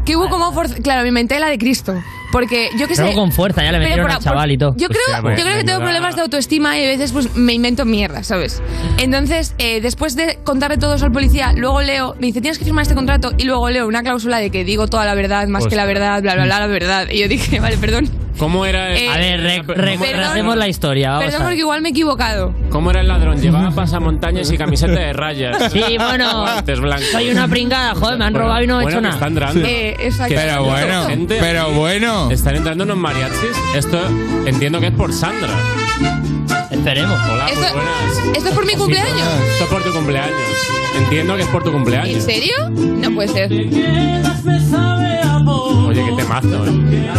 Speaker 18: que hubo como... forz- Claro, me inventé la de Cristo. Porque yo que sé...
Speaker 17: Luego con fuerza, ya le
Speaker 18: Pero
Speaker 17: metieron
Speaker 18: por-
Speaker 17: al chaval y todo.
Speaker 18: Yo creo,
Speaker 17: Hostia,
Speaker 18: yo
Speaker 17: pues,
Speaker 18: creo que tengo
Speaker 17: menuda-
Speaker 18: problemas de autoestima y a veces pues me invento mierda, ¿sabes? Entonces, eh, después de contarle todo eso al policía, luego leo, me dice, tienes que firmar este contrato y luego leo una cláusula de que digo toda la verdad, más que la
Speaker 3: Ostras.
Speaker 18: verdad, bla, bla, bla, la verdad. Y yo dije, vale, perdón.
Speaker 3: ¿Cómo era el-
Speaker 18: Eh, A ver,
Speaker 17: re- re-
Speaker 18: perdón.
Speaker 17: Hacemos la historia, vamos
Speaker 18: Perdón
Speaker 17: a ver.
Speaker 18: porque igual me he equivocado.
Speaker 3: ¿Cómo era el ladrón? Llevaba pasamontañas y camiseta de rayas.
Speaker 17: Sí, bueno,
Speaker 3: Guantes blancos.
Speaker 17: soy una pringada, joder, me han
Speaker 3: Bueno,
Speaker 17: robado y no he
Speaker 3: bueno,
Speaker 17: hecho
Speaker 3: que
Speaker 17: nada.
Speaker 3: Están entrando.
Speaker 17: Sí. Eh, exacto.
Speaker 3: Que
Speaker 17: Pero
Speaker 3: están entrando
Speaker 17: bueno,
Speaker 3: gente
Speaker 4: pero
Speaker 3: aquí. Están entrando unos mariachis. Esto entiendo que es por Sandra.
Speaker 17: Esperemos.
Speaker 3: Hola, muy
Speaker 18: Esto-
Speaker 3: buenas.
Speaker 18: ¿esto es por mi cumpleaños?
Speaker 3: Esto es por tu cumpleaños. Entiendo que es por tu cumpleaños.
Speaker 18: ¿En serio? No puede ser.
Speaker 3: Oye, qué temazo, ¿eh?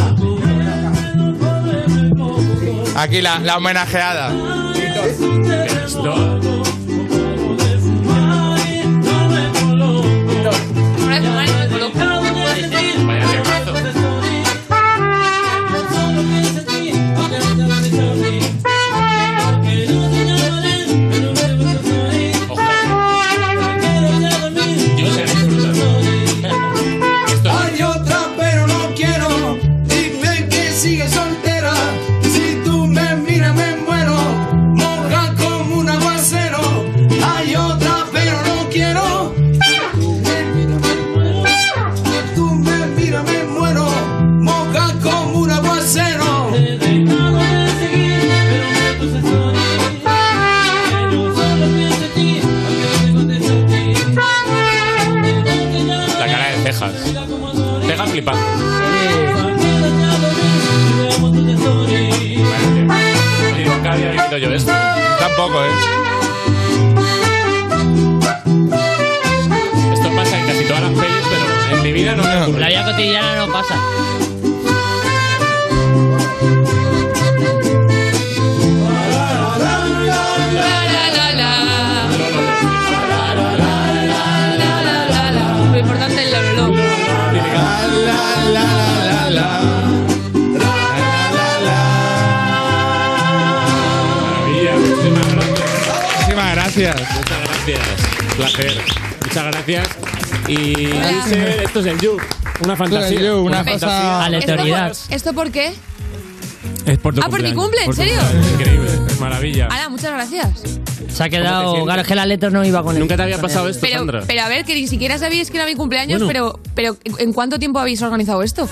Speaker 4: Aquí la, la homenajeada.
Speaker 14: Hay otra pero no quiero, dime que sigue soltera. Si tú me miras me muero, moja como un aguacero. Hay otra pero no quiero. Si tú me miras me muero, moja como un aguacero.
Speaker 3: La cara de cejas. Cejas flipando. Oye, nunca había visto yo esto.
Speaker 4: Tampoco, ¿eh?
Speaker 3: Esto pasa en casi todas las pelis, pero en mi vida no me ha ocurrido.
Speaker 17: La vida cotidiana no pasa.
Speaker 18: Lo importante es lo, lo.
Speaker 3: Maravilla, muchísimas gracias.
Speaker 4: Muchísimas gracias.
Speaker 3: Muchas gracias. Placer. Muchas gracias. Y dice, esto es el You. Una fantasía.
Speaker 4: You, una cosa-
Speaker 3: fantasía.
Speaker 18: ¿Esto por, ¿Esto por qué?
Speaker 3: Es por
Speaker 18: Ah, por mi cumple, ¿en
Speaker 3: Por tu
Speaker 18: serio?
Speaker 3: cumpleaños. Increíble, maravilla.
Speaker 18: Ala, muchas gracias.
Speaker 17: Ah, Se ha quedado. Claro, es que la letra no iba con él.
Speaker 3: Nunca te había pasado esto,
Speaker 17: Pero-
Speaker 3: Sandra.
Speaker 18: Pero a ver, que ni siquiera sabíais que era mi cumpleaños,
Speaker 3: Bueno.
Speaker 18: pero, pero ¿en cuánto tiempo habéis organizado esto?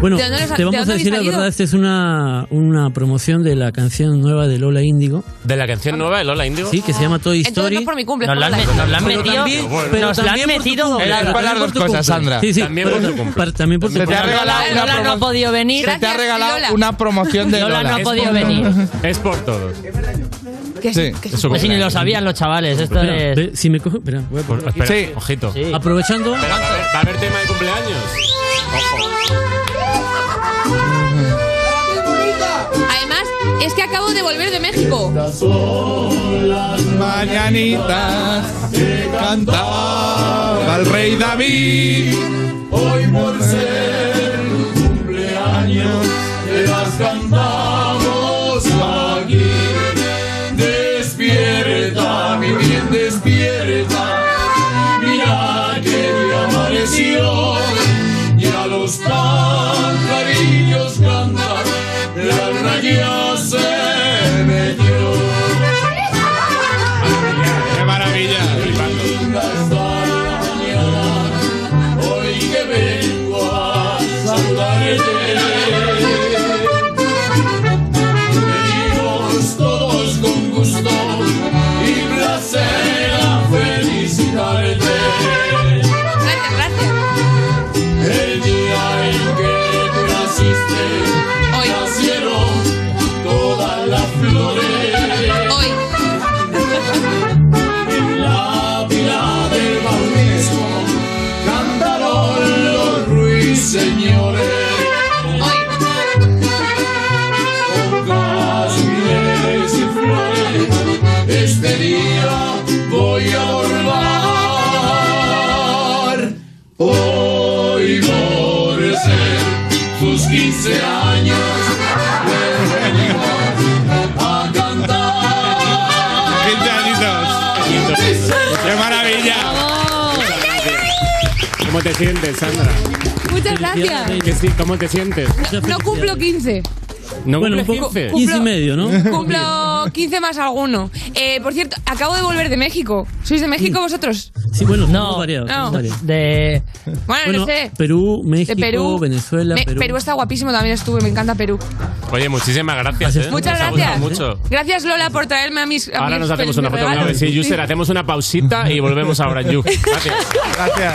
Speaker 11: Bueno,
Speaker 18: ¿De dónde les ha-
Speaker 11: te
Speaker 18: de
Speaker 11: vamos
Speaker 18: dónde
Speaker 11: a decir la
Speaker 18: habéis
Speaker 11: verdad,
Speaker 18: salido?
Speaker 11: esta es una, una promoción de la canción nueva de Lola Índigo.
Speaker 3: ¿De la canción nueva de Lola Indigo?
Speaker 11: Sí, que se llama Toy Story.
Speaker 18: por mi cumple,
Speaker 11: Nos la
Speaker 18: es por
Speaker 11: han
Speaker 18: la-
Speaker 11: metido- nos la han metido- pero
Speaker 17: nos la han
Speaker 11: también por tu
Speaker 17: metido.
Speaker 11: cumple. Era para las dos cosas, Sandra. Sí, sí. También por tu cumple. También por tu
Speaker 4: Se te ha
Speaker 11: cumple.
Speaker 4: regalado
Speaker 17: Lola,
Speaker 4: una
Speaker 17: Lola no ha
Speaker 4: promo-
Speaker 17: podido venir.
Speaker 4: Se te ha
Speaker 17: Gracias,
Speaker 4: regalado
Speaker 17: Lola.
Speaker 4: una promoción de
Speaker 17: Lola
Speaker 4: Lola.
Speaker 17: no ha
Speaker 4: Es
Speaker 17: podido
Speaker 4: por
Speaker 17: venir.
Speaker 4: todos.
Speaker 3: Es por todos.
Speaker 4: Sí.
Speaker 11: Es su
Speaker 17: Pues si ni
Speaker 11: cumpleaños.
Speaker 17: lo sabían los chavales. Esto
Speaker 11: Espera,
Speaker 17: es.
Speaker 11: ve, si me coge, espera, voy a ponerlo aquí.
Speaker 3: Espera, Sí. ojito.
Speaker 11: Aprovechando.
Speaker 3: Espera, va a haber- va a haber tema de cumpleaños.
Speaker 18: Además, es que acabo de volver de México.
Speaker 4: Mañanitas que cantaba el rey David.
Speaker 14: Hoy por ser cumpleaños te las cantamos aquí. Despierta, mi bien, despierta. Mira que día amaneció y a los pajarillos cantan. La luna ya se metió.
Speaker 4: ¡Qué maravilla!
Speaker 14: Hoy que vengo a saludarte, venimos todos con gusto y placer a felicitarte. El día en que naciste, nacieron todas las flores. En la pila del bautizo cantaron los ruiseñores. Con cascabeles y flores, este día voy a borrar. Hoy por ser tus 15 años, les venimos a cantar.
Speaker 4: ¡Qué maravilla!
Speaker 3: ¿Cómo te sientes, Sandra?
Speaker 18: Muchas gracias.
Speaker 3: Que sí, ¿Cómo te sientes?
Speaker 18: No, no cumplo 15.
Speaker 3: No
Speaker 11: Bueno, un
Speaker 3: cumples 15.
Speaker 11: poco. 15 y medio, ¿no?
Speaker 18: Cumplo 15 más alguno. Eh, por cierto, acabo de volver de México. ¿Sois de México vosotros?
Speaker 11: Sí, bueno, no, variado,
Speaker 18: no.
Speaker 11: De...
Speaker 18: Bueno, no sé.
Speaker 11: Perú, México,
Speaker 18: De Perú.
Speaker 11: Venezuela,
Speaker 18: Me-
Speaker 11: Perú.
Speaker 18: está guapísimo, también estuve, me encanta Perú.
Speaker 3: Oye, muchísimas gracias. ¿eh?
Speaker 18: Muchas
Speaker 3: Nos ha
Speaker 18: gracias.
Speaker 3: gustado mucho.
Speaker 18: Gracias Lola por traerme a mis. a
Speaker 3: Ahora
Speaker 18: mis
Speaker 3: nos hacemos una
Speaker 18: felices
Speaker 3: foto.
Speaker 18: regalos. Eh,
Speaker 3: Sí, Yusser, hacemos una pausita y volvemos ahora, Yu. Gracias.
Speaker 4: Gracias.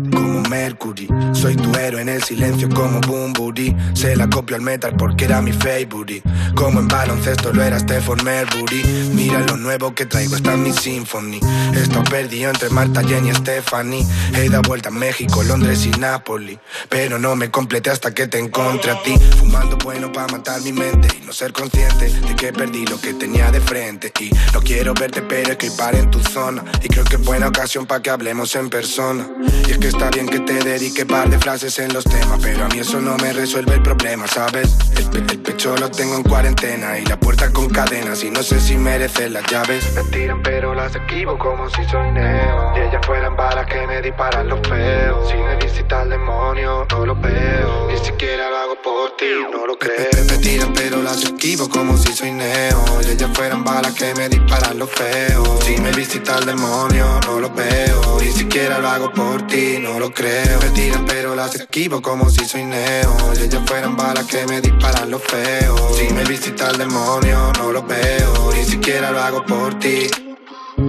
Speaker 19: como Mercury. Soy tu héroe en el silencio como Bumburi. Se la copio al metal porque era mi favorite. Como en baloncesto lo era Stephen Mercury. Mira lo nuevo que traigo, está en mi symphony. Esto perdido entre Marta, Jenny y Stephanie. He dado vuelta a México, Londres y Napoli. Pero no me completé hasta que te encontré a ti. Fumando bueno para matar mi mente y no ser consciente de que perdí lo que tenía de frente. Y no quiero verte, pero es que par en tu zona. Y creo que es buena ocasión para que hablemos en persona. Y es que está bien que te dedique par de frases en los temas, pero a mí eso no me resuelve el problema, ¿sabes? El, pe- el pecho lo tengo en cuarentena y la puerta con cadenas. Y no sé si mereces las llaves. Me tiran, pero las esquivo como si soy neo. Y ellas fueran balas que me disparan los feos. Si me visita el demonio, no lo veo. Ni siquiera lo hago por ti, no lo creo. Me tiran, pero las esquivo como si soy neo. Y ellas fueran balas que me disparan los feos. Si me visita el demonio, no lo veo. Ni siquiera lo hago por ti, no lo creo. Me tiran, pero las esquivo como si soy neo. Y ellas fueran balas que me disparan los feos. Si me visita el demonio, no lo veo. Ni siquiera lo hago por ti.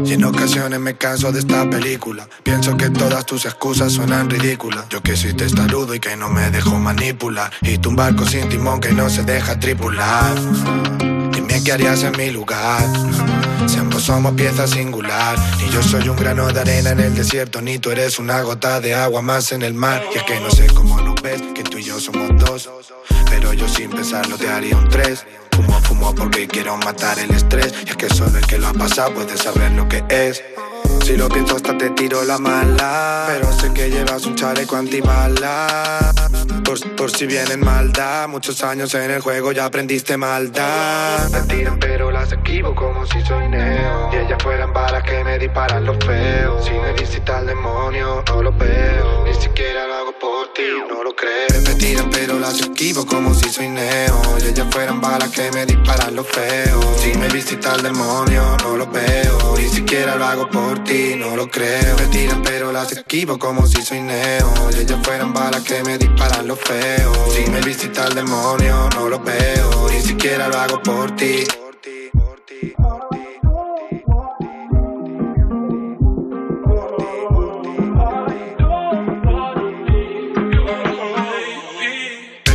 Speaker 19: Y en ocasiones me canso de esta película. Pienso que todas tus excusas suenan ridículas. Yo que soy testarudo y que no me dejo manipular. Y tu barco sin timón que no se deja tripular. Dime qué harías en mi lugar. Si ambos somos pieza singular. Ni yo soy un grano de arena en el desierto, ni tú eres una gota de agua más en el mar. Y es que no sé cómo lo ves, que tú y yo somos dos. Pero yo sin pensarlo te haría un tres. Fumo, fumo porque quiero matar el estrés. Y es que solo el que lo ha pasado puede saber lo que es. Si lo pienso hasta te tiro la mala. Pero sé que llevas un chaleco antibala. por, por si vienen maldad. Muchos años en el juego ya aprendiste maldad. Me tiran pero las esquivo como si soy neo. Y ellas fueran balas que me disparan los feos. Si me visita el demonio, no lo veo. Ni siquiera lo hago por ti, no lo creo. Me tiran pero las esquivo como si soy neo. Y ellas fueran balas que me disparan los feos. Si me visita el demonio, no lo veo. Ni siquiera lo hago por ti, no lo creo. Me tiran pero las esquivo como si soy neo. Y ellas fueran balas que me disparan los feos. Si me visita el demonio, no lo veo. Ni siquiera lo hago por ti.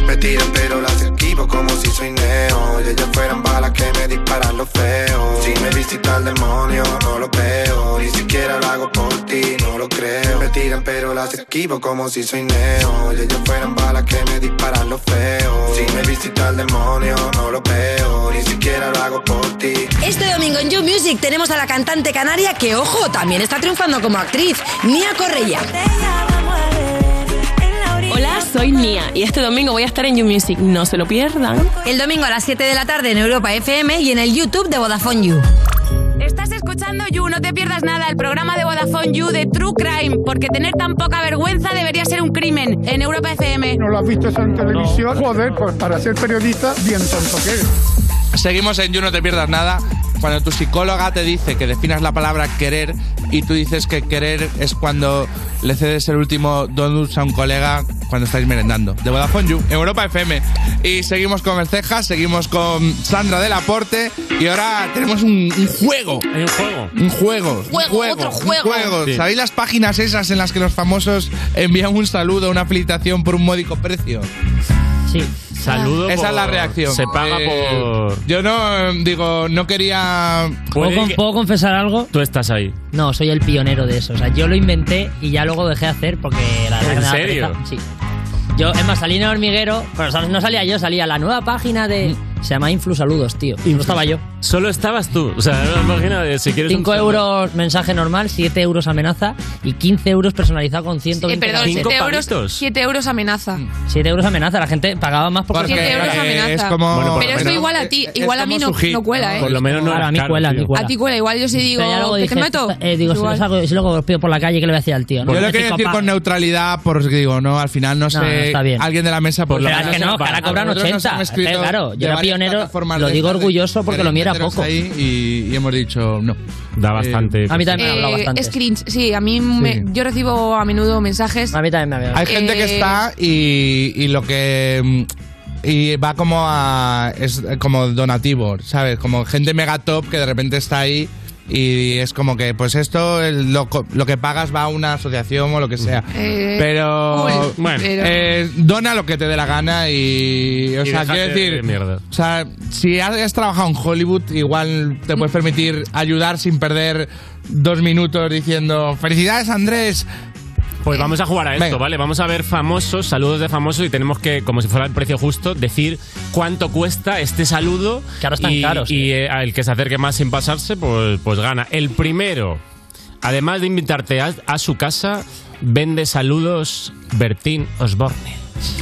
Speaker 19: Me tiran pero las esquivo como si soy neo Y ellas fueran balas que me disparan lo feo Si me visita el demonio no lo veo Ni siquiera lo hago por ti, no lo creo Me tiran pero las esquivo como si soy neo Y ellas fueran balas que me disparan lo feo Si me visita el demonio no lo veo Ni siquiera lo hago por ti
Speaker 7: Este domingo en You Music tenemos a la cantante canaria que, ojo, también está triunfando como actriz, Nia Correia.
Speaker 20: Hola, soy Nia y este domingo voy a estar en You Music. No se lo pierdan.
Speaker 7: El domingo a las 7 de la tarde en Europa FM y en el YouTube de Vodafone You.
Speaker 15: Estás escuchando You, no te pierdas nada, el programa de Vodafone You de True Crime, porque tener tan poca vergüenza debería ser un crimen en Europa FM.
Speaker 21: ¿No lo has visto eso en televisión? Joder, pues para ser periodista, bien tonto que eres.
Speaker 4: Seguimos en You, no te pierdas nada. Cuando tu psicóloga te dice que definas la palabra querer y tú dices que querer es cuando le cedes el último donut a un colega cuando estáis merendando. De Vodafone You, Europa FM. Y seguimos con Mercejas, seguimos con Sandra del Aporte y ahora tenemos un, un juego.
Speaker 3: Un juego.
Speaker 4: Un juego.
Speaker 3: Juego, otro
Speaker 4: un
Speaker 3: juego. Sí.
Speaker 4: ¿Sabéis las páginas esas en las que los famosos envían un saludo, una felicitación por un módico precio?
Speaker 17: Sí.
Speaker 3: Saludo
Speaker 4: Esa es la
Speaker 3: por-
Speaker 4: reacción.
Speaker 3: se paga por-
Speaker 4: Eh, Yo no, eh, digo, no quería.
Speaker 17: ¿Puedo, con- puedo confesar algo?
Speaker 3: Tú estás ahí.
Speaker 17: No, soy el pionero de eso. O sea, yo lo inventé y ya luego dejé de hacer porque la verdad
Speaker 3: ¿En
Speaker 17: que me daba
Speaker 3: serio?
Speaker 17: pereza. Sí. Yo, es más, salí en el hormiguero, pero sal- no salía yo, salía la nueva página de. Se llama Influ Saludos, tío. Y no estaba yo.
Speaker 3: Solo estabas tú. O sea, era una página de si quieres. un
Speaker 17: 5
Speaker 3: saludo.
Speaker 17: euros mensaje normal, 7 euros amenaza y 15 euros personalizado con 120
Speaker 18: eh, Perdón,
Speaker 17: caracteres.
Speaker 18: 7 euros, siete euros amenaza.
Speaker 3: Mm.
Speaker 17: 7 euros amenaza, la gente pagaba más porque,
Speaker 18: Porque Siete euros eh, amenaza. es como- Pero esto igual a ti, igual a mí no, no cuela, ¿eh?
Speaker 3: Por lo menos no
Speaker 17: Claro,
Speaker 3: era
Speaker 17: a mí
Speaker 3: caro,
Speaker 17: cuela, a mí
Speaker 3: tío.
Speaker 17: cuela.
Speaker 18: A ti cuela, igual yo sí digo,
Speaker 17: Pero ya luego
Speaker 18: ¿que te
Speaker 17: dije,
Speaker 18: meto?
Speaker 17: eh, digo, si,
Speaker 18: Igual.
Speaker 17: los hago- si luego los pido por la calle, ¿qué le voy a decir al tío? No,
Speaker 4: Yo lo
Speaker 17: Este
Speaker 4: quería
Speaker 17: copa-
Speaker 4: decir con neutralidad porque digo, no, al final no, sé.
Speaker 17: no está bien.
Speaker 4: Alguien de la mesa por
Speaker 17: Pero es que no, que ahora cobran 80. Es que, claro, yo era pionero, lo digo orgulloso porque lo mía
Speaker 4: mira
Speaker 17: era poco.
Speaker 4: Ahí y, y hemos dicho, no. Eh,
Speaker 3: Da bastante.
Speaker 17: a mí también me
Speaker 18: Eh,
Speaker 17: ha hablado bastante.
Speaker 18: es cringe, sí, a mí me- yo recibo a menudo mensajes. Eh,
Speaker 17: A mí también me ha
Speaker 4: Hay gente que está y, y lo que. mm, Y va como a. Es como donativo, ¿sabes? Como gente mega top que de repente está ahí y es como que, pues esto, el- lo, co- lo que pagas va a una asociación o lo que sea.
Speaker 3: Eh,
Speaker 4: pero.
Speaker 3: cool, Bueno. pero-
Speaker 4: eh, dona lo que te dé la gana y. O
Speaker 3: Y
Speaker 4: sea,
Speaker 3: déjate
Speaker 4: quiero decir.
Speaker 3: de mierda.
Speaker 4: O sea, si has trabajado en Hollywood, igual te puedes permitir ayudar sin perder dos minutos diciendo ¡Felicidades, Andrés!
Speaker 3: Pues vamos a jugar a esto,
Speaker 4: Venga.
Speaker 3: ¿vale? Vamos a ver famosos, saludos de famosos y tenemos que, como si fuera el precio justo, decir cuánto cuesta este saludo.
Speaker 17: Que ahora están
Speaker 3: y,
Speaker 17: caros,
Speaker 3: Y eh, al que se acerque más sin pasarse, pues, pues gana. El primero, además de invitarte a, a su casa, vende saludos Bertín Osborne.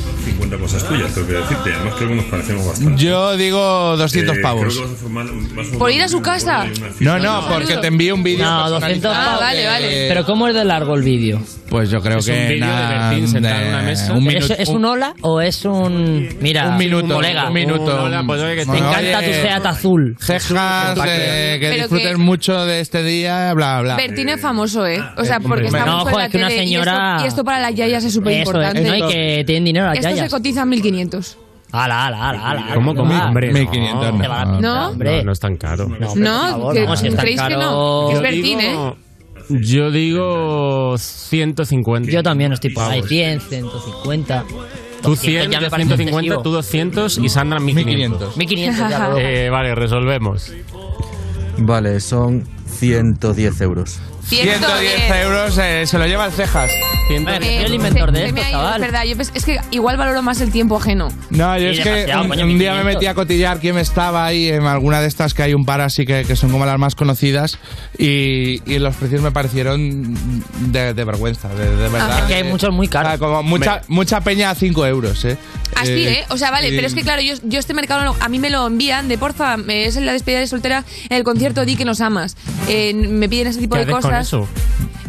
Speaker 22: 50 cosas tuyas, tengo que decirte. Además, creo que nos parecemos bastante.
Speaker 4: Yo digo 200
Speaker 22: Eh,
Speaker 4: pavos.
Speaker 22: creo que vas a formar un- vas a
Speaker 18: ¿Por ir a su casa?
Speaker 4: No, no, porque te envío un vídeo.
Speaker 17: No, 200
Speaker 4: personalizado
Speaker 17: pavos.
Speaker 4: que-
Speaker 18: vale, vale.
Speaker 17: Pero ¿cómo es de largo el vídeo?
Speaker 4: Pues yo creo
Speaker 17: Es
Speaker 4: que.
Speaker 17: un vídeo de
Speaker 4: nada,
Speaker 17: Bertín sentado
Speaker 4: de-
Speaker 17: en una
Speaker 3: Eh,
Speaker 17: mesa.
Speaker 4: Un
Speaker 17: ¿Es,
Speaker 4: minuto.
Speaker 17: es un hola o es un. Mira,
Speaker 4: un minuto,
Speaker 17: colega?
Speaker 4: un minuto.
Speaker 3: pues,
Speaker 17: te encanta tu Seat azul.
Speaker 4: Cejas, eh, que
Speaker 18: Pero
Speaker 4: disfrutes
Speaker 18: que-
Speaker 4: mucho de este día, bla, bla.
Speaker 18: Bertín es famoso, ¿eh? O sea,
Speaker 4: hombre.
Speaker 18: porque está
Speaker 4: No,
Speaker 18: mucho en
Speaker 4: joder,
Speaker 18: la
Speaker 4: que una
Speaker 18: tele y esto-
Speaker 4: señora-
Speaker 18: y, esto, para las yayas es súper importante.
Speaker 17: Eso es, no hay que tienen dinero las
Speaker 18: Esto se
Speaker 17: yayas.
Speaker 18: cotiza a 1500.
Speaker 17: Ala, ala, ala, ala.
Speaker 3: ¿Cómo, cómo?
Speaker 17: Ah,
Speaker 3: Hombre,
Speaker 4: 1500
Speaker 3: no.
Speaker 4: no.
Speaker 17: Te va a la pinta,
Speaker 18: ¿No?
Speaker 17: hombre.
Speaker 3: No, no es tan caro.
Speaker 18: No, que- ¿creéis que no? Que es
Speaker 3: Yo
Speaker 18: Bertín, ¿eh?
Speaker 3: digo- Yo digo 150. Yo
Speaker 17: también estoy Hay 100, 150.
Speaker 3: Tú
Speaker 17: 200
Speaker 3: 100,
Speaker 17: ya me
Speaker 3: yo
Speaker 17: parece
Speaker 3: 150, tú 200 y Sandra 1500.
Speaker 17: 1500 ya luego.
Speaker 3: Eh, vale, resolvemos.
Speaker 23: Vale, son 110 euros.
Speaker 4: 110 euros eh, se lo lleva el cejas.
Speaker 18: Eh, se- se me ha ido, Es verdad, yo pens- es que igual valoro más el tiempo ajeno.
Speaker 4: No, yo es que un, un día me metí a cotillar quién estaba ahí en alguna de estas que hay un par así que, que son como las más conocidas y, y los precios me parecieron de, de vergüenza, de, de verdad.
Speaker 17: Ah,
Speaker 4: eh,
Speaker 17: Es que hay muchos muy caros.
Speaker 4: como mucha, mucha peña a 5 euros, ¿eh?
Speaker 18: Así, ¿eh? O sea, vale,
Speaker 4: y-
Speaker 18: pero es que claro, yo, yo este mercado no- a mí me lo envían de porfa, me- es en la despedida de soltera, en el concierto di que nos amas. Eh, me piden ese tipo
Speaker 3: ¿Qué
Speaker 18: de
Speaker 3: haces
Speaker 18: cosas.
Speaker 3: con eso?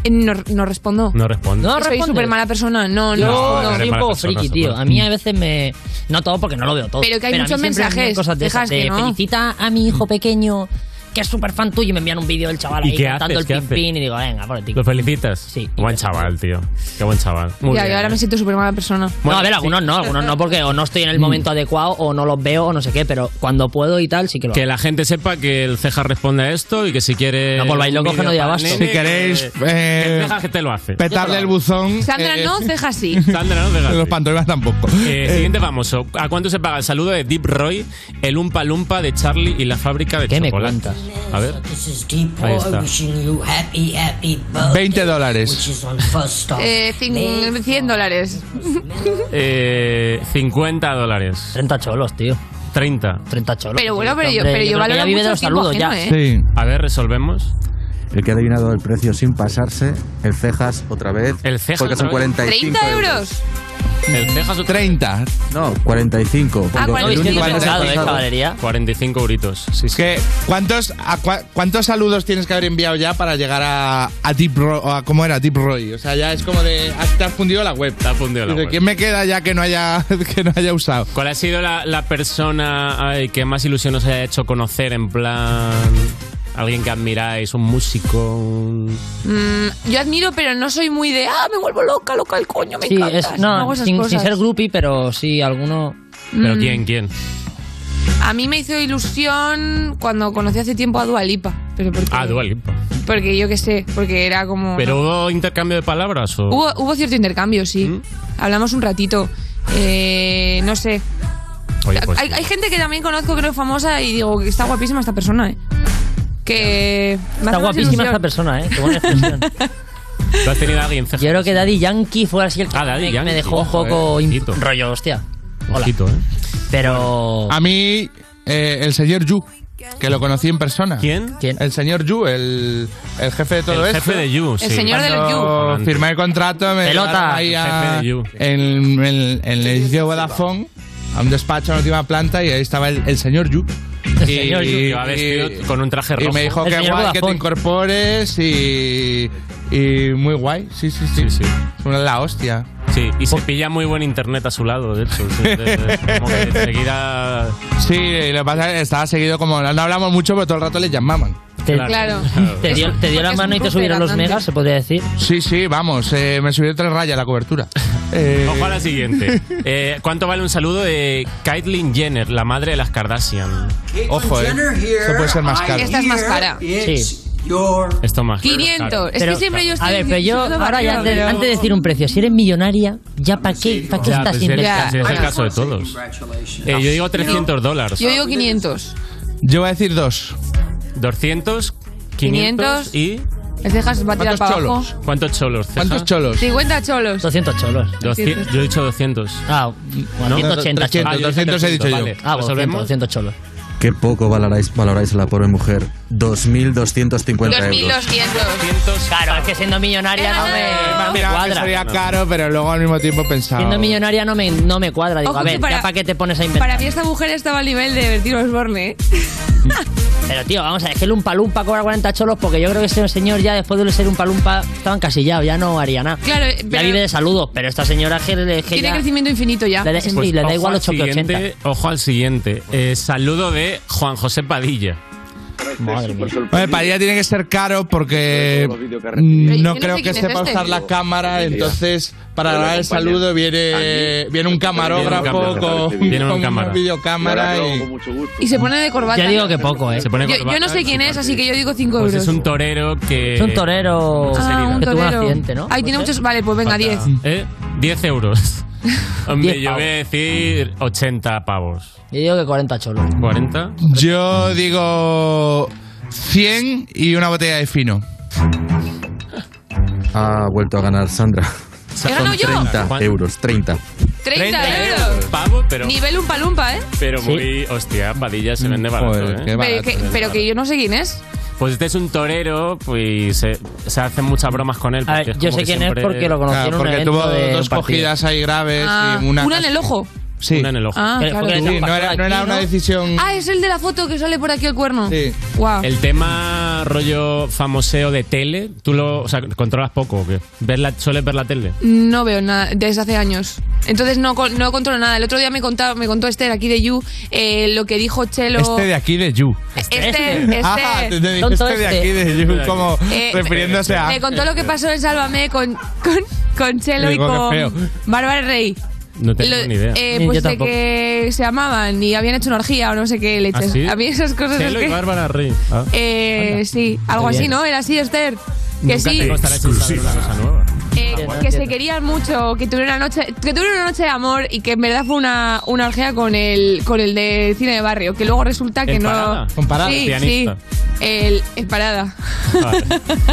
Speaker 18: Eh, no, no respondo.
Speaker 3: No respondo.
Speaker 18: Soy súper mala persona, no, no.
Speaker 17: Yo
Speaker 18: respondo.
Speaker 17: soy un poco friki, tío. A mí a veces me. No todo porque no lo veo todo.
Speaker 18: Pero que hay
Speaker 17: a mí
Speaker 18: muchos
Speaker 17: siempre me envían
Speaker 18: mensajes,
Speaker 17: Cosas de
Speaker 18: dejas
Speaker 17: esas de
Speaker 18: que no.
Speaker 17: felicita a mi hijo pequeño que es súper fan tuyo y me envían un vídeo del chaval
Speaker 3: ¿Y
Speaker 17: ahí
Speaker 3: qué
Speaker 17: cantando
Speaker 3: haces?
Speaker 17: el
Speaker 3: ¿Qué
Speaker 17: pin
Speaker 3: haces?
Speaker 17: pin y digo, venga, por el tico.
Speaker 3: ¿Lo felicitas? Sí. Buen chaval, tío. Qué buen chaval. Muy
Speaker 18: ya,
Speaker 3: bien.
Speaker 18: yo ahora me siento súper mala persona.
Speaker 17: no, a ver, algunos no, algunos no porque o no estoy en el
Speaker 3: Mm.
Speaker 17: momento adecuado o no los veo o no sé qué, pero cuando puedo y tal sí que lo
Speaker 3: Que la gente sepa que el ceja responde a esto y que si quiere.
Speaker 17: No, por bailón coge no de abasto. Si
Speaker 4: queréis, eh,
Speaker 3: Que el ceja que te lo hace.
Speaker 4: Petarle el buzón.
Speaker 18: Sandra
Speaker 4: eh,
Speaker 18: no, ceja sí.
Speaker 3: Sandra no, ceja.
Speaker 4: Los pantalones tampoco.
Speaker 3: Eh, siguiente famoso. ¿A cuánto se paga el saludo de Deep Roy, el Umpa Lumpa de Charlie y la fábrica de chocolates? A ver. Ahí está.
Speaker 4: 20 dólares.
Speaker 18: Eh, cin- 100 dólares.
Speaker 3: Eh, 50 dólares.
Speaker 17: 30 cholos, tío.
Speaker 3: 30.
Speaker 17: 30 cholos.
Speaker 18: Pero bueno, pero yo, pero yo valoro mucho el tiempo ajeno, ¿eh?
Speaker 3: A ver, resolvemos.
Speaker 6: El que ha adivinado el precio sin pasarse, el cejas otra vez.
Speaker 3: El cejas
Speaker 6: Porque
Speaker 3: otra
Speaker 6: son
Speaker 3: vez.
Speaker 6: 45.
Speaker 18: 30 euros.
Speaker 3: El cejas
Speaker 4: 30.
Speaker 6: No, 45.
Speaker 18: Ah,
Speaker 6: porque el único que se ha pasado-
Speaker 3: 45 euritos.
Speaker 4: Es que, ¿cuántos, a cua- ¿cuántos saludos tienes que haber enviado ya para llegar a, a Deep Roy? o a- ¿Cómo era? Deep Roy. O sea, ya es como de. ah, Te has fundido la web. Te
Speaker 3: has fundido la
Speaker 4: Dice,
Speaker 3: web.
Speaker 4: ¿Quién me queda ya que no haya, que no haya usado?
Speaker 3: ¿Cuál ha sido la, la persona ay, que más ilusión os haya hecho conocer? En plan. Alguien que admiráis, un músico. un-
Speaker 18: Mm, yo admiro, pero no soy muy de, ah, me vuelvo loca, loca el coño, me
Speaker 17: Sí,
Speaker 18: encanta.
Speaker 17: es, no, sin, sin ser groupie, pero sí, alguno.
Speaker 3: ¿Pero
Speaker 18: Mm.
Speaker 3: quién, quién?
Speaker 18: A mí me hizo ilusión cuando conocí hace tiempo a Dualipa. Pero porque,
Speaker 3: Ah, Dua Lipa.
Speaker 18: porque yo qué sé, porque era como.
Speaker 3: ¿Pero ¿Mm? hubo intercambio de palabras? O...
Speaker 18: Hubo, hubo cierto intercambio, sí. Hablamos un ratito. Eh, no sé.
Speaker 3: Oye, pues,
Speaker 18: hay, hay gente que también conozco, creo, famosa y digo que está guapísima esta persona, ¿eh? Que. me
Speaker 17: Está
Speaker 18: hace más
Speaker 17: guapísima
Speaker 18: ilusión.
Speaker 17: esta persona, ¿eh? Qué buena expresión.
Speaker 3: ¿Tú has tenido a alguien cejas?
Speaker 17: Yo creo que Daddy Yankee fue así el que me, me
Speaker 3: Yankee,
Speaker 17: dejó un
Speaker 3: joder,
Speaker 17: poco in- rollo, hostia. Hola.
Speaker 3: Ojito, ¿eh? Oh.
Speaker 17: Pero.
Speaker 4: A mí, eh, el señor Yu, que lo conocí en persona.
Speaker 3: ¿Quién?
Speaker 4: El señor Yu, el, el jefe de todo
Speaker 3: El
Speaker 4: esto.
Speaker 3: jefe de Yu, El sí. señor del
Speaker 4: Cuando
Speaker 3: Yu.
Speaker 4: Firmé el contrato, me
Speaker 3: Pelota.
Speaker 4: llevaron ahí a-
Speaker 3: El jefe de Yu.
Speaker 4: en, en- en el edificio Vodafone, a un despacho en la última planta, y ahí estaba el, el señor Yu.
Speaker 3: El
Speaker 4: Y-
Speaker 3: señor Yu, que va
Speaker 4: y-
Speaker 3: vestido con un traje rojo.
Speaker 4: Y me dijo
Speaker 3: El
Speaker 4: que
Speaker 3: señor
Speaker 4: guay que te
Speaker 3: Vodafone.
Speaker 4: incorpores y, y muy guay. Sí, sí, sí. Es una la hostia.
Speaker 3: Sí, y se pilla muy buen internet a su lado, de hecho. Sí, de- de- como que enseguida.
Speaker 4: Sí, lo que pasa es que estaba seguido como. No hablamos mucho, pero todo el rato le llamaban.
Speaker 17: Claro. Te dio, te dio la mano y te subieron los megas, se podría decir.
Speaker 4: Sí, sí, vamos. eh, me subió tres rayas la cobertura.
Speaker 3: Ojo a la siguiente. Eh, ¿Cuánto vale un saludo de Caitlyn Jenner, la madre de las Kardashian?
Speaker 4: Ojo, eh. Esto puede ser más caro.
Speaker 18: Esta es más cara.
Speaker 17: Sí.
Speaker 3: Esto más.
Speaker 18: 500. Es que siempre yo estoy
Speaker 17: A ver, pero yo,
Speaker 18: diciendo
Speaker 17: ahora ya,
Speaker 18: barbaridades.
Speaker 17: antes, antes de decir un precio, si eres millonaria, ¿ya para qué, pa qué
Speaker 3: Ya,
Speaker 17: estás
Speaker 3: pues, es el-
Speaker 17: siempre?
Speaker 3: es el caso de todos. Eh, yo digo 300 dólares.
Speaker 18: Yo digo 500.
Speaker 4: Yo voy a decir dos.
Speaker 3: 200, 500,
Speaker 18: 500.
Speaker 3: y.
Speaker 18: El cejas va a tirar para abajo.
Speaker 3: ¿Cuántos cholos? ceja?
Speaker 4: ¿Cuántos cholos?
Speaker 18: 50 Ah. cholos.
Speaker 17: 200 cholos.
Speaker 3: 200, yo he dicho 200.
Speaker 17: Ah, 180 cholos.
Speaker 3: Ah, yo dije 300, vale.
Speaker 17: Ah, bueno,
Speaker 3: ¿Resolvemos?
Speaker 17: 200, 200 cholos.
Speaker 6: Qué poco valoráis, valoráis a la pobre mujer. 2.250 euros.
Speaker 17: Claro, es que siendo millonaria no me- no
Speaker 4: Mira,
Speaker 17: me
Speaker 4: que
Speaker 17: eh, cuadra.
Speaker 4: sería caro, pero luego al mismo tiempo pensaba.
Speaker 17: Siendo millonaria no me, no me cuadra. Digo,
Speaker 18: Ojo
Speaker 17: a
Speaker 18: que
Speaker 17: ver,
Speaker 18: para-
Speaker 17: ¿ya para qué te pones a inventar?
Speaker 18: Para mí esta mujer estaba al nivel de Bertino Osborne. ¿eh?
Speaker 17: Pero tío, vamos a ver, es que el Umpalumpa cobra 40 cholos porque yo creo que ese señor ya después de ser Umpalumpa estaba encasillado, ya no haría nada.
Speaker 18: Claro,
Speaker 17: ya
Speaker 18: pero-
Speaker 17: vive de Eh, saludos, pero esta señora que, que
Speaker 18: Tiene
Speaker 17: ya-
Speaker 18: crecimiento infinito ya.
Speaker 17: Le da- sí, le da
Speaker 3: Pues ojo
Speaker 17: igual
Speaker 3: al
Speaker 17: 8,80.
Speaker 3: siguiente, Ojo al siguiente. Eh, saludo de Juan José Padilla.
Speaker 17: Madre mía.
Speaker 4: Hombre, para ella tiene que ser caro porque mm,
Speaker 3: Pero yo
Speaker 4: no
Speaker 3: no sé
Speaker 4: creo que
Speaker 3: quién es
Speaker 4: sepa
Speaker 3: este.
Speaker 4: usar la cámara, entonces para
Speaker 3: Pero lo
Speaker 4: dar el
Speaker 3: acompaña.
Speaker 4: saludo viene, viene un camarógrafo con,
Speaker 3: Viene una
Speaker 4: con
Speaker 3: cámara.
Speaker 4: una videocámara
Speaker 3: Ahora,
Speaker 4: y...
Speaker 18: Y se pone de corbata.
Speaker 17: que poco, ¿eh?
Speaker 3: Se pone
Speaker 18: Yo, yo
Speaker 3: corbata.
Speaker 18: no sé quién es, así que yo digo 5 euros.
Speaker 3: Pues es un torero que.
Speaker 17: Es un torero
Speaker 18: Ah, un
Speaker 17: que tuvo un
Speaker 18: torero.
Speaker 17: accidente, ¿no?
Speaker 18: Ay, tiene muchos. Vale, pues venga, 10.
Speaker 3: ¿Eh? 10 euros. Hombre,
Speaker 17: 10
Speaker 3: yo voy a decir 80 pavos.
Speaker 17: Yo digo que 40 cholos.
Speaker 3: 40.
Speaker 4: Yo digo 100 y una botella de fino.
Speaker 6: Ha vuelto a ganar Sandra.
Speaker 18: ¿He ganado
Speaker 6: Con
Speaker 18: yo?
Speaker 6: 30
Speaker 18: ¿Cuánto?
Speaker 6: euros, 30.
Speaker 18: 30, euros.
Speaker 3: Pavo, pero,
Speaker 18: Nivel un palumpa, ¿eh?
Speaker 3: pero muy. Hostia, Padilla se vende barato. ¿eh?
Speaker 18: Pero que, pero que yo no sé quién es.
Speaker 3: Pues este es un torero, pues se, se hacen muchas bromas con él.
Speaker 17: A
Speaker 3: porque
Speaker 17: ver,
Speaker 3: es
Speaker 17: yo
Speaker 3: como
Speaker 17: sé
Speaker 3: que
Speaker 17: quién es
Speaker 3: siempre-
Speaker 17: porque lo conocí Claro, en un porque evento tuvo de
Speaker 4: dos cogidas ahí graves
Speaker 18: Ah,
Speaker 4: y una.
Speaker 18: una, en el ojo.
Speaker 4: Sí.
Speaker 3: Una en el ojo.
Speaker 18: Ah, claro.
Speaker 4: Sí, no era, no era una decisión.
Speaker 18: Ah, es el de la foto que sale por aquí el cuerno.
Speaker 4: Sí.
Speaker 18: Guau.
Speaker 3: El tema rollo famoseo de tele, tú lo o sea, controlas poco, ¿o qué? ¿Ves la, ¿Sueles ver la tele?
Speaker 18: No veo nada desde hace años. Entonces no, con- no controlo nada. El otro día me, contaba, me contó Esther aquí de You eh, lo que dijo Chelo.
Speaker 4: Este de aquí de You.
Speaker 18: Este, este.
Speaker 4: Ah, te- te-
Speaker 18: Tonto
Speaker 4: este de
Speaker 18: este.
Speaker 4: aquí de You, como
Speaker 3: Este
Speaker 18: Eh,
Speaker 4: Ah, refiriéndose a.
Speaker 18: Me contó lo que pasó en Sálvame con, con, con Chelo y
Speaker 4: Digo, qué
Speaker 18: con
Speaker 4: feo.
Speaker 18: Bárbara Rey.
Speaker 3: No tengo
Speaker 18: Lo-
Speaker 3: ni idea.
Speaker 18: eh, pues de que se amaban y habían hecho una orgía o no sé qué leches.
Speaker 3: ¿Ah, sí?
Speaker 18: A mí esas cosas es
Speaker 3: Chelo y
Speaker 18: que-
Speaker 3: Bárbara Rey. Ah.
Speaker 18: Eh, sí, algo
Speaker 3: Qué
Speaker 18: así,
Speaker 3: bien.
Speaker 18: ¿no? Era así, Esther. Que
Speaker 3: Nunca
Speaker 18: sí.
Speaker 3: te costará sin saber una cosa nueva. Ah,
Speaker 18: Eh, que se querían mucho, que tuvieron una noche, que tuvieron una noche de amor y que en verdad fue una, una orgía con el con el de cine de barrio, que luego resulta que
Speaker 3: ¿El
Speaker 18: no.
Speaker 3: Parada? ¿Con Parada?
Speaker 18: Sí,
Speaker 3: Pianista.
Speaker 18: sí. El, el parada.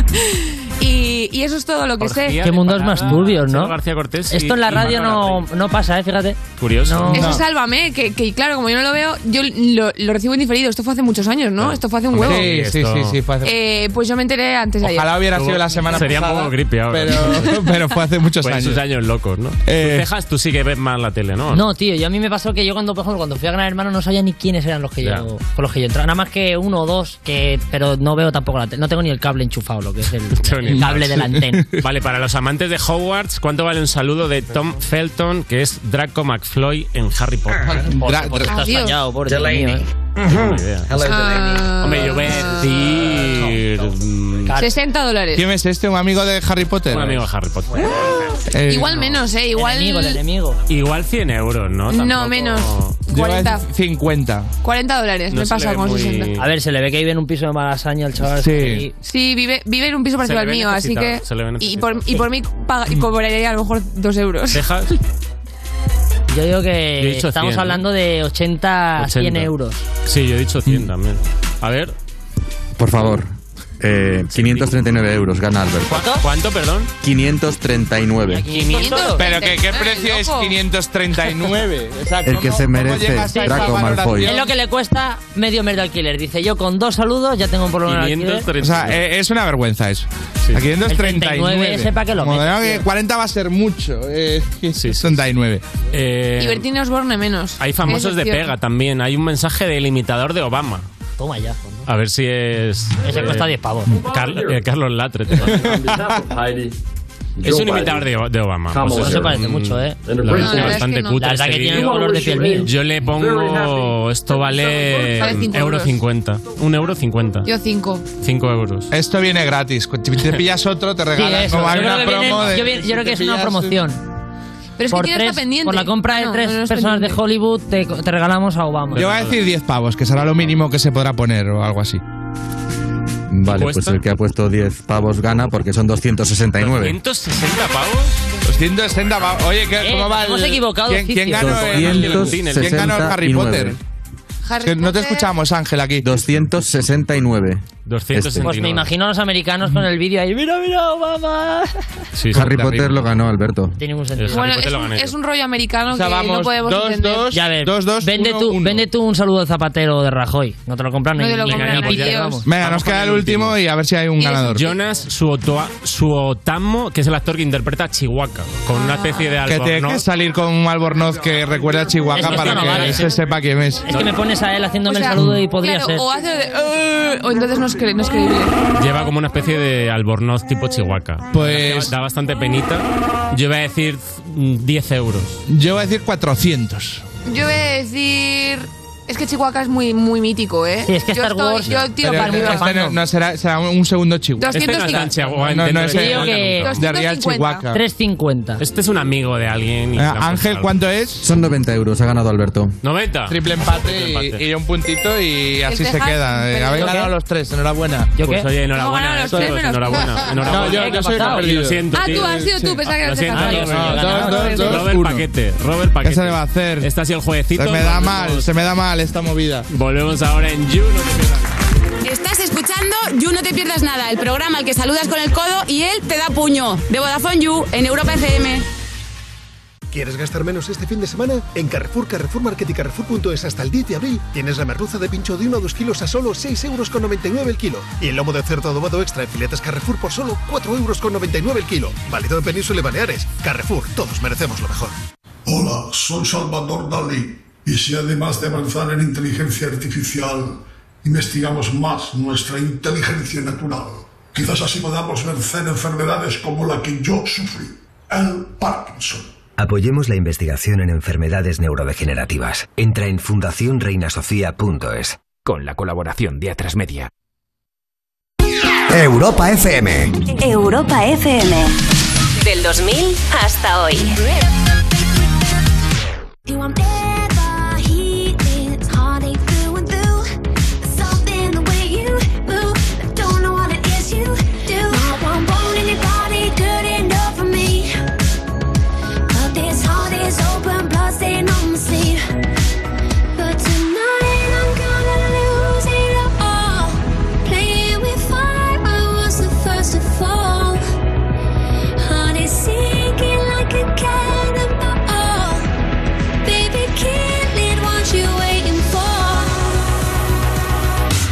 Speaker 18: y, y eso es todo lo que sé.
Speaker 17: Qué mundos más turbios, ¿no?
Speaker 3: García Cortés. y-
Speaker 17: Esto en la
Speaker 3: y
Speaker 17: radio
Speaker 3: Bárbara
Speaker 17: no, no pasa, ¿eh? Fíjate.
Speaker 3: Curioso.
Speaker 17: No.
Speaker 18: Eso es sálvame, que, que claro, como yo no lo veo, yo lo, lo recibo en diferido. Esto fue hace muchos años, ¿no? Esto fue hace un huevo.
Speaker 4: Sí, sí, sí, sí, fue hace-
Speaker 18: Eh, pues yo me enteré antes de ayer.
Speaker 4: Ojalá hubiera sido la semana
Speaker 3: Sería un
Speaker 4: pasada.
Speaker 3: poco creepy ahora.
Speaker 4: Pero, pero fue hace muchos
Speaker 3: Pues
Speaker 4: años. Eh,
Speaker 3: esos años locos, ¿no? Tú, Cejas, tú sí que ves más la tele, ¿no?
Speaker 17: No, tío, yo a mí me pasó que yo cuando, por ejemplo, cuando fui a Gran Hermano no sabía ni quiénes eran los que
Speaker 3: Ya.
Speaker 17: yo con los que yo entraba, nada más que uno o dos, que pero no veo tampoco la tele, no tengo ni el cable enchufado, lo que es el,
Speaker 3: Tony.
Speaker 17: el cable de la antena.
Speaker 3: Vale, para los amantes de Hogwarts, ¿cuánto vale un saludo de Tom Felton, que es Draco McFloy en Harry Potter?
Speaker 17: Dra- pues estás Adiós. dañado, pobre tío Delaney. mío, ¿eh?
Speaker 3: No tengo ni idea.
Speaker 18: Ah,
Speaker 3: Pues, Hombre, yo voy a decir... mm,
Speaker 18: 60 dólares.
Speaker 4: ¿Quién es este? ¿Un amigo de Harry Potter?
Speaker 3: Un amigo de Harry Potter.
Speaker 4: Eh,
Speaker 18: Igual menos, ¿eh? Igual.
Speaker 3: Igual 100 euros, ¿no?
Speaker 18: No,
Speaker 3: Tampoco-
Speaker 18: menos.
Speaker 4: yo iba a
Speaker 18: 40.
Speaker 4: decir 50.
Speaker 18: 40 dólares, me pasa con 60.
Speaker 17: A ver, se le ve que vive en un piso de Malasaña el chaval.
Speaker 4: Sí.
Speaker 17: Y-
Speaker 18: Sí, vive, vive en un piso
Speaker 17: Se
Speaker 18: parecido
Speaker 17: le
Speaker 18: al
Speaker 17: ve
Speaker 18: mío, así que.
Speaker 17: necesitado, se le ve
Speaker 18: Y por, y por mí paga- cobraría a lo mejor 2 euros.
Speaker 3: ¿Cejas?
Speaker 17: Yo digo
Speaker 3: Yo he
Speaker 17: que
Speaker 3: dicho
Speaker 17: estamos
Speaker 3: 100, ¿eh?
Speaker 17: hablando de 80 a 100
Speaker 3: 80.
Speaker 17: euros.
Speaker 3: Sí, yo he dicho 100 también. A ver,
Speaker 6: Mm.
Speaker 3: Mm,
Speaker 6: Por favor. Eh, 539 euros gana Albert.
Speaker 3: ¿cuánto, perdón?
Speaker 6: 539.
Speaker 4: 500. Pero que, ¿qué precio es 539? O sea,
Speaker 6: El que
Speaker 4: ¿cómo-
Speaker 6: se
Speaker 4: cómo
Speaker 6: merece,
Speaker 4: llegas a esa
Speaker 6: Draco
Speaker 4: valoración?
Speaker 6: Malfoy.
Speaker 17: Es lo que le cuesta medio mes de alquiler. Dice, yo con dos saludos ya tengo un problema de alquiler.
Speaker 4: O sea, eh, es una vergüenza eso. A 539.
Speaker 17: El 39, sepa que lo
Speaker 4: Como
Speaker 17: metes,
Speaker 4: no, que
Speaker 17: tío.
Speaker 4: 40 va a ser mucho. Eh, 39.
Speaker 18: Y Bertine Osborne menos.
Speaker 3: Eh, Hay famosos
Speaker 18: Es
Speaker 3: de
Speaker 18: cierto.
Speaker 3: pega también. Hay un mensaje del imitador de Obama.
Speaker 17: Toma ya.
Speaker 3: A ver si es.
Speaker 17: Ese cuesta 10 pavos.
Speaker 3: Carl- eh, Carlos Latre. te parece. es un imitador de, de Obama.
Speaker 17: Vamos,
Speaker 3: pues
Speaker 17: no
Speaker 3: eso.
Speaker 17: se parece
Speaker 3: Mm,
Speaker 17: mucho, ¿eh?
Speaker 3: La
Speaker 17: No, la
Speaker 3: verdad es que
Speaker 17: verdad
Speaker 3: bastante
Speaker 17: es que no.
Speaker 3: cutre
Speaker 17: La verdad
Speaker 3: este
Speaker 17: que tiene
Speaker 3: vídeo.
Speaker 17: un color de piel mío.
Speaker 3: Yo le pongo. Esto vale.
Speaker 18: Vale cinco
Speaker 3: euro
Speaker 18: euros.
Speaker 3: 50. Un euro 50.
Speaker 18: Yo 5.
Speaker 17: Pues
Speaker 3: 5 euros.
Speaker 4: Esto viene gratis. Cu- Si te pillas otro, te regalan
Speaker 17: eso.
Speaker 4: como
Speaker 17: Yo
Speaker 4: hay
Speaker 17: creo
Speaker 4: una
Speaker 17: que viene-
Speaker 4: promo de-
Speaker 17: yo vi- yo creo que
Speaker 4: te
Speaker 17: es una
Speaker 4: pillas-
Speaker 17: promoción.
Speaker 18: Pero es que
Speaker 17: por,
Speaker 18: quiero estar
Speaker 17: tres-
Speaker 18: pendiente.
Speaker 17: por la compra de
Speaker 18: No,
Speaker 17: tres
Speaker 18: no, no es
Speaker 17: personas de Hollywood te, te regalamos a Obama.
Speaker 4: Yo voy a decir 10 pavos, que será lo mínimo que se podrá poner o algo así.
Speaker 6: Vale, pues
Speaker 4: ¿Cuesta?
Speaker 6: el que ha puesto 10 pavos gana porque son 269.
Speaker 3: 160
Speaker 17: Este.
Speaker 3: pavos.
Speaker 4: 260 pavos. Oye, ¿qué-
Speaker 3: Eh,
Speaker 4: ¿cómo va? el-
Speaker 3: hemos equivocado
Speaker 4: ¿Quién, quién
Speaker 6: oficio.
Speaker 4: ganó el,
Speaker 6: 269.
Speaker 4: ¿quién ganó el Harry Potter?
Speaker 18: Harry
Speaker 4: no te escuchamos, Ángel, aquí.
Speaker 6: 269.
Speaker 17: Pues me imagino a los americanos con el vídeo ahí. Mira, mira, Obama.
Speaker 18: Pues
Speaker 6: Harry Potter lo ganó Alberto.
Speaker 17: Tiene ningún sentido.
Speaker 18: Bueno, es un, es un rollo americano
Speaker 17: O sea,
Speaker 18: que no
Speaker 17: vamos,
Speaker 18: podemos
Speaker 17: dos,
Speaker 18: entender.
Speaker 17: dos, Ya ves, vende,
Speaker 18: uno,
Speaker 17: tú, vende tú un saludo de Zapatero o de Rajoy. No te lo compran
Speaker 18: No
Speaker 17: ni,
Speaker 18: te lo
Speaker 17: ni
Speaker 18: compran
Speaker 17: nadie,
Speaker 18: ni
Speaker 17: ya
Speaker 18: Dios.
Speaker 17: vamos.
Speaker 4: Venga, nos queda el último y a ver si hay un ganador.
Speaker 3: Jonas Suotoa- Suotamo, que es el actor que interpreta a Chihuahua, con una especie de
Speaker 4: Que tiene que
Speaker 3: albornoz.
Speaker 4: salir con un albornoz que recuerde a Chihuahua
Speaker 3: Es que
Speaker 4: para
Speaker 3: esto no
Speaker 4: que
Speaker 3: vale.
Speaker 4: se sepa quién es.
Speaker 17: Es que me pones a él haciéndome
Speaker 18: O sea,
Speaker 17: el saludo y podría
Speaker 18: claro,
Speaker 17: ser.
Speaker 18: O hace de. "Eh", o entonces no es, cre- no es creíble.
Speaker 3: Lleva como una especie de albornoz tipo Chihuahua. Pues. Da bastante penita. Yo voy a decir mm, 10 euros.
Speaker 4: Yo voy a decir 400.
Speaker 18: Yo voy a decir. Es que Chihuahua es muy, muy mítico, ¿eh?
Speaker 4: Sí, es que
Speaker 18: yo
Speaker 4: Star
Speaker 18: estoy-
Speaker 4: Wars-
Speaker 18: Yo tiro
Speaker 4: Pero
Speaker 18: para arriba.
Speaker 4: este no, no, será, será un segundo Chihuahua.
Speaker 18: 250. Este no es tan
Speaker 4: No, no, es
Speaker 17: Te digo que-
Speaker 4: el- de Real Chihuahua. Eh,
Speaker 17: 350.
Speaker 3: Este es un amigo de alguien. y le ha puesto algo.
Speaker 4: es?
Speaker 6: Son 90 euros, ha ganado Alberto.
Speaker 3: 90.
Speaker 4: Triple empate y, y un puntito y así se
Speaker 3: Texas,
Speaker 4: queda. Eh,
Speaker 3: pero-
Speaker 4: Habéis
Speaker 3: ¿Yo
Speaker 4: ganado
Speaker 3: qué?
Speaker 4: los tres, enhorabuena.
Speaker 3: ¿Yo Pues qué? oye, enhorabuena,
Speaker 4: Hemos
Speaker 3: eh,
Speaker 4: ganado
Speaker 3: todos,
Speaker 4: tres, menos-
Speaker 3: enhorabuena, enhorabuena.
Speaker 4: No, yo, yo soy el
Speaker 3: Ah,
Speaker 4: perdido.
Speaker 3: lo siento,
Speaker 18: Ah, tú has sido tú, pensaba que
Speaker 3: Lo
Speaker 18: eras de
Speaker 3: siento,
Speaker 18: Santa
Speaker 3: no, no,
Speaker 18: Claus.
Speaker 4: Dos, dos, dos,
Speaker 3: Robert
Speaker 4: uno.
Speaker 3: Paquete, Robert Paquete.
Speaker 4: ¿Qué se le va a hacer?
Speaker 3: Este ha sido el jueguecito.
Speaker 4: Se me da
Speaker 3: Volvemos-
Speaker 4: mal, se me da mal esta movida.
Speaker 3: Volvemos ahora en You. no te pierdas.
Speaker 15: Estás escuchando You No Te Pierdas Nada, el programa al que saludas con el codo y él te da puño. De Vodafone You en Europa FM.
Speaker 30: ¿Quieres gastar menos este fin de semana? En Carrefour, Carrefour Market y Carrefour.es hasta el 10 de abril tienes la merluza de pincho de 1 a 2 kilos a solo 6,99 euros el kilo. Y el lomo de cerdo adobado extra en filetes Carrefour por solo 4,99 euros el kilo. Válido en Península y Baleares. Carrefour, todos merecemos lo mejor.
Speaker 9: Hola, soy Salvador Dalí. Y si además de avanzar en inteligencia artificial, investigamos más nuestra inteligencia natural, quizás así podamos vencer enfermedades como la que yo sufrí, el Parkinson.
Speaker 23: Apoyemos la investigación en enfermedades neurodegenerativas. Entra en fundacionreinasofía.es con la colaboración de Atrasmedia.
Speaker 24: Europa FM.
Speaker 29: Europa FM. Del 2000 hasta hoy. You want better heat, it's heartache through and through. There's something the way you move, I don't know what it is you do. I want bone in your body, good enough for me. But this heart is open, blood stain on my sleeve. But tonight I'm gonna lose it all. Playing with fire, I was the first to fall. Heart is sinking like a cannonball. Baby, kill it. What you waiting for?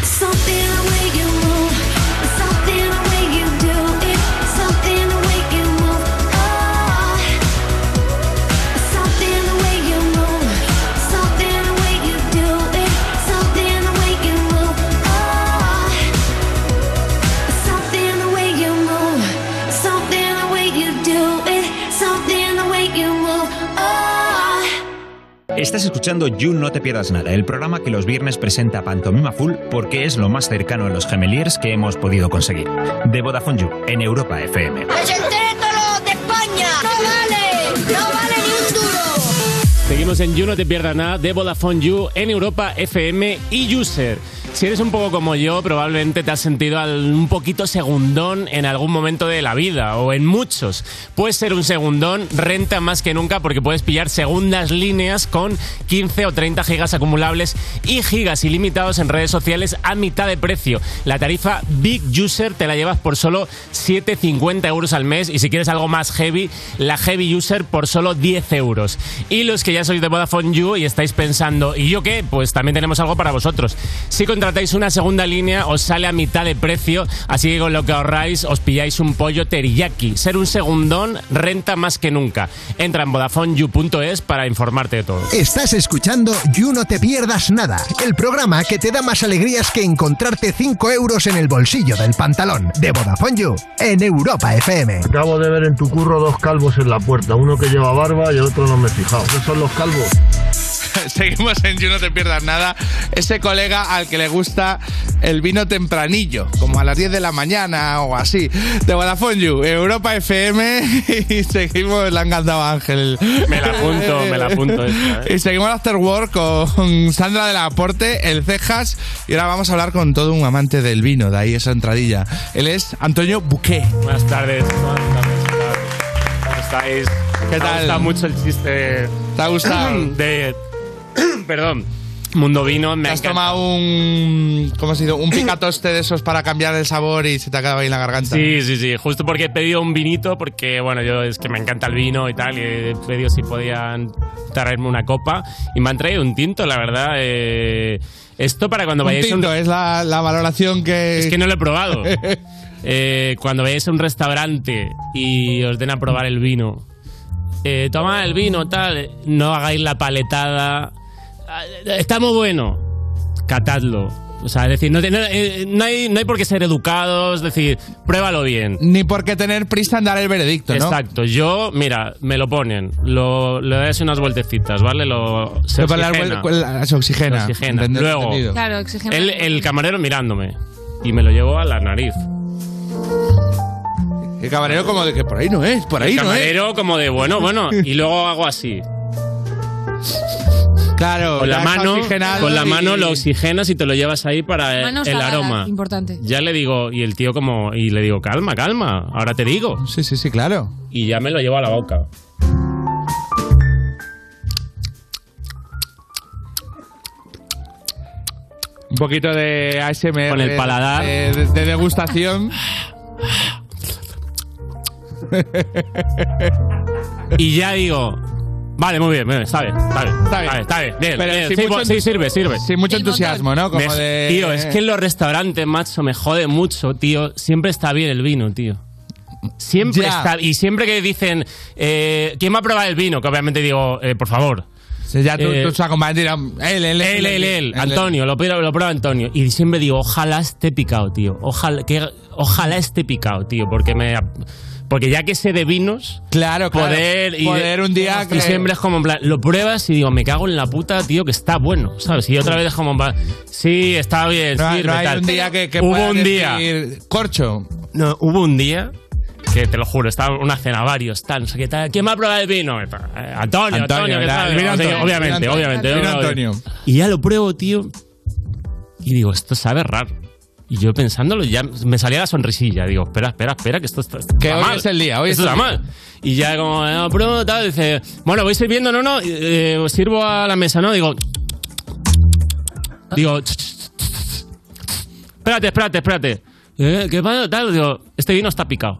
Speaker 29: Something the way you move, something the way you do it, something the way you move. Oh, something the way you move, something the way you do it, something the way you move. Oh, something the way you move, something the way you do it, something the way you move. Oh.
Speaker 1: Estás escuchando You No Te Pierdas Nada, el programa que los viernes presenta Pantomima Full porque es lo más cercano a los gemeliers que hemos podido conseguir. De Vodafone You, en Europa FM.
Speaker 2: ¡Es el de España! ¡No vale! ¡No vale ni un duro!
Speaker 3: Seguimos en You, no te pierdas nada de Vodafone You en Europa FM y User. Si eres un poco como yo, probablemente te has sentido al- un poquito segundón en algún momento de la vida o en muchos. Puedes ser un segundón, renta más que nunca porque puedes pillar segundas líneas con 15 o 30 gigas acumulables y gigas ilimitados en redes sociales a mitad de precio. La tarifa Big User te la llevas por solo 7,50 euros al mes y si quieres algo más heavy, la Heavy User por solo 10 euros. Y los que ya sois de Vodafone You y estáis pensando, ¿y yo qué? Pues también tenemos algo para vosotros. Si contratáis una segunda línea, os sale a mitad de precio, así que con lo que ahorráis, os pilláis un pollo teriyaki. Ser un segundón renta más que nunca. Entra en VodafoneYou.es para informarte de todo.
Speaker 5: Estás escuchando You No Te Pierdas Nada, el programa que te da más alegrías que encontrarte 5 euros en el bolsillo del pantalón de Vodafone You en Europa FM.
Speaker 25: Acabo de ver en tu curro dos calvos en la puerta, uno que lleva barba y otro no me he fijado. ¿Qué son los calvos?
Speaker 4: Seguimos en You No Te Pierdas Nada. Ese colega al que le gusta el vino tempranillo, como a las 10 de la mañana o así. De Vodafone You, Europa FM. Y seguimos, la ha encantado a Ángel.
Speaker 3: Me la apunto, me la apunto esta, eh.
Speaker 4: Y seguimos al After Work con Sandra de la Aporte, el Cejas. Y ahora vamos a hablar con todo un amante del vino, de ahí esa entradilla. Él es Antonio Buqué.
Speaker 3: Buenas tardes. ¿Cómo estáis?
Speaker 4: ¿Qué tal?
Speaker 3: Me gusta mucho el chiste.
Speaker 4: ¿Te ha gustado?
Speaker 3: De. Perdón. Mundo vino, me
Speaker 4: ¿Te
Speaker 3: ha
Speaker 4: has
Speaker 3: encantado.
Speaker 4: tomado un. ¿Cómo se dice? Un picatoste de esos para cambiar el sabor y se te ha quedado ahí en la garganta.
Speaker 3: Sí, sí, sí. Justo porque he pedido un vinito, porque, bueno, yo es que me encanta el vino y tal, y he pedido si podían traerme una copa. Y me han traído un tinto, la verdad. eh, esto para cuando
Speaker 4: Un
Speaker 3: vayáis a un
Speaker 4: tinto, es la, la valoración que.
Speaker 3: es que no lo he probado. Eh, cuando vayáis a un restaurante y os den a probar el vino, eh, toma el vino, tal, no hagáis la paletada. Ah, Está muy bueno. Catadlo. O sea, es decir, no, te- no, eh, no hay, no hay por qué ser educados, es decir, pruébalo bien.
Speaker 4: Ni por qué tener prisa en dar el veredicto, ¿no?
Speaker 3: Exacto. Yo, mira, me lo ponen, lo, le das unas vueltecitas, ¿vale? Lo, se
Speaker 4: Pero para la-
Speaker 3: oxigena.
Speaker 4: la- se oxigena.
Speaker 3: Se oxigena.
Speaker 4: Entendido,
Speaker 3: Luego,
Speaker 4: entendido.
Speaker 18: Claro, oxigena.
Speaker 3: el, el camarero mirándome y me lo llevo a la nariz.
Speaker 4: El camarero como de que por ahí no es, por
Speaker 3: el
Speaker 4: ahí no eh? es.
Speaker 3: camarero como de bueno, bueno, y luego hago así.
Speaker 4: Claro,
Speaker 3: Con la
Speaker 4: ya está
Speaker 3: mano,
Speaker 4: oxigenado
Speaker 3: con la
Speaker 4: y-
Speaker 3: mano lo oxigenas y te lo llevas ahí para el,
Speaker 18: Manos
Speaker 3: el
Speaker 18: lavadas,
Speaker 3: aroma.
Speaker 18: Importante.
Speaker 3: Ya le digo, y el tío como, y le digo, calma, calma, ahora te digo.
Speaker 4: Sí, sí, sí, claro.
Speaker 3: Y ya me lo llevo a la boca.
Speaker 4: poquito de ASMR.
Speaker 3: Con el paladar.
Speaker 4: De, de- de degustación.
Speaker 3: Y ya digo. Vale, muy bien, muy bien, está bien, está bien, está bien, está bien, bien,
Speaker 4: Pero
Speaker 3: bien,
Speaker 4: sin
Speaker 3: sí,
Speaker 4: mucho
Speaker 3: po- sí,
Speaker 4: entu-
Speaker 3: sirve, sirve.
Speaker 4: sin mucho El entusiasmo, ¿no? Como
Speaker 3: Me-
Speaker 4: de-
Speaker 3: Tío, es que en los restaurantes, macho, me jode mucho, tío. Siempre está bien el vino, tío. Siempre
Speaker 4: Ya.
Speaker 3: está... Y siempre que dicen, eh, ¿quién va a probar el vino? Que obviamente digo, eh, por favor.
Speaker 4: ya tú,
Speaker 3: Eh,
Speaker 4: tú sacas más, dirá, él, él,
Speaker 3: él, él, él, Antonio, lo, prueba- lo prueba Antonio. Y siempre digo, ojalá esté picado, tío. Ojalá, que, ojalá esté picado, tío. Porque me. Porque ya que sé de vinos.
Speaker 4: Claro, claro.
Speaker 3: Poder, y
Speaker 4: Poder un día
Speaker 3: Y
Speaker 4: que-
Speaker 3: siempre es como en plan. Lo pruebas y digo, me cago en la puta, tío, que está bueno. ¿Sabes? Y otra vez es como en plan. Sí, está bien,
Speaker 4: No,
Speaker 3: sirve,
Speaker 4: no hay
Speaker 3: tal.
Speaker 4: un día que, que
Speaker 3: Hubo
Speaker 4: pueda
Speaker 3: un día.
Speaker 4: decir, corcho.
Speaker 3: No, hubo un día que te lo juro, estaba una cena, varios, tal, no sé qué tal. ¿Quién va a probar el vino? Eh, Antonio, Antonio,
Speaker 4: Antonio,
Speaker 3: ¿qué
Speaker 4: la-
Speaker 3: tal?
Speaker 4: el vino
Speaker 3: O sea,
Speaker 4: Antonio,
Speaker 3: obviamente,
Speaker 4: el vino
Speaker 3: obviamente.
Speaker 4: Antonio, el
Speaker 3: yo
Speaker 4: vino
Speaker 3: lo-
Speaker 4: Antonio.
Speaker 3: Y ya lo pruebo, tío. Y digo, esto sabe raro. Y yo pensándolo, ya me salía la sonrisilla. Digo, espera, espera, espera, que esto está, está
Speaker 4: Que hoy
Speaker 3: mal.
Speaker 4: es el día, hoy
Speaker 3: esto
Speaker 4: es el
Speaker 3: está
Speaker 4: día.
Speaker 3: mal. Y ya como, eh, pruebo, tal, dice, bueno, voy sirviendo, no, no, eh, os sirvo a la mesa, ¿no? Digo, digo, espérate, espérate, espérate. Eh, ¿Qué pasa? Tal, digo, este vino está picado.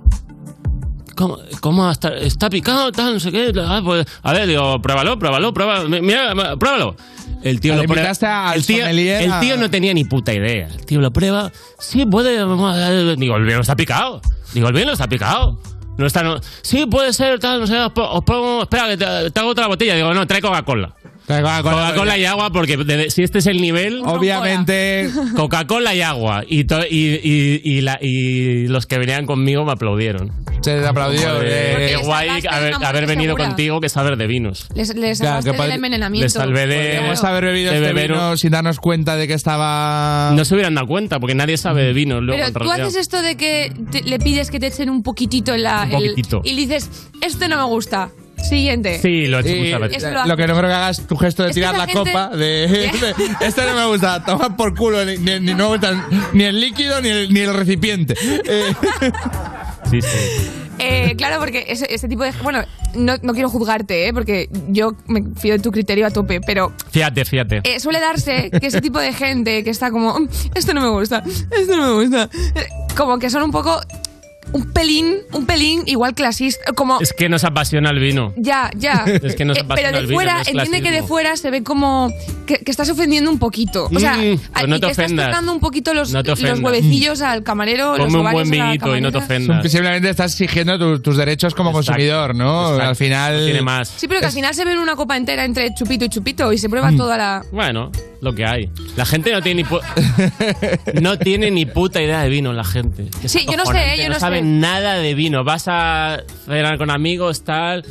Speaker 3: ¿Cómo, cómo está, está picado? Tal, no sé qué. Ah, pues, a ver, digo, pruébalo, pruébalo, pruébalo. mi- Mira, ma- pruébalo. El tío
Speaker 4: Ah, Le
Speaker 3: lo prueba.
Speaker 4: invitaste al
Speaker 3: el, tío,
Speaker 4: sommelier
Speaker 3: el
Speaker 4: a-
Speaker 3: tío no tenía ni puta idea. El tío lo prueba. Sí, puede. vamos a- Digo, el vino está picado. Digo, el vino está picado. No está, no- sí, puede ser, tal, no sé, os, po- os pongo, espera, que te, te hago otra botella. Digo, no, trae Coca-Cola.
Speaker 4: Coca-Cola.
Speaker 3: Coca-Cola y agua, porque de- de- si este es el nivel.
Speaker 4: Obviamente.
Speaker 3: Coca-Cola y agua. Y, to- y, y, y la- y los que venían conmigo me aplaudieron.
Speaker 4: Se les
Speaker 3: Como
Speaker 4: aplaudió.
Speaker 3: de, qué
Speaker 4: eh.
Speaker 3: guay haber,
Speaker 18: una
Speaker 3: haber
Speaker 18: muerte
Speaker 3: venido
Speaker 18: segura".
Speaker 3: contigo que saber de vinos.
Speaker 18: Les, les
Speaker 4: Claro,
Speaker 18: salvaste
Speaker 4: que pod-
Speaker 18: del envenenamiento.
Speaker 3: les salvé de-
Speaker 4: Podríamos haber bebido
Speaker 3: de
Speaker 4: este
Speaker 3: beber
Speaker 4: vino sin darnos cuenta de que estaba.
Speaker 3: No se hubieran dado cuenta porque nadie sabe de vinos. Luego, en
Speaker 18: Pero tú
Speaker 3: realidad.
Speaker 18: haces esto de que te- le pides que te echen un poquitito en la.
Speaker 3: Un
Speaker 18: el-
Speaker 3: poquitito.
Speaker 18: y dices, este no me gusta. Siguiente.
Speaker 3: Sí, lo he hecho
Speaker 4: Y
Speaker 3: muchas veces.
Speaker 18: Eso lo hace.
Speaker 4: Lo que no creo que hagas tu gesto de
Speaker 18: Es que
Speaker 4: tirar
Speaker 18: esa
Speaker 4: la
Speaker 18: gente-
Speaker 4: copa de, de, este no me gusta, toma por culo ni, ni- ni no me gusta ni el líquido ni el, ni el recipiente. Eh,
Speaker 3: Sí, sí.
Speaker 18: Eh, claro, porque ese, ese tipo de. Bueno, no, no quiero juzgarte, ¿eh? porque yo me fío de tu criterio a tope, pero
Speaker 3: Fíjate, fíjate.
Speaker 18: eh, suele darse que ese tipo de gente que está como, "Mm, esto no me gusta, esto no me gusta, eh, como que son un poco. Un pelín, un pelín igual clasista, como.
Speaker 3: Es que nos apasiona el vino.
Speaker 18: Ya, ya. Eh,
Speaker 3: Es que nos apasiona
Speaker 18: pero de
Speaker 3: el vino,
Speaker 18: fuera,
Speaker 3: no es
Speaker 18: entiende que de
Speaker 3: clasismo.
Speaker 18: fuera se ve como que, que estás ofendiendo un poquito. O sea,
Speaker 3: Mm, pues
Speaker 18: al-
Speaker 3: no
Speaker 18: y
Speaker 3: te
Speaker 18: que estás
Speaker 3: ofendas.
Speaker 18: tocando un poquito los,
Speaker 3: No te
Speaker 18: los
Speaker 3: ofendas.
Speaker 18: huevecillos al camarero, los
Speaker 3: Ponme un
Speaker 18: ovarios
Speaker 3: buen
Speaker 18: a la
Speaker 3: vinito y no te
Speaker 18: camarera.
Speaker 3: ofendas.
Speaker 4: Simplemente estás exigiendo tu- tus derechos como consumidor, ¿no? Al final.
Speaker 3: No tiene más.
Speaker 18: Sí, pero que al final se ven una copa entera entre chupito y chupito y se
Speaker 3: Mm.
Speaker 18: prueba toda la.
Speaker 3: Bueno, lo que hay. La gente no tiene ni pu- no tiene ni puta idea de vino la gente. Es
Speaker 18: Sí, yo no sé,
Speaker 3: acojonante,
Speaker 18: eh, yo no sé.
Speaker 3: saben nada de vino. Vas a cenar con amigos tal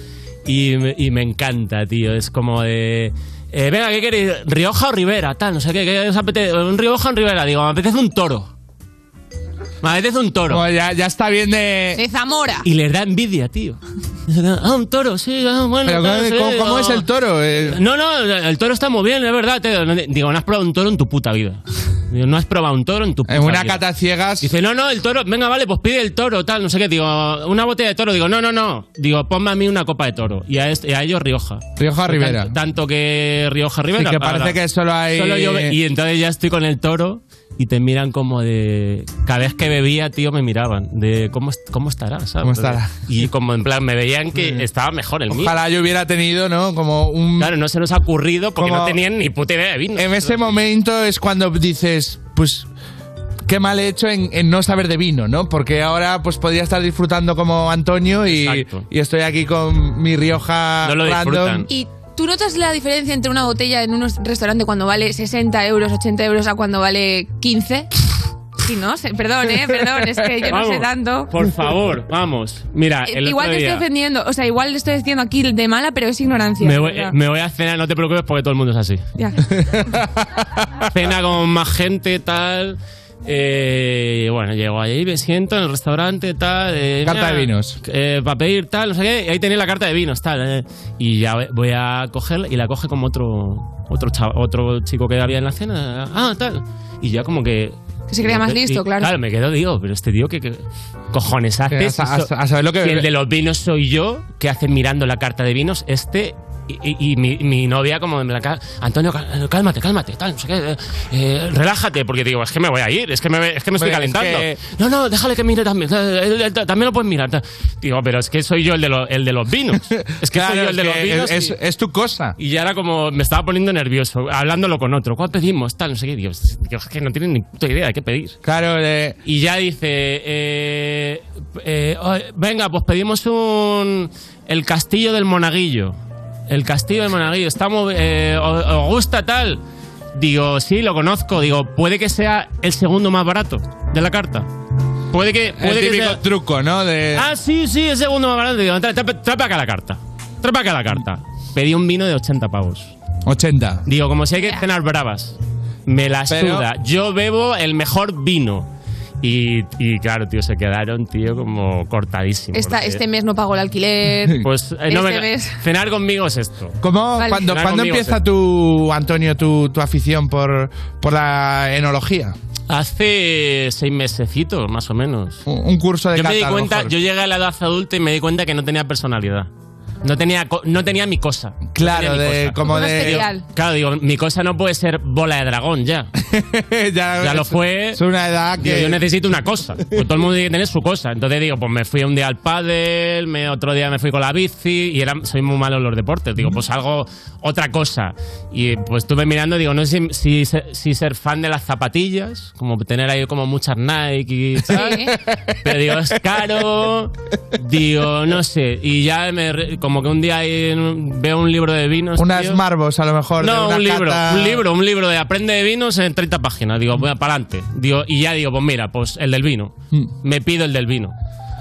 Speaker 3: y, me- y me encanta, tío. Es como de eh, venga, ¿qué queréis? Rioja o Ribera, tal, no sé qué, ¿qué os apetece? un Rioja o un Ribera, digo, me apetece un toro. Me apetece un toro.
Speaker 4: Como ya, ya está bien de.
Speaker 18: De Zamora.
Speaker 3: Y les da envidia, tío. Ah, un toro, sí, ah, bueno.
Speaker 4: Pero,
Speaker 3: tal, sí,
Speaker 4: ¿cómo, cómo- cómo
Speaker 3: digo,
Speaker 4: es el toro? Eh,
Speaker 3: no, no, el toro está muy bien, es verdad. Teo. No, Digo, no has probado un toro en tu puta vida. Digo, no has probado un toro en tu puta
Speaker 4: en una
Speaker 3: vida.
Speaker 4: cata ciegas.
Speaker 3: Dice, no, no, el toro, venga, vale, pues pide el toro, tal, no sé qué. Digo, una botella de toro. Digo, no, no, no. Digo, ponme a mí una copa de toro. Y a, este- y a ellos Rioja.
Speaker 4: Rioja Ribera.
Speaker 3: Tanto, tanto que Rioja Ribera.
Speaker 4: Sí, que
Speaker 3: para-
Speaker 4: parece que solo hay-
Speaker 3: Solo yo ve- y entonces ya estoy con el toro y te miran como de. Cada vez que bebía, tío, me miraban. De cómo, est- cómo estará, ¿sabes?
Speaker 4: ¿Cómo estará? Mm.
Speaker 3: Y como en plan, me veían que estaba mejor el mío.
Speaker 4: Ojalá yo hubiera tenido, ¿no? Como un.
Speaker 3: Claro, no se nos ha ocurrido porque
Speaker 4: Como-
Speaker 3: no tenían ni puta idea de vino.
Speaker 4: En ese momento es cuando dices, pues. Qué mal he hecho en, en no saber de vino, ¿no? Porque ahora pues podría estar disfrutando como Antonio y,
Speaker 3: Exacto.
Speaker 4: y estoy aquí con mi Rioja
Speaker 3: No lo
Speaker 4: random.
Speaker 3: disfrutan.
Speaker 18: Y tú notas la diferencia entre una botella en un restaurante cuando vale 60 euros, 80 euros a cuando vale 15. Sí, no, sé, perdón, eh, perdón, es que yo no sé
Speaker 3: Vamos,
Speaker 18: tanto.
Speaker 3: Por favor, vamos. Mira,
Speaker 18: Eh,
Speaker 3: el
Speaker 18: Igual
Speaker 3: otro
Speaker 18: te estoy
Speaker 3: día,
Speaker 18: ofendiendo, o sea, igual le estoy diciendo aquí de mala, pero es ignorancia.
Speaker 3: me voy,
Speaker 18: de verdad.
Speaker 3: me voy a cenar, no te preocupes porque todo el mundo es así.
Speaker 18: Ya.
Speaker 3: Cena con más gente, tal. eh, bueno, llego allí, me siento en el restaurante, tal. eh,
Speaker 4: Carta
Speaker 3: mira,
Speaker 4: de vinos.
Speaker 3: eh, para pedir, tal, no sé qué. y ahí tenía la carta de vinos, tal. eh, y ya ve- voy a cogerla y la coge como otro, otro, chava- otro chico que había en la cena. Ah, tal. Y ya como que.
Speaker 18: Que se creía más
Speaker 3: y-
Speaker 18: listo, claro.
Speaker 3: Claro, me quedo, digo, pero este tío que. que- cojones haces.
Speaker 4: a- a- a saber lo que
Speaker 3: Si el
Speaker 4: bebe.
Speaker 3: de los vinos soy yo, que hace mirando la carta de vinos, este. y, y mi, mi novia como en la ca- Antonio, cal- cálmate, cálmate, tal, no sé qué, eh, eh, relájate, porque digo, es que me voy a ir, es que me, es que me estoy
Speaker 4: Hombre, es
Speaker 3: calentando.
Speaker 4: que-
Speaker 3: No, no, déjale que mire también, eh, él- él ta- también lo puedes mirar. ta- Digo, pero es que soy yo el de, lo- el de los vinos. Es que
Speaker 4: Claro,
Speaker 3: soy yo el
Speaker 4: es
Speaker 3: de los
Speaker 4: que
Speaker 3: vinos.
Speaker 4: es-
Speaker 3: tu cosa. Y ya era como, me estaba poniendo nervioso, hablándolo con otro. ¿Cuál pedimos? Tal, no sé qué. Digo, es digo, es que no tienen ni puta idea de qué pedir. Claro, Y ya dice, eh, eh, oh, venga, pues pedimos un. El castillo del monaguillo. El castillo del monaguillo. Estamos. Eh, ¿os- ¿Os gusta tal? Digo, sí, lo conozco. Digo, puede que sea el segundo más barato de la carta. Puede que. Puede
Speaker 4: El
Speaker 3: que
Speaker 4: típico
Speaker 3: sea-
Speaker 4: truco, ¿no? De...
Speaker 3: Ah, sí, sí, el segundo más barato. Digo, tra- tra- trae para acá la carta. Trae para acá la carta. Pedí un vino de 80 pavos.
Speaker 4: 80.
Speaker 3: Digo, como si hay que cenar bravas. Me la
Speaker 4: Pero-
Speaker 3: suda. Yo bebo el mejor vino. Y, y claro, tío, se quedaron, tío, como cortadísimos.
Speaker 18: Esta-
Speaker 3: porque-
Speaker 18: este mes no pago el alquiler.
Speaker 3: Pues eh, no
Speaker 18: este
Speaker 3: venga.
Speaker 18: mes.
Speaker 3: Cenar conmigo es esto.
Speaker 4: ¿Cómo,
Speaker 18: Vale.
Speaker 4: ¿Cuándo,
Speaker 3: Cenar
Speaker 4: ¿cuándo
Speaker 3: conmigo es
Speaker 4: empieza
Speaker 3: esto.
Speaker 4: tu, Antonio, tu, tu afición por, por la enología?
Speaker 3: Hace seis mesecitos, más o menos.
Speaker 4: Un curso de
Speaker 3: yo me di
Speaker 4: cata, a lo
Speaker 3: cuenta,
Speaker 4: mejor.
Speaker 3: yo llegué a la edad adulta y me di cuenta que no tenía personalidad. No tenía, co- no tenía mi cosa. No tenía
Speaker 4: Claro,
Speaker 3: mi
Speaker 4: de-
Speaker 3: cosa.
Speaker 4: como Nada de- especial.
Speaker 3: Claro, digo, mi cosa no puede ser bola de dragón ya.
Speaker 4: ya,
Speaker 3: lo fue.
Speaker 4: Es una edad
Speaker 3: Digo,
Speaker 4: que.
Speaker 3: yo necesito una cosa. Pues todo el mundo tiene que tener su cosa. Entonces digo, pues me fui un día al pádel, me, otro día me fui con la bici y era, soy muy malo en los deportes. Digo, pues algo, otra cosa. Y pues estuve mirando, digo, no sé si, si, ser- si ser fan de las zapatillas, como tener ahí como muchas Nike y tal. Pero digo, es caro. Digo, no sé. Y ya me re- como que un día ahí en un- veo un libro de vinos.
Speaker 4: Unas
Speaker 3: tío.
Speaker 4: marbos, a lo mejor. de
Speaker 3: No,
Speaker 4: una
Speaker 3: un libro,
Speaker 4: cata-
Speaker 3: un libro, un libro de Aprende de vinos en 30 páginas. Digo, voy para adelante. Digo, y ya digo, pues mira, pues el del vino.
Speaker 4: Hmm.
Speaker 3: Me pido el del vino.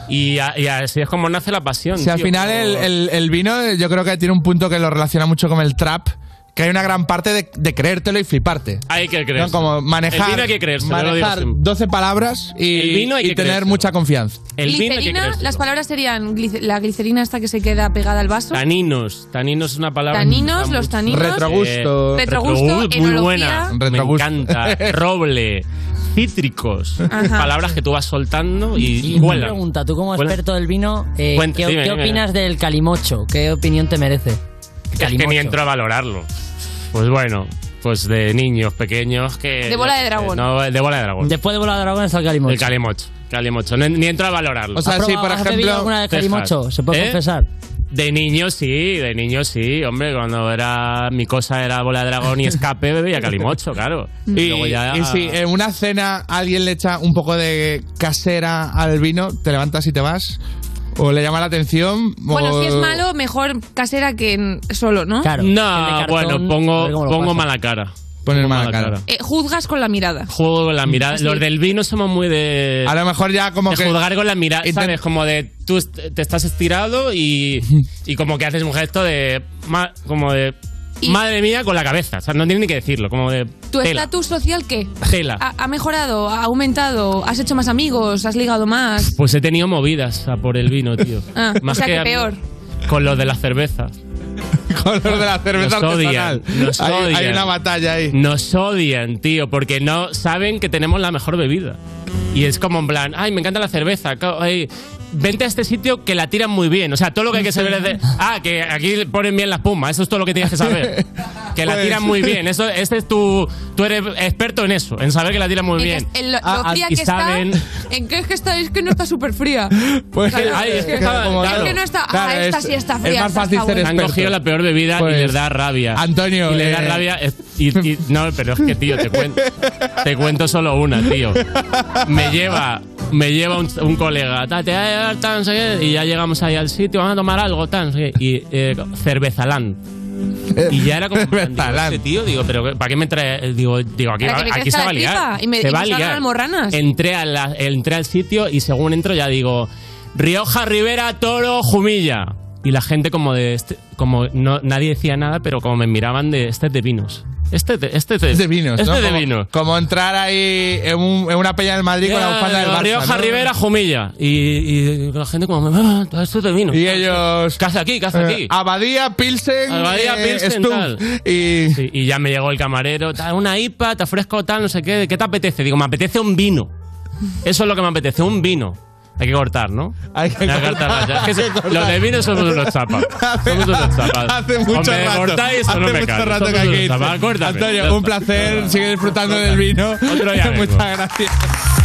Speaker 3: Y, a- y así es como nace la pasión.
Speaker 4: Si al
Speaker 3: tío,
Speaker 4: final
Speaker 3: como-
Speaker 4: el, el- el vino, eh, yo creo que tiene un punto que lo relaciona mucho con el trap, que hay una gran parte de, de creértelo y fliparte.
Speaker 3: Hay que creer.
Speaker 4: No, como manejar,
Speaker 3: El vino hay que creerse.
Speaker 4: manejar 12 palabras y,
Speaker 3: El vino hay
Speaker 4: y
Speaker 3: que
Speaker 4: tener
Speaker 3: creérselo.
Speaker 4: mucha confianza.
Speaker 3: El vino hay que
Speaker 18: glicerina,
Speaker 3: creérselo.
Speaker 18: las palabras serían glice- la glicerina esta que se queda pegada al vaso.
Speaker 3: Taninos. Taninos es una palabra.
Speaker 18: Taninos, los taninos. Retrogusto. Retrogusto,
Speaker 3: Eh, Retrogusto, muy
Speaker 18: enología.
Speaker 3: buena.
Speaker 4: Retrogusto.
Speaker 3: Me encanta. Roble. Cítricos.
Speaker 17: Ajá.
Speaker 3: Palabras que tú vas soltando y,
Speaker 17: Y una
Speaker 3: vuelan.
Speaker 17: pregunta, tú como
Speaker 3: Huela.
Speaker 17: experto del vino, eh,
Speaker 3: Cuenta,
Speaker 17: ¿qué,
Speaker 3: dime,
Speaker 17: qué
Speaker 3: dime.
Speaker 17: opinas del calimocho? ¿Qué opinión te merece?
Speaker 3: Es que ni entro a valorarlo. Pues bueno, pues de niños pequeños que.
Speaker 18: De bola de dragón.
Speaker 3: No, de bola de dragón.
Speaker 17: Después de Bola de Dragón está el calimocho.
Speaker 3: El calimocho. Calimocho. No- ni entro a valorarlo. ¿Eh?
Speaker 17: O sea, ¿Has sí, probado- por has bebido ejemplo, ¿Eh? alguna vez calimocho? ¿Se puede confesar?
Speaker 3: De niño sí, de niño sí. Hombre, cuando era. Mi cosa era bola de dragón y escape, bebía calimocho, claro.
Speaker 4: Y,
Speaker 3: Luego ya-
Speaker 4: y si en una cena alguien le echa un poco de casera al vino, te levantas y te vas, o le llama la atención.
Speaker 18: Bueno,
Speaker 4: o-
Speaker 18: si es malo, mejor casera que en- solo, ¿no?
Speaker 3: No, bueno, pongo, pongo mala cara.
Speaker 4: Poner
Speaker 3: mala, cara.
Speaker 18: Eh, juzgas con la mirada.
Speaker 3: Juego con la mirada.
Speaker 18: Sí.
Speaker 3: Los del vino somos muy de.
Speaker 4: A lo mejor ya como
Speaker 3: de
Speaker 4: que-
Speaker 3: Juzgar con la mirada,
Speaker 4: Intent-
Speaker 3: ¿sabes? Como de. Tú est- te estás estirado y. Y como que haces un gesto de. ma- como de. Madre mía, con la cabeza. O sea, no tienes ni que decirlo. Como de.
Speaker 18: ¿Tu
Speaker 3: tela.
Speaker 18: estatus social qué?
Speaker 3: Tela.
Speaker 18: ¿Ha, ha mejorado? ¿Ha aumentado? ¿Has hecho más amigos? ¿Has ligado más?
Speaker 3: Pues he tenido movidas a por el vino, tío.
Speaker 18: Ah, o sea que,
Speaker 3: a-
Speaker 18: peor.
Speaker 3: Con los de la cerveza.
Speaker 4: con los de la cerveza
Speaker 3: nos odian,
Speaker 4: artesanal.
Speaker 3: nos
Speaker 4: Hay- hay
Speaker 3: odian.
Speaker 4: una batalla ahí.
Speaker 3: Nos odian, tío, porque no saben que tenemos la mejor bebida. Y es como en plan, ay, me encanta la cerveza. ca- ay, vente a este sitio que la tiran muy bien. O sea, todo lo que hay que saber es de, ah, que aquí ponen bien la espuma. Eso es todo lo que tienes que saber. Que la
Speaker 4: Pues.
Speaker 3: tiran muy bien. Eso, este es tu, tú eres experto en eso, en saber que la tiran muy bien.
Speaker 18: En lo, lo
Speaker 3: Ah, ah,
Speaker 18: fría
Speaker 3: y
Speaker 18: que
Speaker 3: saben,
Speaker 18: está. ¿En qué es que está? Es que no está súper fría.
Speaker 4: Pues,
Speaker 3: ay, es que estaba-
Speaker 18: es
Speaker 3: claro.
Speaker 18: que no está.
Speaker 3: Claro,
Speaker 18: ah, esta
Speaker 3: es-
Speaker 18: sí está
Speaker 3: es
Speaker 18: fría.
Speaker 3: más
Speaker 18: esta
Speaker 3: fácil
Speaker 18: está
Speaker 3: ser
Speaker 18: buena.
Speaker 3: Han cogido la peor bebida
Speaker 4: Pues,
Speaker 3: y les da rabia.
Speaker 4: Antonio,
Speaker 3: Y les da
Speaker 4: eh,
Speaker 3: rabia. es- Y, y- no, pero es que, tío, te cuento, te cuento solo una, tío. Me lleva, me lleva un, un colega, "Ta, te voy a llevar, ta, no sé qué", y ya llegamos ahí al sitio, vamos a tomar algo, tan, y eh, cervezalán.
Speaker 4: Eh,
Speaker 3: Y ya era como. en plan, digo, "Este tío, digo, pero ¿para qué me trae? Digo, digo aquí,
Speaker 18: Para
Speaker 3: va-
Speaker 18: que me
Speaker 3: aquí
Speaker 18: crezca
Speaker 3: se va
Speaker 18: la
Speaker 3: a liar.
Speaker 18: tripa y me-
Speaker 3: se va
Speaker 18: y me
Speaker 3: a
Speaker 18: salgan
Speaker 3: liar.
Speaker 18: almorranas.
Speaker 3: Entré, a la- entré al sitio y según entro ya digo, Rioja, Rivera, Toro, Jumilla. Y la gente como de... este- como no, nadie decía nada, pero como me miraban de... Este es de vinos. Este, es de- este, es
Speaker 4: Es de vinos,
Speaker 3: Este
Speaker 4: ¿no?
Speaker 3: es de
Speaker 4: como,
Speaker 3: vinos.
Speaker 4: como entrar ahí en, un- en una peña del Madrid con la
Speaker 3: Ya,
Speaker 4: bufanda del
Speaker 3: digo,
Speaker 4: Barça.
Speaker 3: Rioja,
Speaker 4: ¿no?
Speaker 3: Rivera, Jumilla. Y, y la gente como... "Ah, esto es de vinos.
Speaker 4: Y ellos...
Speaker 3: ¿Qué hace aquí? ¿Qué hace aquí?
Speaker 4: Eh, Abadía, Pilsen,
Speaker 3: Albadía,
Speaker 4: eh,
Speaker 3: Pilsen,
Speaker 4: Stout.
Speaker 3: tal. Sí, y ya me llegó el camarero, tal, una IPA, te ofrezco tal, no sé qué, ¿qué te apetece? Digo, me apetece un vino. Eso es lo que me apetece, un vino. Hay que cortar, ¿no? Hay
Speaker 4: que cortar,
Speaker 3: ya. Es que
Speaker 4: hay que
Speaker 3: so-
Speaker 4: cortar.
Speaker 3: Los de vino somos unos chapas. Somos unos chapas.
Speaker 4: Hace mucho
Speaker 3: O me
Speaker 4: rato.
Speaker 3: cortáis o
Speaker 4: hace
Speaker 3: no me
Speaker 4: mucho
Speaker 3: caso.
Speaker 4: rato que
Speaker 3: Somos
Speaker 4: hay
Speaker 3: unos
Speaker 4: que irse.
Speaker 3: chapas. Córtame. Ya
Speaker 4: Antonio,
Speaker 3: está.
Speaker 4: un placer. Sigue disfrutando del vino.
Speaker 3: Otro día vengo.
Speaker 4: Muchas gracias.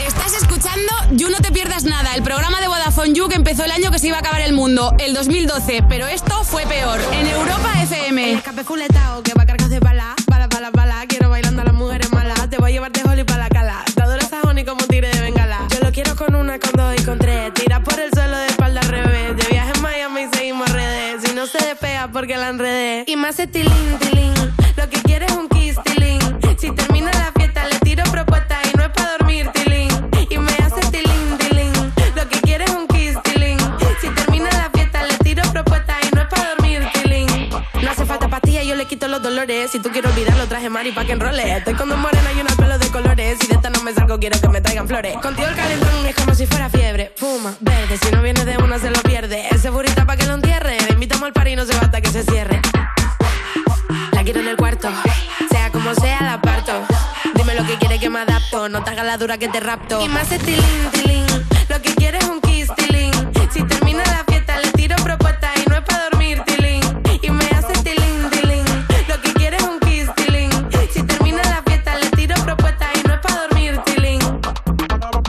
Speaker 15: Estás escuchando You No Te Pierdas Nada, el programa de Vodafone You que empezó el año que se iba a acabar el mundo, el 2012, pero esto fue peor, en Europa FM.
Speaker 28: El escape fuletao que va cargado de bala, bala, bala, bala. Quiero bailando a las mujeres malas. Te voy a llevar de Holly para la cala. Te adoro sajón y como un tigre de bengala. Yo lo quiero con una, con dos y con tres. Tira por el suelo de espalda al revés. De viaje en Miami y seguimos redes. Si no se despega porque la enredé. Y más tilín, tilín. Lo que quiere es un kiss, tilín. Si termina la fiesta le tiro propuesta y no es para dormir, tilín. Y me hace tilín, tilín. Lo que quiere es un kiss, tilín. Si termina la fiesta le tiro propuesta y no es para dormir, tilín. No hace falta pastilla, yo le quito los dolores. Si tú quieres olvidarlo, traje mari pa' que enrole. Estoy con dos morenas y una pelo de colores. Si de esta no me salgo, quiero que me traigan flores. Contigo el calentón es como si fuera fiebre. Fuma, verde, si no viene de una se lo pierde. Ese burrito pa' que lo entierre. Le invitamos al par y no se va hasta que se cierre. La quiero en el cuarto, sea como sea la parto. Dime lo que quiere que me adapto, no te hagas la dura que te rapto. Y más tilín, tilín, lo que quiere es un kiss, tilín. Si termina la fiesta le tiro propuesta y no es para dormir, tilín. Y me hace tilín, tilín, lo que quiere es un kiss, tilín. Si termina la fiesta le tiro propuesta y no es para dormir, tilín.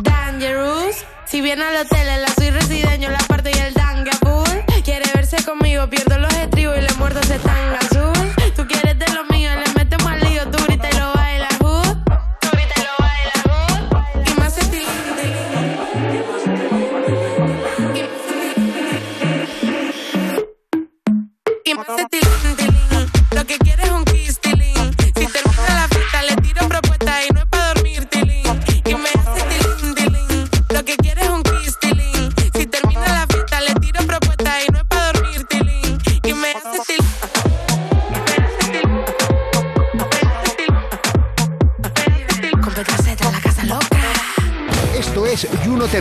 Speaker 28: Dangerous. Si viene al hotel, en la soy resideño, la parte y el dangue a full. Quiere verse conmigo, pierdo los estribos y le muerdo ese tanga azul. Tú quieres de lo mío, le metemos al lío, tú grita y lo baila, hood. Tú grita y lo baila, hood. Y me hace tilín, tilín. Y- Y me hace tilín, tilín. Lo que quiere es un kiss, tilín. Si termina la fiesta, le tiro propuesta y no es para dormir, tilín. Y me hace tilín, tilín. Lo que quiere es un kiss, tilín. Si termina la fiesta, le tiro propuesta y no es para dormir, tilín. Y me hace tilín. Con Petra Zeta, la casa loca.
Speaker 5: Esto es You No Te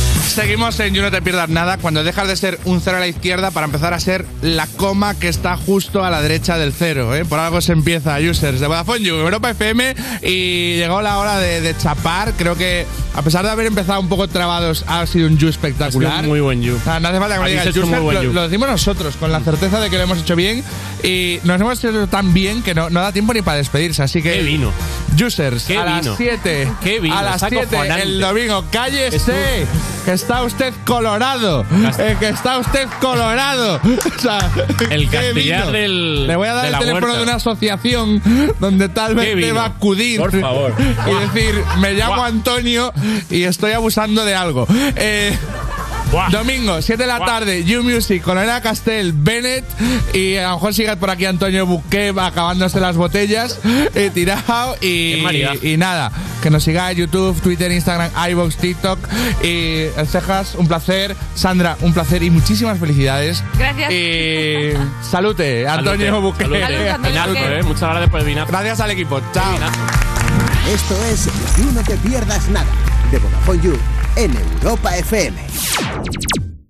Speaker 4: Seguimos en You No Te Pierdas Nada cuando dejas de ser un cero a la izquierda para empezar a ser la coma que está justo a la derecha del cero. ¿eh? Por algo se empieza, users de Vodafone You, Europa FM. Y llegó la hora de, de chapar. Creo que, a pesar de haber empezado un poco trabados, ha sido un You espectacular.
Speaker 3: muy buen you.
Speaker 4: O sea, Ah, no hace falta que me
Speaker 3: Habéis
Speaker 4: digas
Speaker 3: hecho un
Speaker 4: Yusef,
Speaker 3: muy buen
Speaker 4: lo-
Speaker 3: you.
Speaker 4: lo, decimos nosotros, con la certeza de que lo hemos hecho bien. Y nos hemos hecho tan bien que no, no da tiempo ni para despedirse. Así que. vino! Users,
Speaker 3: Qué
Speaker 4: a
Speaker 3: vino.
Speaker 4: las 7.
Speaker 3: Qué vino,
Speaker 4: A las
Speaker 3: está
Speaker 4: 7
Speaker 3: acojonante.
Speaker 4: el domingo. ¡Cállese! Que está usted colorado. Eh, que está usted colorado. O sea,
Speaker 3: El
Speaker 4: qué
Speaker 3: castillar
Speaker 4: vino.
Speaker 3: del-
Speaker 4: Le voy a dar
Speaker 3: de
Speaker 4: el
Speaker 3: la
Speaker 4: teléfono
Speaker 3: huerta.
Speaker 4: de una asociación donde tal
Speaker 3: Qué
Speaker 4: vez
Speaker 3: vino.
Speaker 4: deba acudir.
Speaker 3: Por favor.
Speaker 4: Y decir, me llamo Antonio y estoy abusando de algo. Eh, Domingo, 7 de la tarde, You Music con Elena Castel, Bennett y a lo mejor sigas por aquí Antonio Buque acabándose las botellas, eh, tirado y,
Speaker 3: maridaje.
Speaker 4: y nada, que nos siga en YouTube, Twitter, Instagram, iVoox, TikTok y el Cejas, un placer, Sandra, un placer y muchísimas felicidades.
Speaker 18: Gracias.
Speaker 4: Y salute, Eh, Antonio
Speaker 3: Salute,
Speaker 4: Buque.
Speaker 3: salute. Vinazo, eh, Muchas gracias por el vinazo.
Speaker 4: Gracias al equipo, chao.
Speaker 5: Esto es You No Te Pierdas Nada, de Vodafone You, en Europa FM.